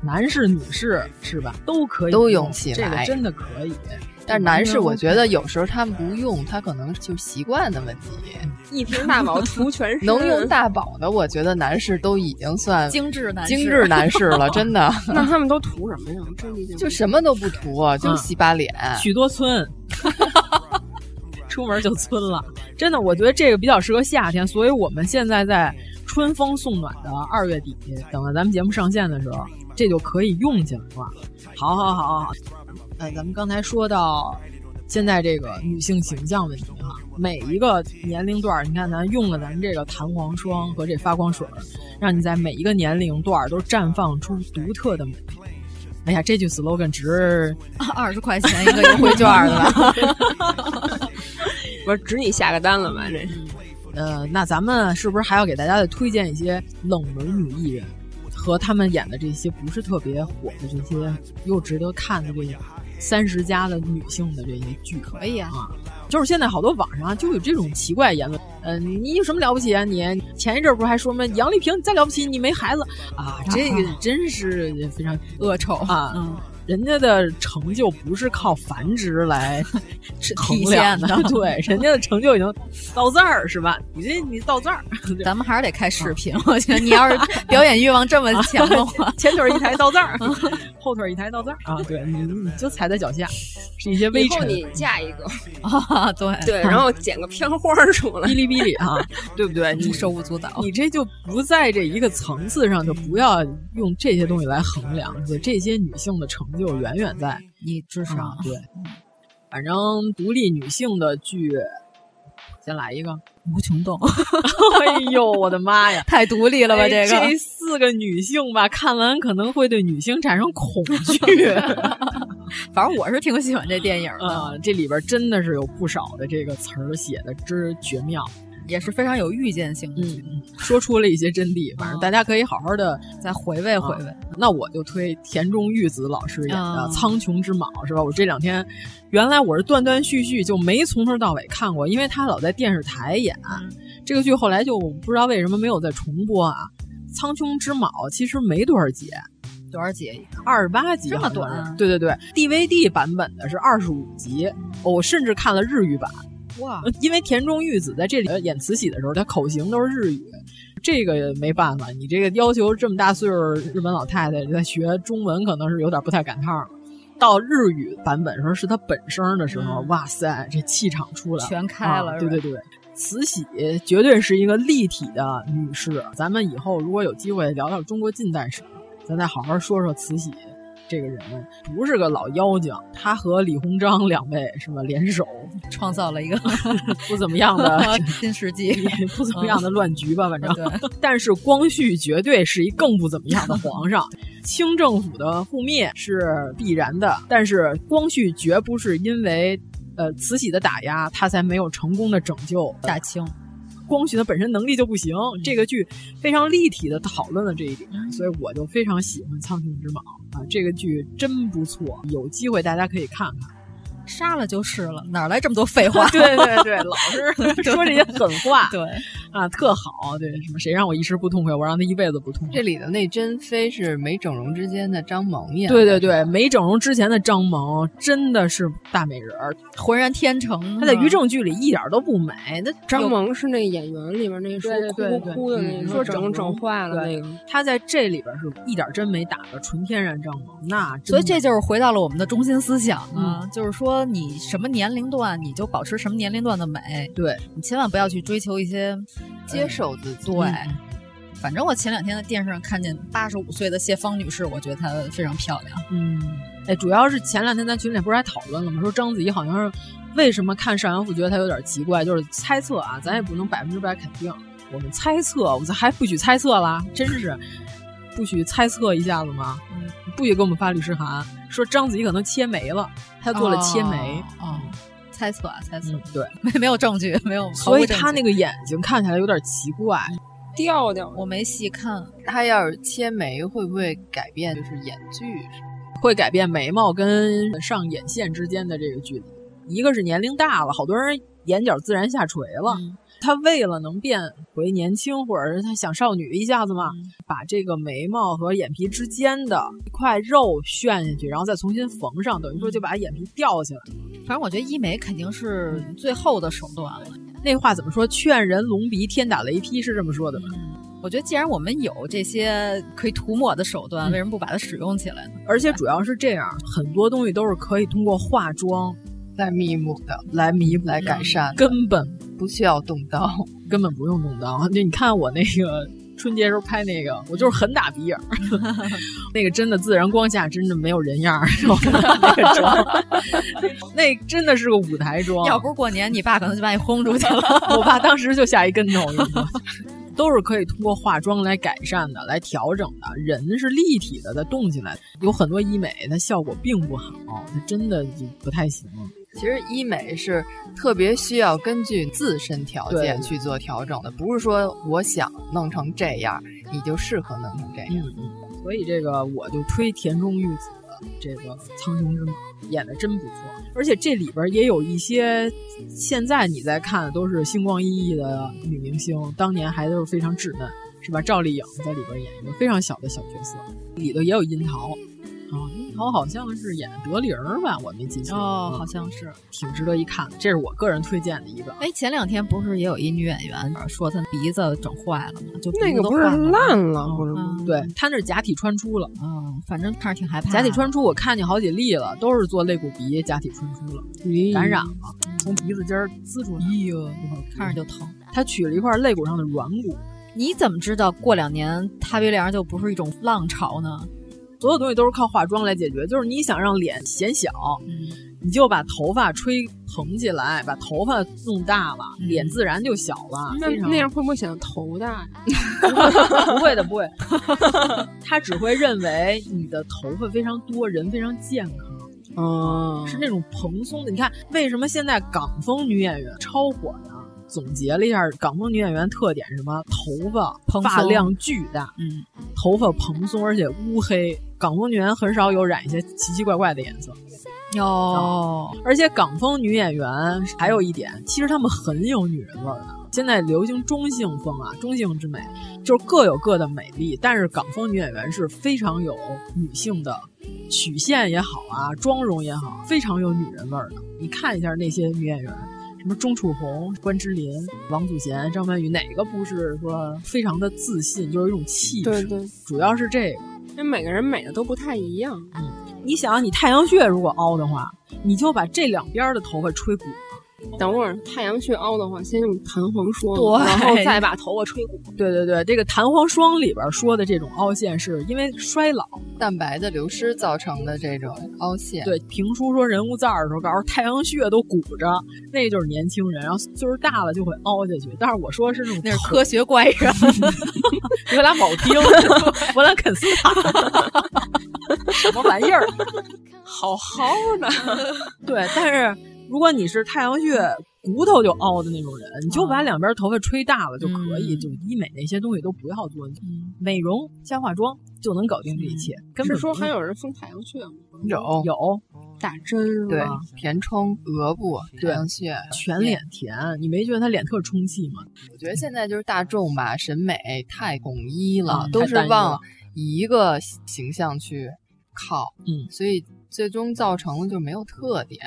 Speaker 8: 男士、女士是吧？都可以
Speaker 5: 都
Speaker 8: 用
Speaker 5: 用起
Speaker 8: 这个
Speaker 5: 来
Speaker 8: 真的可以。
Speaker 5: 但是男士，我觉得有时候他们不用，他可能就习惯的问题。
Speaker 2: 一瓶大宝涂全身，
Speaker 5: 能用大宝的，我觉得男士都已经算
Speaker 10: 精致男士
Speaker 5: 精致男士了，真的
Speaker 2: 那他们都涂什么呀？真理解不
Speaker 5: 就
Speaker 2: 了
Speaker 5: 什么都不涂，就是洗把脸。
Speaker 8: 嗯许多村， 出门就村了。真的，我觉得这个比较适合夏天，所以我们现在在春风送暖的二月底，等到咱们节目上线的时候，这就可以用起来了。好好好好，呃，咱们刚才说到现在这个女性形象问题哈，每一个年龄段儿，你看咱用了咱们这个弹簧霜和这发光水儿，让你在每一个年龄段儿都绽放出独特的美。哎呀，这句 slogan 值
Speaker 10: 二十块钱一个优惠券儿的吧。
Speaker 2: 不是指你下个单了吧？这是
Speaker 8: 呃，那咱们是不是还要给大家再推荐一些冷门女艺人和他们演的这些不是特别火的这些又值得看的这些三十加的女性的这些剧？可
Speaker 10: 以啊
Speaker 8: 就是现在好多网上啊就有这种奇怪言论，嗯、你有什么了不起啊你？前一阵儿不是还说吗？杨丽萍你再了不起，你没孩子啊？这个真是非常恶臭啊！
Speaker 10: 嗯
Speaker 8: 人家的成就不是靠繁殖来衡
Speaker 10: 体
Speaker 8: 量
Speaker 10: 现
Speaker 8: 的
Speaker 10: 的，
Speaker 8: 对，人家的成就已经到这儿是吧？你这你到这儿，，
Speaker 10: 咱们还是得开视频，我觉得你要是表演欲望这
Speaker 7: 啊
Speaker 10: 么强的话
Speaker 8: 前腿一抬到这儿，后腿一抬到这儿啊，对你你就踩在脚下，是一些微
Speaker 2: 以后
Speaker 8: 尘，
Speaker 2: 你嫁 一个，
Speaker 10: 啊，对
Speaker 2: 对，然后剪个片花出来
Speaker 8: 哔。哩哔哩啊，对不对？你
Speaker 10: 手舞足蹈。
Speaker 8: 你这就不在这一个层次上，就不要用这些东西来衡量，就这些女性的成就远远在
Speaker 10: 你智
Speaker 8: 啊
Speaker 10: 商，
Speaker 8: 对，反正独立女性的剧，先来一个。
Speaker 10: 无穷动，
Speaker 8: 哎呦，我的妈呀！
Speaker 10: 太独立了吧？
Speaker 8: 哎
Speaker 10: 这
Speaker 8: 这
Speaker 10: 个
Speaker 8: 四个女性吧，看完可能会对女性产生恐 惧。
Speaker 10: 反正我是挺喜欢这电影的，
Speaker 8: 啊，这里边真的是有不少的这个词儿写的之绝妙，
Speaker 10: 也是非常有预见性的剧，
Speaker 8: 嗯，说出了一些真谛。反正大家可以好好的。
Speaker 10: 再回
Speaker 8: 啊
Speaker 10: 味回味。
Speaker 8: 那我就推田中裕子老师演的
Speaker 10: 啊
Speaker 8: 《苍穹之卯》，是吧？我这两天原来我是断断续续就没从头到尾看过，因为他老在电视台演啊这个剧，后来就不知道为什么没有再重播啊。《苍穹之卯》其实没多少集，
Speaker 10: 多少集？
Speaker 8: 二十八集，
Speaker 10: 这么短啊
Speaker 8: 对对对，DVD 版本的是二十五集，哦我甚至看了日语版。
Speaker 10: 哇，
Speaker 8: 因为田中裕子在这里呃演慈禧的时候，她口型都是日语，这个没办法，你这个要求这么大岁数儿日本老太太在学中文，可能是有点不太赶趟儿。到日语版本的时候是她本声的时候，
Speaker 10: 嗯
Speaker 8: 哇塞，这气场出来了
Speaker 10: 全开了
Speaker 8: 啊
Speaker 10: 是
Speaker 8: 对
Speaker 10: 吧
Speaker 8: 对对。慈禧绝对是一个立体的女士，咱们以后如果有机会聊聊中国近代史，咱再好好说说慈禧这个人，不是个老妖精。她和李鸿章两位是吧联手，
Speaker 10: 创造了一个
Speaker 8: 不怎么样的
Speaker 10: 新世纪，
Speaker 8: 不怎么样的乱局吧，反正。
Speaker 10: 对，
Speaker 8: 但是光绪绝对是一更不怎么样的皇上，清政府的覆灭是必然的，但是光绪绝不是因为呃慈禧的打压，他才没有成功的拯救
Speaker 7: 大清。
Speaker 8: 光绪他本身能力就不行，这个剧非常立体的讨论了这一点，所以我就非常喜欢《苍穹之蟒》啊，这个剧真不错，有机会大家可以看看。
Speaker 7: 杀了就是了，哪来这么多废 话？
Speaker 8: 对对对，老是 说这些狠话。
Speaker 7: 对
Speaker 8: 啊，特好。对，什么谁让我一时不痛快，我让他一辈子不痛快。
Speaker 5: 这里的那珍妃是没 整容之间的张萌演。
Speaker 8: 对对对，没整容之前的张萌真的是大美人儿，
Speaker 7: 浑然天成。
Speaker 8: 她在于正剧里一点都不美。那
Speaker 2: 张萌是那演员里边那个说哭哭的那
Speaker 5: 嗯
Speaker 2: 个，
Speaker 8: 说
Speaker 2: 整
Speaker 8: 整
Speaker 2: 坏了那个。
Speaker 8: 她在这里边是一点真没打的，纯天然张萌。那
Speaker 7: 所以这就是回到了我们的中心思想啊，嗯、就是说。你什么年龄段，你就保持什么年龄段的美。
Speaker 8: 对
Speaker 7: 你千万不要去追求一些
Speaker 5: 接受自己。
Speaker 7: 对，嗯、反正我前两天在电视上看见八十五岁的谢芳女士，我觉得她非常漂亮。
Speaker 8: 嗯，哎，主要是前两天咱群里不是还讨论了吗？说章子怡好像是为什么看《上阳赋》觉得她有点奇怪，就是猜测啊，咱也不能百分之百肯定。我们猜测，我们还不许猜测啦，真是。不许猜测一下子吗？嗯、不许给我们发律师函，说章子怡可能切眉了，她做了切眉。嗯
Speaker 7: 哦，哦猜测啊，猜测。嗯、
Speaker 8: 对，
Speaker 7: 没没有证据，没有。
Speaker 8: 所以她那个眼睛看起来有点奇怪，
Speaker 2: 调调。
Speaker 7: 我没细看，
Speaker 5: 她要是切眉，会不会改变就是眼距？
Speaker 8: 会改变眉毛跟上眼线之间的这个距离。一个是年龄大了，好多人眼角自然下垂了。嗯他为了能变回年轻，或者是他想少女一下子嘛，嗯、把这个眉毛和眼皮之间的一块肉炫下去，然后再重新缝上，等于
Speaker 5: 嗯
Speaker 8: 说就把眼皮吊起来。
Speaker 7: 反正我觉得医美肯定是最后的手段了。嗯、
Speaker 8: 那话怎么说？劝人隆鼻，天打雷劈是这么说的吧？
Speaker 7: 嗯我觉得，既然我们有这些可以涂抹的手
Speaker 8: 嗯
Speaker 7: 段，为什么不把它使用起来呢？
Speaker 8: 而且主要是这样，很多东西都是可以通过化妆。
Speaker 5: 来弥补的，
Speaker 8: 来弥补，
Speaker 5: 来改善，
Speaker 8: 嗯根本
Speaker 5: 不需要动刀，
Speaker 8: 根本不用动刀。就你看我那个春节时候拍那个，我就是狠打鼻影， 那个真的自然光下真的没有人样儿， 那个 妆，那真的是个舞台妆。
Speaker 7: 要不是过年，你爸可能就把你轰出去 了。
Speaker 8: 我爸当时就吓一跟头， 都是可以通过化妆来改善的，来调整的。人是立体的，的动起来的。有很多医美，它效果并不好，它真的不太行。
Speaker 5: 其实医美是特别需要根据自身条件去做调整的，呃不是说我想弄成这样，你就适合弄成这样。
Speaker 8: 嗯、所以这个我就推田中裕子的这个《苍穹之母》，演的真不错。而且这里边也有一些现在你在看的都是星光熠熠的女明星，当年还都是非常稚嫩，是吧？赵丽颖在里边演一个非常小的小角色，里头也有樱桃。啊，樱桃好像是演德玲儿吧，我没记错啊
Speaker 7: 哦，好像是，
Speaker 8: 挺值得一看。这是我个人推荐的一个。
Speaker 7: 哎，前两天不是也有一女演员啊说她鼻子整坏了吗？就
Speaker 2: 那个不是烂了，
Speaker 5: 哦
Speaker 2: 不是？
Speaker 8: 对，她那是假体穿出了
Speaker 7: 啊，反正看着挺害怕。
Speaker 8: 假体穿出我看见好几例了，都是做肋骨鼻假体穿出了，感染了，哎嗯从鼻子尖儿滋出来，哎
Speaker 7: 呦，看着就疼。
Speaker 8: 她取了一块肋骨上的软骨，
Speaker 7: 你怎么知道过两年塌鼻梁就不是一种浪潮呢？
Speaker 8: 所有东西都是靠化妆来解决，就是你想让脸显小，嗯、你就把头发吹蓬起来，把头发弄大了，嗯、脸自然就小了。
Speaker 2: 那 那样会不会显得头大？
Speaker 8: 不会的，不会。 他只会认为你的头发非常多，人非常健康。
Speaker 2: 哦、嗯，
Speaker 8: 是那种蓬松的。你看，为什么现在港风女演员超火呢？总结了一下港风女演员特点，什么头发发量巨大，
Speaker 7: 嗯，
Speaker 8: 头发蓬松，而且乌黑。港风女演员很少有染一些奇奇怪怪的颜色。
Speaker 7: 有、哦，
Speaker 8: 而且港风女演员还有一点，其实她们很有女人味儿的。现在流行中性风啊，中性之美，就是各有各的美丽。但是港风女演员是非常有女性的曲线也好啊，妆容也好，非常有女人味儿的。你看一下那些女演员。什么钟楚红、关之琳、王祖贤、张曼玉，哪个不是说非常的自信，就是一种气质？
Speaker 2: 对对，
Speaker 8: 主要是这个。
Speaker 2: 因为每个人美的都不太一样。
Speaker 8: 嗯，你想，你太阳穴如果凹的话，你就把这两边的头发吹鼓了，
Speaker 2: 等会儿太阳穴凹的话，先用弹簧霜，
Speaker 8: 对
Speaker 2: 然 后再把头发吹鼓。
Speaker 8: 对对对，这个弹簧霜里边说的这种凹陷，是因为衰老、
Speaker 5: 蛋白的流失造成的这种凹陷。
Speaker 8: 对，评书说人物字儿的时候，告诉太阳穴都鼓着，那就是年轻人，然后岁数大了就会凹下去。但是我说是那种
Speaker 10: 那是科学怪人，
Speaker 8: 有俩铆钉， 我俩肯斯坦，什么玩意儿？
Speaker 2: 好好呢，
Speaker 8: 对，但是如果你是太阳穴骨头就凹的那种人，你就把两边头发吹大了就可
Speaker 2: 嗯
Speaker 8: 以，就医美那些东西都不要做，美容加化妆就能搞定这一切。根
Speaker 2: 是
Speaker 8: 本
Speaker 5: 嗯
Speaker 2: 说
Speaker 8: 不
Speaker 2: 还有人分太阳穴吗？
Speaker 5: 有
Speaker 8: 有
Speaker 2: 打针是
Speaker 5: 对
Speaker 2: 吧？，
Speaker 5: 填充额部、太
Speaker 8: 啊
Speaker 5: 阳穴、
Speaker 8: 全脸填，你没觉得他脸特充气吗？
Speaker 5: 我觉得现在就是大众吧，审美太统一了，
Speaker 8: 嗯
Speaker 5: 都
Speaker 8: 太
Speaker 5: 是
Speaker 8: 单一
Speaker 5: 往
Speaker 8: 了
Speaker 5: 一个形象去靠，
Speaker 8: 嗯，
Speaker 5: 所以最终造成了就没有特点。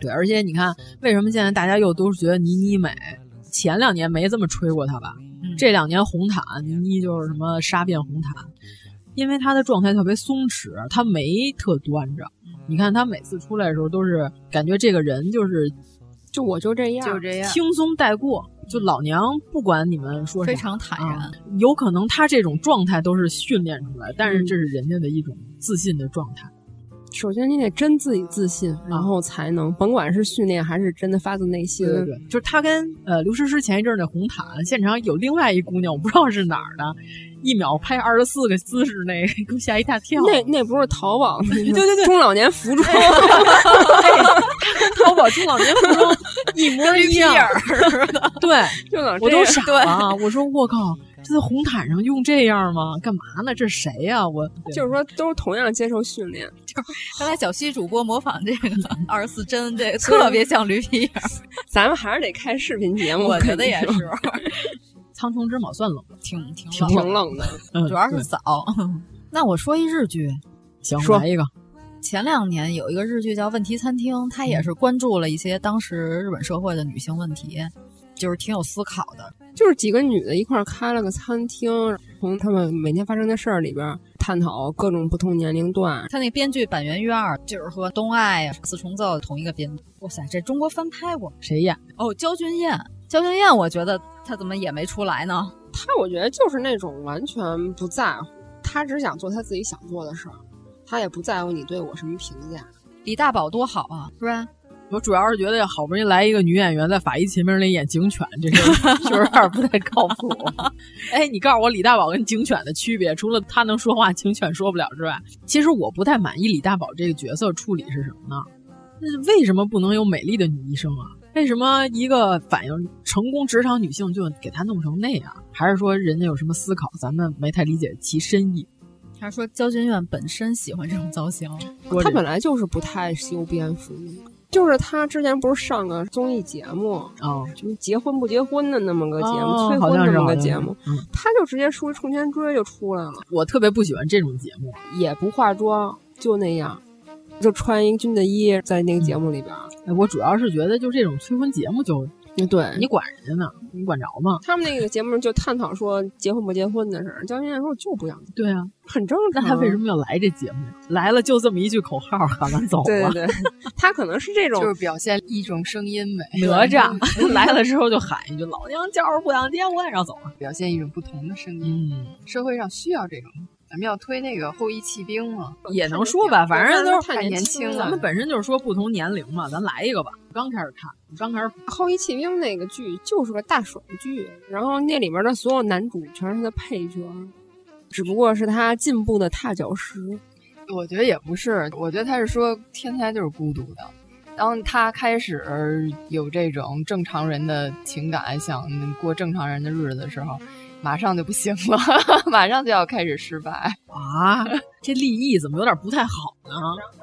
Speaker 8: 对，而且你看，为什么现在大家又都觉得倪妮美？前两年没这么吹过她吧？这两年红毯倪妮就是什么杀遍红毯，因为她的状态特别松弛，她没特端着。你看她每次出来的时候，都是感觉这个人就是
Speaker 2: 就我就这样，
Speaker 5: 就这样
Speaker 8: 轻松带过，就老娘不管你们说啥，
Speaker 10: 非常坦然
Speaker 8: 啊。
Speaker 5: 嗯
Speaker 8: 有可能她这种状态都是训练出来，但是这是人家的一种自信的状态。
Speaker 2: 首先你得真自己自信，然后才能，甭管是训练还是真的发自内心。
Speaker 8: 对对对，就是她跟呃刘诗诗前一阵儿那红毯现场有另外一姑娘，我不知道是哪儿的，一秒拍二十四个姿势，那个给我吓一大跳。
Speaker 2: 那那不是淘宝，对
Speaker 8: 对 哎对
Speaker 2: 中老年服装，
Speaker 8: 淘宝中老年服 装一模一样， 对，
Speaker 2: 就老
Speaker 8: 我
Speaker 2: 这
Speaker 8: 都
Speaker 2: 样
Speaker 8: 傻
Speaker 2: 对
Speaker 8: 了。我说我靠，这在红毯上用这样吗？干嘛呢？这是谁呀、我
Speaker 2: 就是说都是同样接受训练，
Speaker 10: 刚才小西主播模仿这个二十四针，这特别像驴皮眼儿，
Speaker 2: 咱们还是得开视频节目。
Speaker 10: 我觉得也
Speaker 2: 跟你
Speaker 10: 是
Speaker 2: 说，
Speaker 8: 苍穹之卯算冷吗？
Speaker 10: 挺挺
Speaker 8: 挺
Speaker 10: 冷
Speaker 2: 挺冷的。
Speaker 8: 嗯，
Speaker 10: 主要
Speaker 8: 对
Speaker 10: 是早。 那我说一日剧，
Speaker 8: 行，
Speaker 10: 说
Speaker 8: 来一个，
Speaker 10: 前两年有一个日剧叫《问题餐厅》，它也是关注了一些当时日本社会的女性问题，就是挺有思考的。
Speaker 2: 就是几个女的一块儿开了个餐厅，从她们每天发生的事儿里边儿探讨各种不同年龄段。
Speaker 10: 它那编剧板垣瑞二就是和东爱呀、四重奏同一个编剧。哇塞，这中国翻拍过
Speaker 8: 谁演？
Speaker 10: 哦，焦俊艳，焦俊艳，我觉得她怎么也没出来呢？
Speaker 2: 她我觉得就是那种完全不在乎，她只想做她自己想做的事儿，她也不在乎你对我什么评价。
Speaker 10: 李大宝多好啊，是吧？
Speaker 8: 我主要是觉得好不容易来一个女演员在法医秦明里演警犬，这事儿是不是有点不太靠谱？ 哎，你告诉我李大宝跟警犬的区别，除了他能说话，警犬说不了之外，其实我不太满意李大宝这个角色处理是什么呢？那是为什么不能有美丽的女医生啊？为什么一个反映成功职场女性就给她弄成那样？还是说人家有什么思考，咱们没太理解其深意？
Speaker 10: 还是说焦俊艳本身喜欢这种造型？
Speaker 8: 说
Speaker 2: 她
Speaker 8: 这
Speaker 2: 本来就是不太修边幅，就是她之前不是上个综艺节目，
Speaker 8: 哦，
Speaker 2: 什么结婚不结婚的那么个节目，
Speaker 8: 哦
Speaker 2: 催
Speaker 8: 好
Speaker 2: 婚
Speaker 8: 像
Speaker 2: 的
Speaker 8: 是
Speaker 2: 那么
Speaker 8: 好
Speaker 2: 个
Speaker 8: 像
Speaker 2: 节
Speaker 8: 是
Speaker 2: 目，
Speaker 8: 嗯
Speaker 2: 她就直接梳一冲天锥就出来了，
Speaker 8: 我特别不喜欢这种节目。
Speaker 2: 也不化妆，就那样，就穿一军的衣在那个节目里边儿。
Speaker 8: 哎我主要是觉得就这种催婚节目就
Speaker 2: 嗯，对
Speaker 8: 你管人家呢？你管着吗？
Speaker 2: 他们那个节目就探讨说结婚不结婚的事儿，焦俊艳说我就不想，
Speaker 8: 对啊，
Speaker 2: 很正
Speaker 8: 那
Speaker 2: 常。
Speaker 8: 他为什么要来这节目？来了就这么一句口号，喊完走了。
Speaker 2: 对对对，他可能是这种，
Speaker 5: 就是表现一种声音美，
Speaker 8: 哪吒 来了之后就喊一句“老娘就是不想结婚”，然后走了。
Speaker 5: 表现一种不同的声音。
Speaker 8: 嗯，
Speaker 5: 社会上需要这种，咱们要推那个后羿弃兵嘛，
Speaker 8: 也能说吧，反正都是
Speaker 5: 太年轻了
Speaker 8: 咱们本身就是说不同年龄嘛，咱来一个吧。刚开始看，刚开始
Speaker 2: 后羿弃兵那个剧就是个大爽剧，然后那里面的所有男主全是他的配角，只不过是他进步的踏脚石。
Speaker 5: 我觉得也不是，我觉得他是说天才就是孤独的。当他开始有这种正常人的情感，想过正常人的日子的时候，马上就不行了， 马上就要开始失败。
Speaker 8: 啊，这立意怎么有点不太好呢？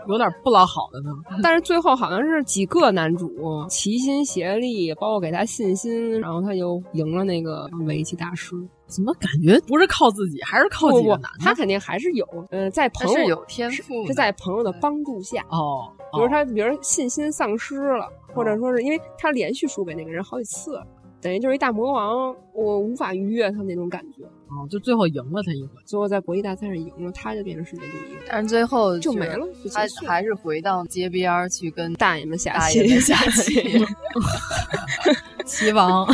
Speaker 8: 有点不老好的呢？
Speaker 2: 但是最后哦好像是几个男主齐心协力，包括给他信心，然后他就赢了那个围棋大师。
Speaker 8: 怎么感觉不是靠自己，还是靠
Speaker 2: 不
Speaker 8: 几个
Speaker 2: 不
Speaker 8: 男，
Speaker 2: 他
Speaker 8: 的？
Speaker 2: 肯定还是有，呃，在朋
Speaker 5: 他
Speaker 2: 友
Speaker 5: 是有天赋的
Speaker 2: 是，是在朋友的帮助下，
Speaker 8: 哦，
Speaker 2: 比如他，比如信心丧失了，或者说是因为他连续输给那个人好几次，等于就是一大魔王，我无法逾越他那种感觉。
Speaker 8: 哦，就最后赢了他一个，
Speaker 2: 最后在博弈大赛上赢了，他就变成世界第一。
Speaker 5: 但是最后
Speaker 2: 就没了，就
Speaker 5: 他
Speaker 2: 结束了
Speaker 5: 还是回到街边儿去跟
Speaker 2: 大爷们
Speaker 7: 啊
Speaker 2: 下
Speaker 5: 大
Speaker 2: 棋
Speaker 5: 爷们下棋，
Speaker 7: 棋王，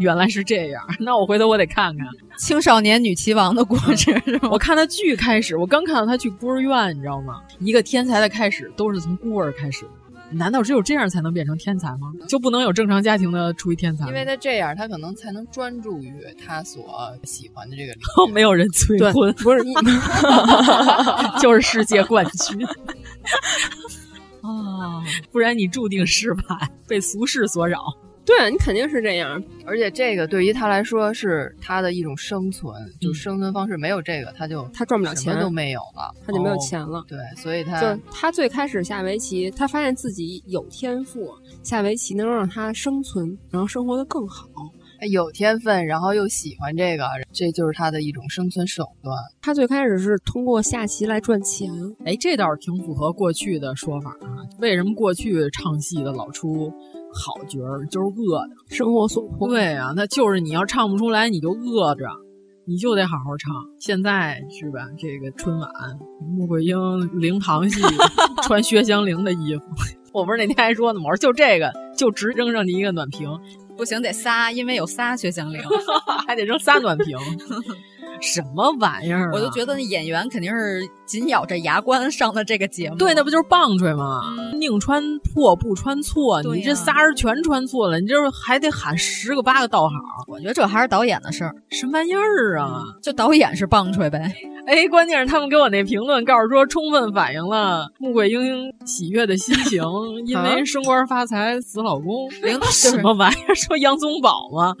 Speaker 8: 原来是这样。 那我回头我得 看看。
Speaker 7: 青少年女棋王的故事是吗？
Speaker 8: 我看他剧开始，我刚看到他去孤儿院，你知道吗？一个天才的开始都是从孤儿开始的。难道只有这样才能变成天才吗？就不能有正常家庭的出于天才吗？
Speaker 5: 嗯因为他这样，他可能才能专注于他所喜欢的这个领域。
Speaker 8: 没有人催
Speaker 2: 对
Speaker 8: 婚，
Speaker 2: 不是
Speaker 8: 就是世界冠军，
Speaker 7: 哦，
Speaker 8: 不然你注定失败，被俗世所扰。
Speaker 2: 对啊你肯定是这样，
Speaker 5: 而且这个对于他来说是他的一种生存，就生存方式。没有这个，他就
Speaker 2: 嗯他赚不了
Speaker 5: 什么
Speaker 2: 钱
Speaker 5: 都没有了，哦
Speaker 2: 他就没有钱了。
Speaker 5: 对，所以他
Speaker 2: 就是他最开始下围棋，他发现自己有天赋，下围棋能让他生存，然后生活的更好。
Speaker 5: 他有天分，然后又喜欢这个，这就是他的一种生存手段。
Speaker 2: 他最开始是通过下棋来赚钱，
Speaker 8: 哎，这倒是挺符合过去的说法啊。为什么过去唱戏的老出好角儿就是饿的？
Speaker 2: 生活所迫。
Speaker 8: 对啊，那就是你要唱不出来，你就饿着，你就得好好唱。现在是吧？这个春晚，穆桂英灵 堂戏穿薛湘灵的衣服。 我不是那天还说呢吗？我说就这个，就直扔上去一个暖瓶，
Speaker 7: 不行，得仨，因为有仨薛湘灵，
Speaker 8: 还得扔仨暖 瓶，什么玩意儿、 啊
Speaker 7: 我就觉
Speaker 8: 得。
Speaker 7: 得那演员肯定是紧咬着牙关上的这个节目。
Speaker 8: 对，那不就是棒槌吗？宁穿破不穿
Speaker 7: 嗯
Speaker 8: 错，
Speaker 7: 对
Speaker 8: 你
Speaker 7: 呀
Speaker 8: 这仨人全穿错了，你这还得喊十个八个倒好，
Speaker 7: 我觉得这还是导演的事儿，
Speaker 8: 什么玩意儿啊？
Speaker 7: 就导演是棒槌呗。
Speaker 8: 哎，关键是他们给我那评论告诉说，充分反映了穆桂英喜悦的心 情，因为升官发财死老公，
Speaker 7: 灵
Speaker 8: 什么玩意儿？ 说杨宗保吗？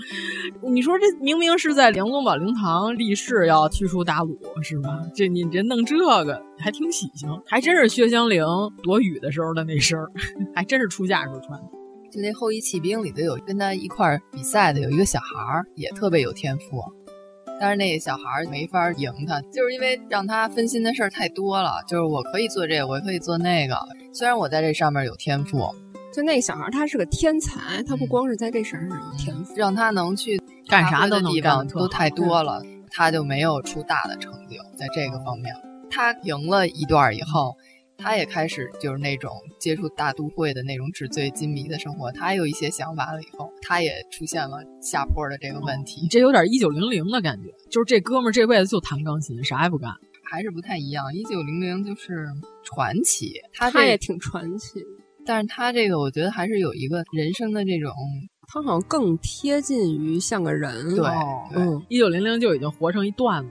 Speaker 8: 你说这明明是在杨宗保灵堂立誓要驱除鞑虏，是吧？这你这弄这个还挺喜庆，还真是薛湘灵躲雨的时候的那身儿， 还真是出嫁时候穿的。
Speaker 5: 就那后羿弃兵里头有跟他一块儿比赛的有一个小孩儿，也特别有天赋，啊但是那个小孩儿没法赢他，就是因为让他分心的事儿太多了。就是我可以做这个，我可以做那个，虽然我在这上面有天赋，
Speaker 2: 就那个小孩，他是个天才，
Speaker 5: 嗯
Speaker 2: 他不光是在这事儿上有天赋，
Speaker 5: 让他能去
Speaker 8: 干啥
Speaker 5: 发挥
Speaker 8: 都
Speaker 5: 的
Speaker 8: 能
Speaker 5: 地
Speaker 8: 干
Speaker 5: 方
Speaker 8: 特
Speaker 5: 都
Speaker 8: 好
Speaker 5: 太多了，他就没有出大的成就在这个方面。他赢了一段儿以后。他也开始就是那种接触大都会的那种纸醉金迷的生活，他有一些想法了以后，他也出现了下坡的这个问题。
Speaker 8: 你哦这有点一九零零的感觉，就是这哥们儿这辈子就弹钢琴，啥也不干。
Speaker 5: 还是不太一样。一九零零就是传奇，他
Speaker 2: 他也
Speaker 5: 这，
Speaker 2: 挺传奇的。
Speaker 5: 但是他这个我觉得还是有一个人生的这种，
Speaker 2: 他好像更贴近于像个人，
Speaker 5: 对对
Speaker 2: 嗯，
Speaker 8: 一九零零就已经活成一段子，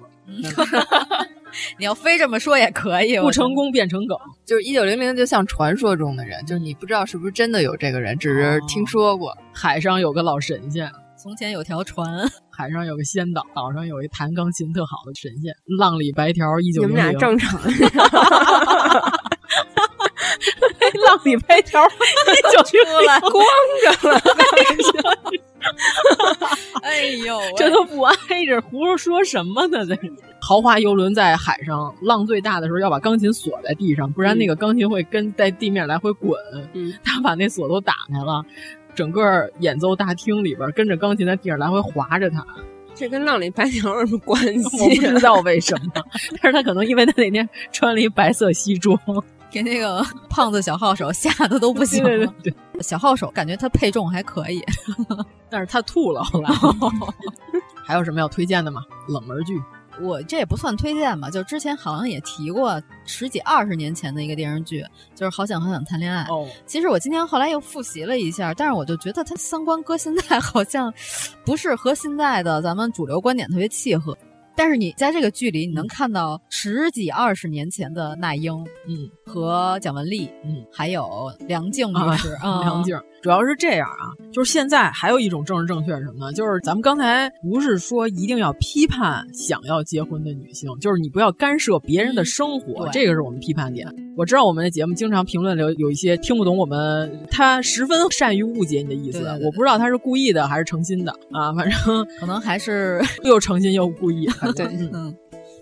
Speaker 7: 你要非这么说也可以，我
Speaker 8: 不
Speaker 7: 觉得
Speaker 8: 成功变成梗。
Speaker 5: 就是一九零零就像传说中的人，就是你不知道是不是真的有这个人，只是
Speaker 2: 哦
Speaker 5: 听说过。
Speaker 8: 海上有个老神仙，
Speaker 7: 从前有条船，
Speaker 8: 海上有个仙岛，岛上有一弹钢琴特好的神仙，浪里白条一九
Speaker 2: 你
Speaker 8: 零
Speaker 2: 们俩
Speaker 8: 零，
Speaker 2: 正常。
Speaker 8: 浪里白条一九零零光着了，
Speaker 7: 哎呦喂，
Speaker 8: 这都不挨着，胡说什么呢？这豪华游轮在海上浪最大的时候，要把钢琴锁在地上，不然那个钢琴会跟在地面来回滚。
Speaker 2: 嗯，
Speaker 8: 他把那锁都打开了，整个演奏大厅里边跟着钢琴在地上来回划着它。
Speaker 2: 这跟浪里白条有什么 关系？ 啊
Speaker 8: 我不知道为什么， 但是他可能因为他那天穿了一白色西装，
Speaker 7: 给那个胖子小号手吓得都不行了。
Speaker 8: 对对对，
Speaker 7: 小号手感觉他配重还可以，
Speaker 8: 但是他吐了。 后来还有什么要推荐的吗？冷门剧
Speaker 7: 我这也不算推荐吧，就之前好像也提过十几二十年前的一个电视剧，就是《好想好想谈恋爱》。
Speaker 8: 哦，
Speaker 7: 其实我今天后来又复习了一下，但是我就觉得他三观搁现在 好像不是和现在的咱们主流观点特别契合。但是你在这个剧里，你能看到十几二十年前的那英
Speaker 8: 嗯
Speaker 7: 和蒋雯丽，
Speaker 8: 嗯，
Speaker 7: 还有梁静女士，啊
Speaker 8: 梁静儿。主要是这样啊，就是现在还有一种政治正确是什么呢？就是咱们刚才不是说一定要批判想要结婚的女性，就是你不要干涉别人的生活，
Speaker 7: 嗯对
Speaker 8: 这个是我们批判点。我知道我们的节目经常评论里有有一些听不懂我们，他十分善于误解你的意思，
Speaker 7: 对对对对
Speaker 8: 我不知道他是故意的还是诚心的啊，反正
Speaker 7: 可能还是
Speaker 8: 又诚心又故意。反正
Speaker 2: 对
Speaker 8: 嗯
Speaker 7: 啊嗯，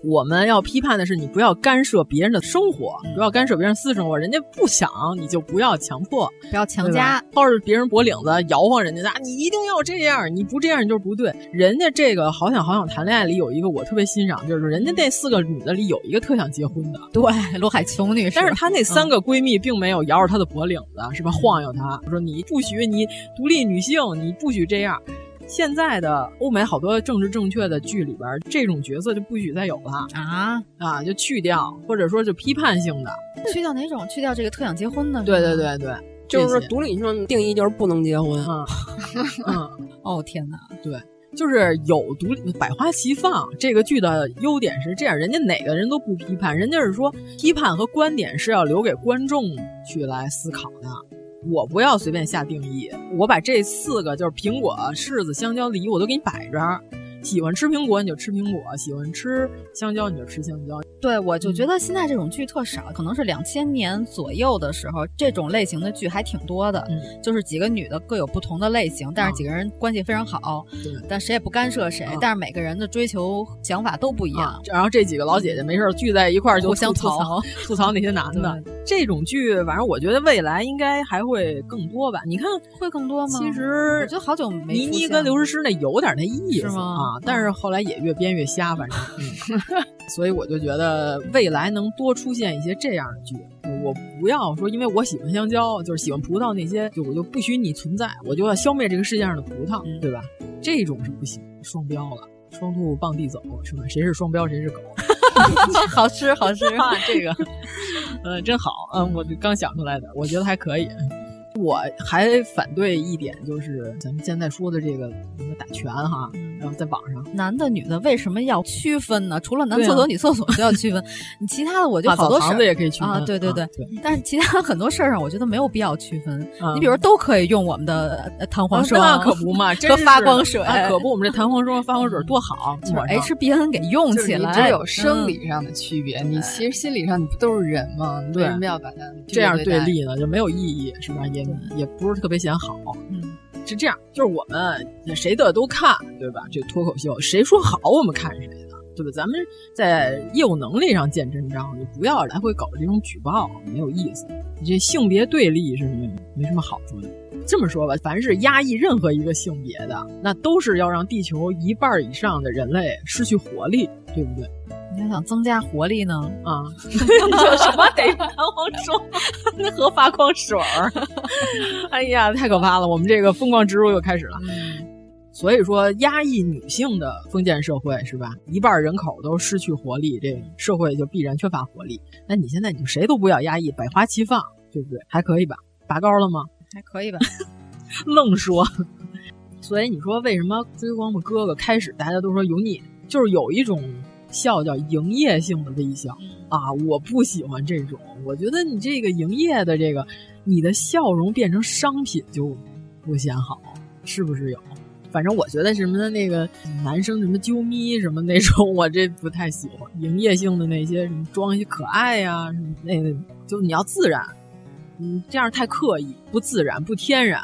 Speaker 8: 我们要批判的是你不要干涉别人的生活，不要干涉别人私生活，人家不想你就不要强迫，
Speaker 7: 不要强
Speaker 8: 对吧
Speaker 7: 加。
Speaker 8: 抱着别人脖领子摇晃人家啊，你一定要这样，你不这样你就是不对。人家这个《好想好想谈恋爱》里有一个我特别欣赏，就是人家那四个女的里有一个特想结婚的，
Speaker 7: 对，罗海琼女士，
Speaker 8: 但是她那三
Speaker 7: 嗯
Speaker 8: 个闺蜜并没有摇着她的脖领子，是吧？晃悠她，说你不许你独立女性，你不许这样。现在的欧美好多政治正确的剧里边，这种角色就不许再有了
Speaker 7: 啊
Speaker 8: 啊，就去掉，或者说就批判性的。
Speaker 7: 去掉哪种？去掉这个特想结婚的。
Speaker 8: 对对对对，
Speaker 2: 就是
Speaker 8: 这些
Speaker 2: 独立女性的定义就是不能结婚，
Speaker 8: 嗯
Speaker 7: 哦天哪，
Speaker 8: 对，就是有独立百花齐放。这个剧的优点是这样，人家哪个人都不批判，人家是说批判和观点是要留给观众去来思考的。我不要随便下定义，我把这四个就是苹果、柿子、香蕉、梨，我都给你摆这儿。喜欢吃苹果你就吃苹果，喜欢吃香蕉你就吃香蕉。
Speaker 7: 对，我
Speaker 8: 嗯
Speaker 7: 就觉得现在这种剧特少，可能是两千年左右的时候，这种类型的剧还挺多的，
Speaker 8: 嗯啊
Speaker 7: 就是几个女的各有不同的类型，但是几个人关系非常好，
Speaker 8: 对
Speaker 7: 但谁也不干涉谁，
Speaker 8: 嗯
Speaker 7: 但是每个人的追求想法都不一样。
Speaker 8: 然后这几个老姐姐没事儿聚在一块儿就
Speaker 7: 互相
Speaker 8: 吐啊
Speaker 7: 槽
Speaker 8: 吐槽 吐槽那些男的。这种剧，反正我觉得未来应该还会更多吧。你看，
Speaker 7: 会更多吗？
Speaker 8: 其实
Speaker 7: 我觉得好久没
Speaker 8: 倪
Speaker 7: 出
Speaker 8: 妮
Speaker 7: 现
Speaker 8: 跟刘
Speaker 7: 了
Speaker 8: 诗诗那有点那意思
Speaker 7: 是吗嗯
Speaker 8: 啊，但是后来也越编越瞎， 反正，嗯、所以我就觉得未来能多出现一些这样的剧。我不要说，因为我喜欢香蕉，就是喜欢葡萄那些，就我就不许你存在，我就要消灭这个世界上的葡萄，
Speaker 7: 嗯
Speaker 8: 对吧？这种是不行，双标了，双兔傍地走，是吧？谁是双标，谁是狗？
Speaker 7: 好吃好 吃
Speaker 8: 啊，这个，呃，真好，嗯，我就刚想出来的，我觉得还可以。我还反对一点，就是咱们现在说的这个什么打拳哈，然后在网上
Speaker 7: 男的女的为什么要区分呢？除了男
Speaker 8: 对啊
Speaker 7: 厕所、女厕所都要 区分，你其他的我就好多
Speaker 8: 啊澡
Speaker 7: 事
Speaker 8: 堂
Speaker 7: 儿
Speaker 8: 子也可以区分
Speaker 7: 啊。对对对
Speaker 8: 啊对，
Speaker 7: 但是其他很多事儿上，我觉得没有必要区分
Speaker 8: 嗯。
Speaker 7: 你比如都可以用我们的呃弹
Speaker 8: 啊
Speaker 7: 簧霜，
Speaker 8: 那可 不嘛，真
Speaker 7: 和
Speaker 8: 是
Speaker 7: 发光水，嗯
Speaker 8: 啊可不，我们这弹簧霜、发光水多好，
Speaker 7: 就是
Speaker 8: 抹上
Speaker 7: HBN 给用
Speaker 5: 就是
Speaker 7: 起
Speaker 5: 你
Speaker 7: 来，
Speaker 5: 只有
Speaker 10: 嗯
Speaker 5: 生
Speaker 8: 嗯
Speaker 5: 理上的区别，你其实心理上你不都是人吗？你
Speaker 8: 对
Speaker 5: 为什么要把它
Speaker 8: 这样对
Speaker 5: 对
Speaker 8: 立呢，就没有意义，是吧？也也不是特别显好。
Speaker 7: 嗯，
Speaker 8: 是这样，就是我们谁的都看，对吧？这脱口秀谁说好，我们看谁的，对吧？咱们在业务能力上见真章，就不要来回搞这种举报，没有意思。你这性别对立是没没什么好处的。这么说吧，凡是压抑任何一个性别的，那都是要让地球一半以上的人类失去活力，对不对？
Speaker 7: 你要想增加活力呢？
Speaker 8: 啊，
Speaker 7: 你说
Speaker 8: 什么得弹簧霜，那和发光水儿。 哎呀，太可怕了！我们这个疯狂植入又开始了。所以说，压抑女性的封建社会是吧？一半人口都失去活力，这社会就必然缺乏活力。那你现在你就谁都不要压抑，百花齐放，对不对？还可以吧？拔高了吗？
Speaker 7: 还可以吧？
Speaker 8: 愣说。 所以你说为什么追光的哥哥开始大家都说油腻，就是有一种笑叫营业性的微笑啊，我不喜欢这种。我觉得你这个营业的这个，你的笑容变成商品就不显好，是不是有？反正我觉得什么的那个男生什么啾咪什么那种，我这不太喜欢。营业性的那些什么装一些可爱啊呀、什么那个，就是你要自然，嗯，这样太刻意、不自然、不天然，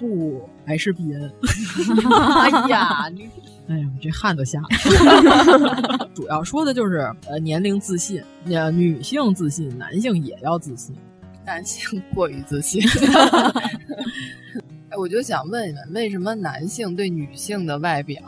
Speaker 8: 不还是必恩。 哎呀，你，哎呀，我这汗都下了。 主要说的就是呃年龄自信，呃女性自信，男性也要自信。
Speaker 5: 男性过于自 信。哎，我就想问一问，为什么男性对女性的外表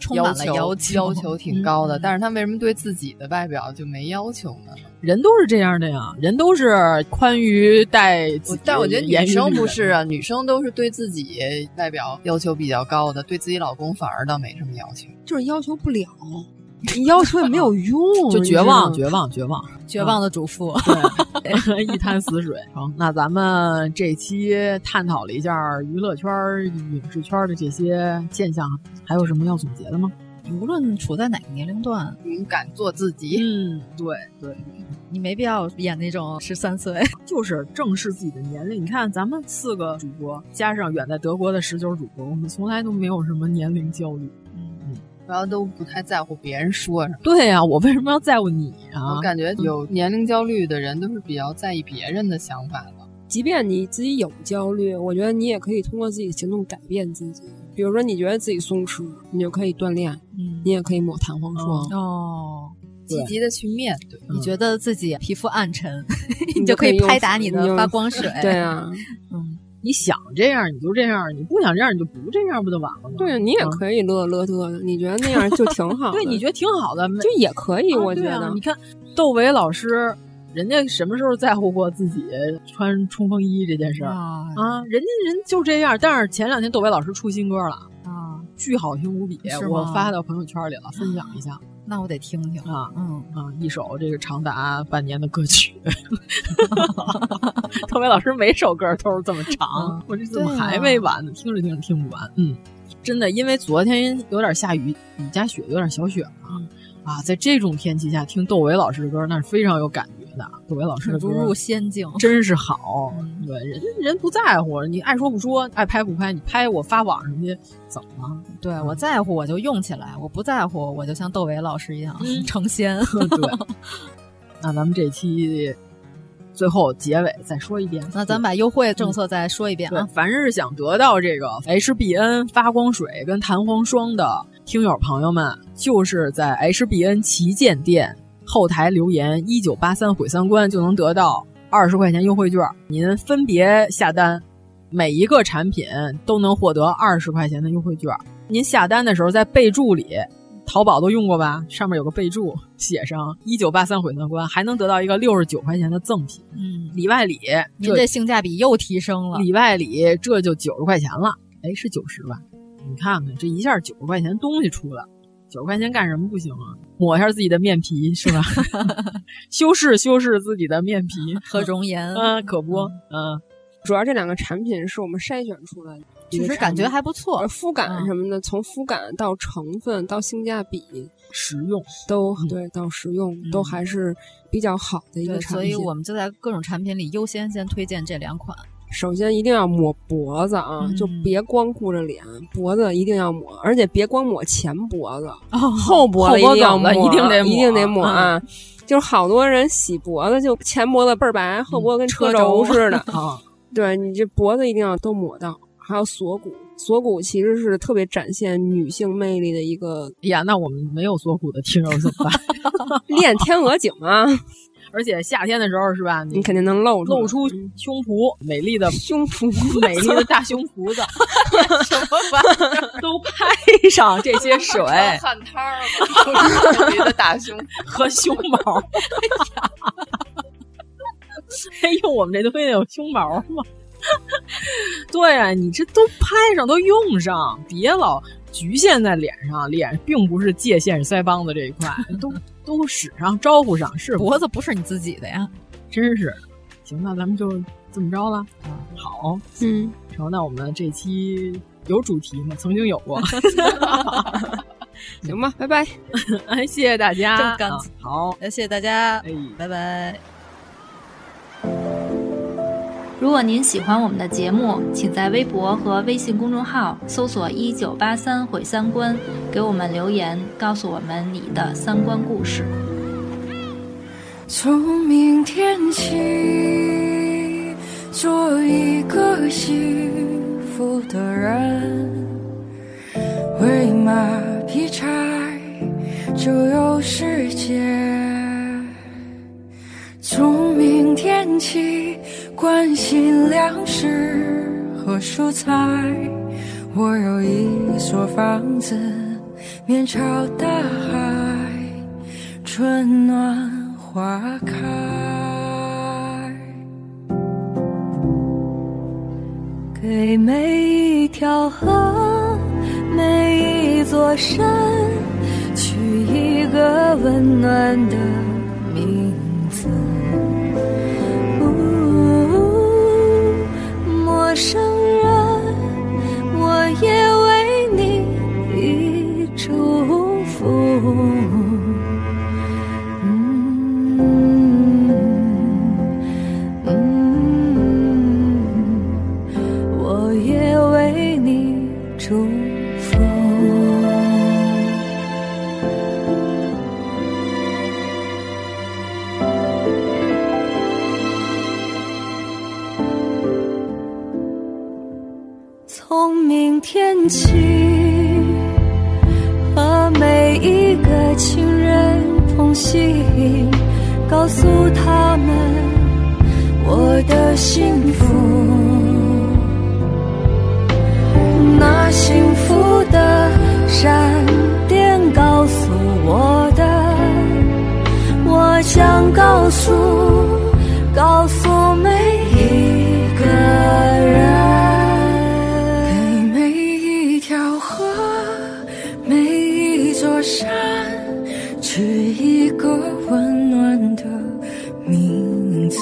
Speaker 7: 充
Speaker 5: 要
Speaker 7: 满了
Speaker 5: 求要
Speaker 7: 要求
Speaker 5: 求挺高
Speaker 8: 嗯
Speaker 5: 的，但是他为什么对自己的外表就没要求呢？
Speaker 8: 人都是这样的呀，人都是宽于待自己
Speaker 5: 但我觉得
Speaker 8: 严
Speaker 5: 女
Speaker 8: 于
Speaker 5: 生
Speaker 8: 律
Speaker 5: 不
Speaker 8: 人，
Speaker 5: 是啊，女生都是对自己外表要求比较高的，对自己老公反而倒没什么要求。
Speaker 2: 就是要求不了，你要求也没有用
Speaker 8: 就绝望，
Speaker 2: 你知
Speaker 8: 绝
Speaker 2: 道吗。
Speaker 8: 望，绝望，
Speaker 7: 绝望的主妇，
Speaker 8: 对， 一滩死水。好，那咱们这期探讨了一下娱乐圈、影视圈的这些现象，还有什么要总结的吗？
Speaker 10: 嗯
Speaker 7: 无论处在哪个年龄段，
Speaker 5: 勇敢做自己，
Speaker 8: 嗯，对对，
Speaker 7: 你没必要演那种十三岁。
Speaker 8: 就是正视自己的年龄。你看，咱们四个主播加上远在德国的十九主播，我们从来都没有什么年龄焦虑。
Speaker 5: 嗯
Speaker 8: 嗯
Speaker 5: 然后都不太在乎别人说什么。
Speaker 8: 对呀、我为什么要在乎你啊？
Speaker 5: 我感觉有年龄焦虑的人都是比较在意别人的想法的。
Speaker 2: 即便你自己有焦虑，我觉得你也可以通过自己的行动改变自己。比如说，你觉得自己松弛，你就可以锻炼，
Speaker 7: 嗯
Speaker 2: 你也可以抹弹簧霜。
Speaker 8: 哦，
Speaker 5: 积极的去面对。
Speaker 10: 你觉得自己皮肤暗沉， 你就可以拍打你的发光水。
Speaker 2: 对啊，
Speaker 8: 嗯，你想这样你就这样，你不想这样你就不这样，不就完了吗？嗯
Speaker 2: 对，你也可以乐乐乐的，你觉得那样就挺好。啊
Speaker 8: 对，你觉得挺好的，啊
Speaker 2: 就也可以，我觉得。
Speaker 8: 你看窦唯老师。人家什么时候在乎过自己穿冲锋衣这件事儿啊？人家人就这样。但是前两天窦唯老师出新歌了啊，巨好听无比，我发到朋友圈里了，分享一下。
Speaker 10: 那我得听听
Speaker 8: 啊，嗯啊，一首这个长达半年的歌曲， 窦唯老师每首歌都是这么长，我这怎么还没完呢？听着听着听不完，嗯，真的，因为昨天有点下雨，你家雪有点小雪啊啊，在这种天气下听窦唯老师的歌，那是非常有感觉。窦唯老师的
Speaker 10: 如入仙境，
Speaker 8: 真是好。
Speaker 10: 嗯
Speaker 8: 对，人人不在乎，你爱说不说，爱拍不拍，你拍我发网上去，怎么了？
Speaker 10: 对我在乎我就用起来，我不在乎我就像窦唯老师一样成仙。
Speaker 8: 对， 那咱们这期最后结尾再说一遍，
Speaker 10: 那咱把优惠政策再说一遍啊！
Speaker 8: 凡是想得到这个 HBN 发光水跟弹簧霜的听友朋友们，就是在 HBN 旗舰店。后台留言“一九八三毁三观”就能得到二十块钱优惠券，您分别下单，每一个产品都能获得二十块钱的优惠券。您下单的时候在备注里，淘宝都用过吧？上面有个备注，写上“一九八三毁三观”，还能得到一个六十九块钱的赠品。
Speaker 10: 嗯，
Speaker 8: 里外里，
Speaker 10: 您这性价比又提升了。
Speaker 8: 里外里，这就九十块钱了。哎，是九十吧？你看看这一下九十块钱东西出来。九十块钱干什么不行啊？抹一下自己的面皮是吧？ 修饰修饰自己的面皮
Speaker 10: 和容颜，
Speaker 8: 嗯、啊，可不，嗯、啊，
Speaker 2: 主要这两个产品是我们筛选出来的，
Speaker 10: 确实感觉还不错，
Speaker 2: 肤感什么的，嗯、从肤感到成分到性价比、
Speaker 8: 实用
Speaker 2: 都对，到实用、嗯、都还是比较好的一个产
Speaker 10: 品，所以我们就在各种产品里优先先推荐这两款。
Speaker 2: 首先一定要抹脖子
Speaker 10: 嗯
Speaker 2: 啊，就别光顾着脸，脖子一定要抹，而且别光抹前脖子，哦后脖子一定要抹，一定
Speaker 8: 得
Speaker 2: 一定得抹啊！就是好多人洗脖子，就前脖子倍儿白，后脖子跟嗯车
Speaker 10: 轴
Speaker 2: 似 的啊。对你这脖子一定要都抹到，还有锁骨，锁骨其实是特别展现女性魅力的一个。
Speaker 8: 哎呀，那我们没有锁骨的听友怎么办？
Speaker 2: 练天鹅颈啊！
Speaker 8: 而且夏天的时候是吧，
Speaker 2: 你肯定能露嗯
Speaker 8: 出露出胸脯，美丽的
Speaker 2: 胸脯，
Speaker 8: 美丽的大胸 脯子，
Speaker 10: 什么玩意儿
Speaker 8: 都拍上这些水，
Speaker 5: 汗摊儿，美丽的大胸
Speaker 8: 和胸毛。哎呦，我们这都非得有胸毛吗？ 对啊，你这都拍上，都用上，别老局限在脸上，脸并不是界限是腮帮子这一块，都。都使上，招呼上，是
Speaker 10: 脖子不是你自己的呀，
Speaker 8: 真是。行，那咱们就这么着了。嗯、好，
Speaker 10: 嗯，
Speaker 8: 成，那我们这期有主题吗？曾经有 过。
Speaker 2: 行吧，拜拜。
Speaker 8: 哎，谢谢大家。
Speaker 10: 真干、啊、
Speaker 8: 好，
Speaker 10: 谢谢大家。
Speaker 8: 哎，
Speaker 10: 拜拜。
Speaker 12: 如果您喜欢我们的节目，请在微博和微信公众号搜索“一九八三毁三观”，给我们留言，告诉我们你的三观故事。
Speaker 13: 从明天起，做一个幸福的人，喂马劈柴就有世界。从明天起，关心粮食和蔬菜。我有一所房子，面朝大海，春暖花开。给每一条河，每一座山，取一个温暖的名字。陌生人，我也为你一祝福。嗯嗯，我也为你祝福。从明天起，和每一个情人同行。
Speaker 8: 的幸福，那幸福的闪电告诉我的，我想告诉，告诉每一个人，给每一条河，每一座山，取一个温暖的名字。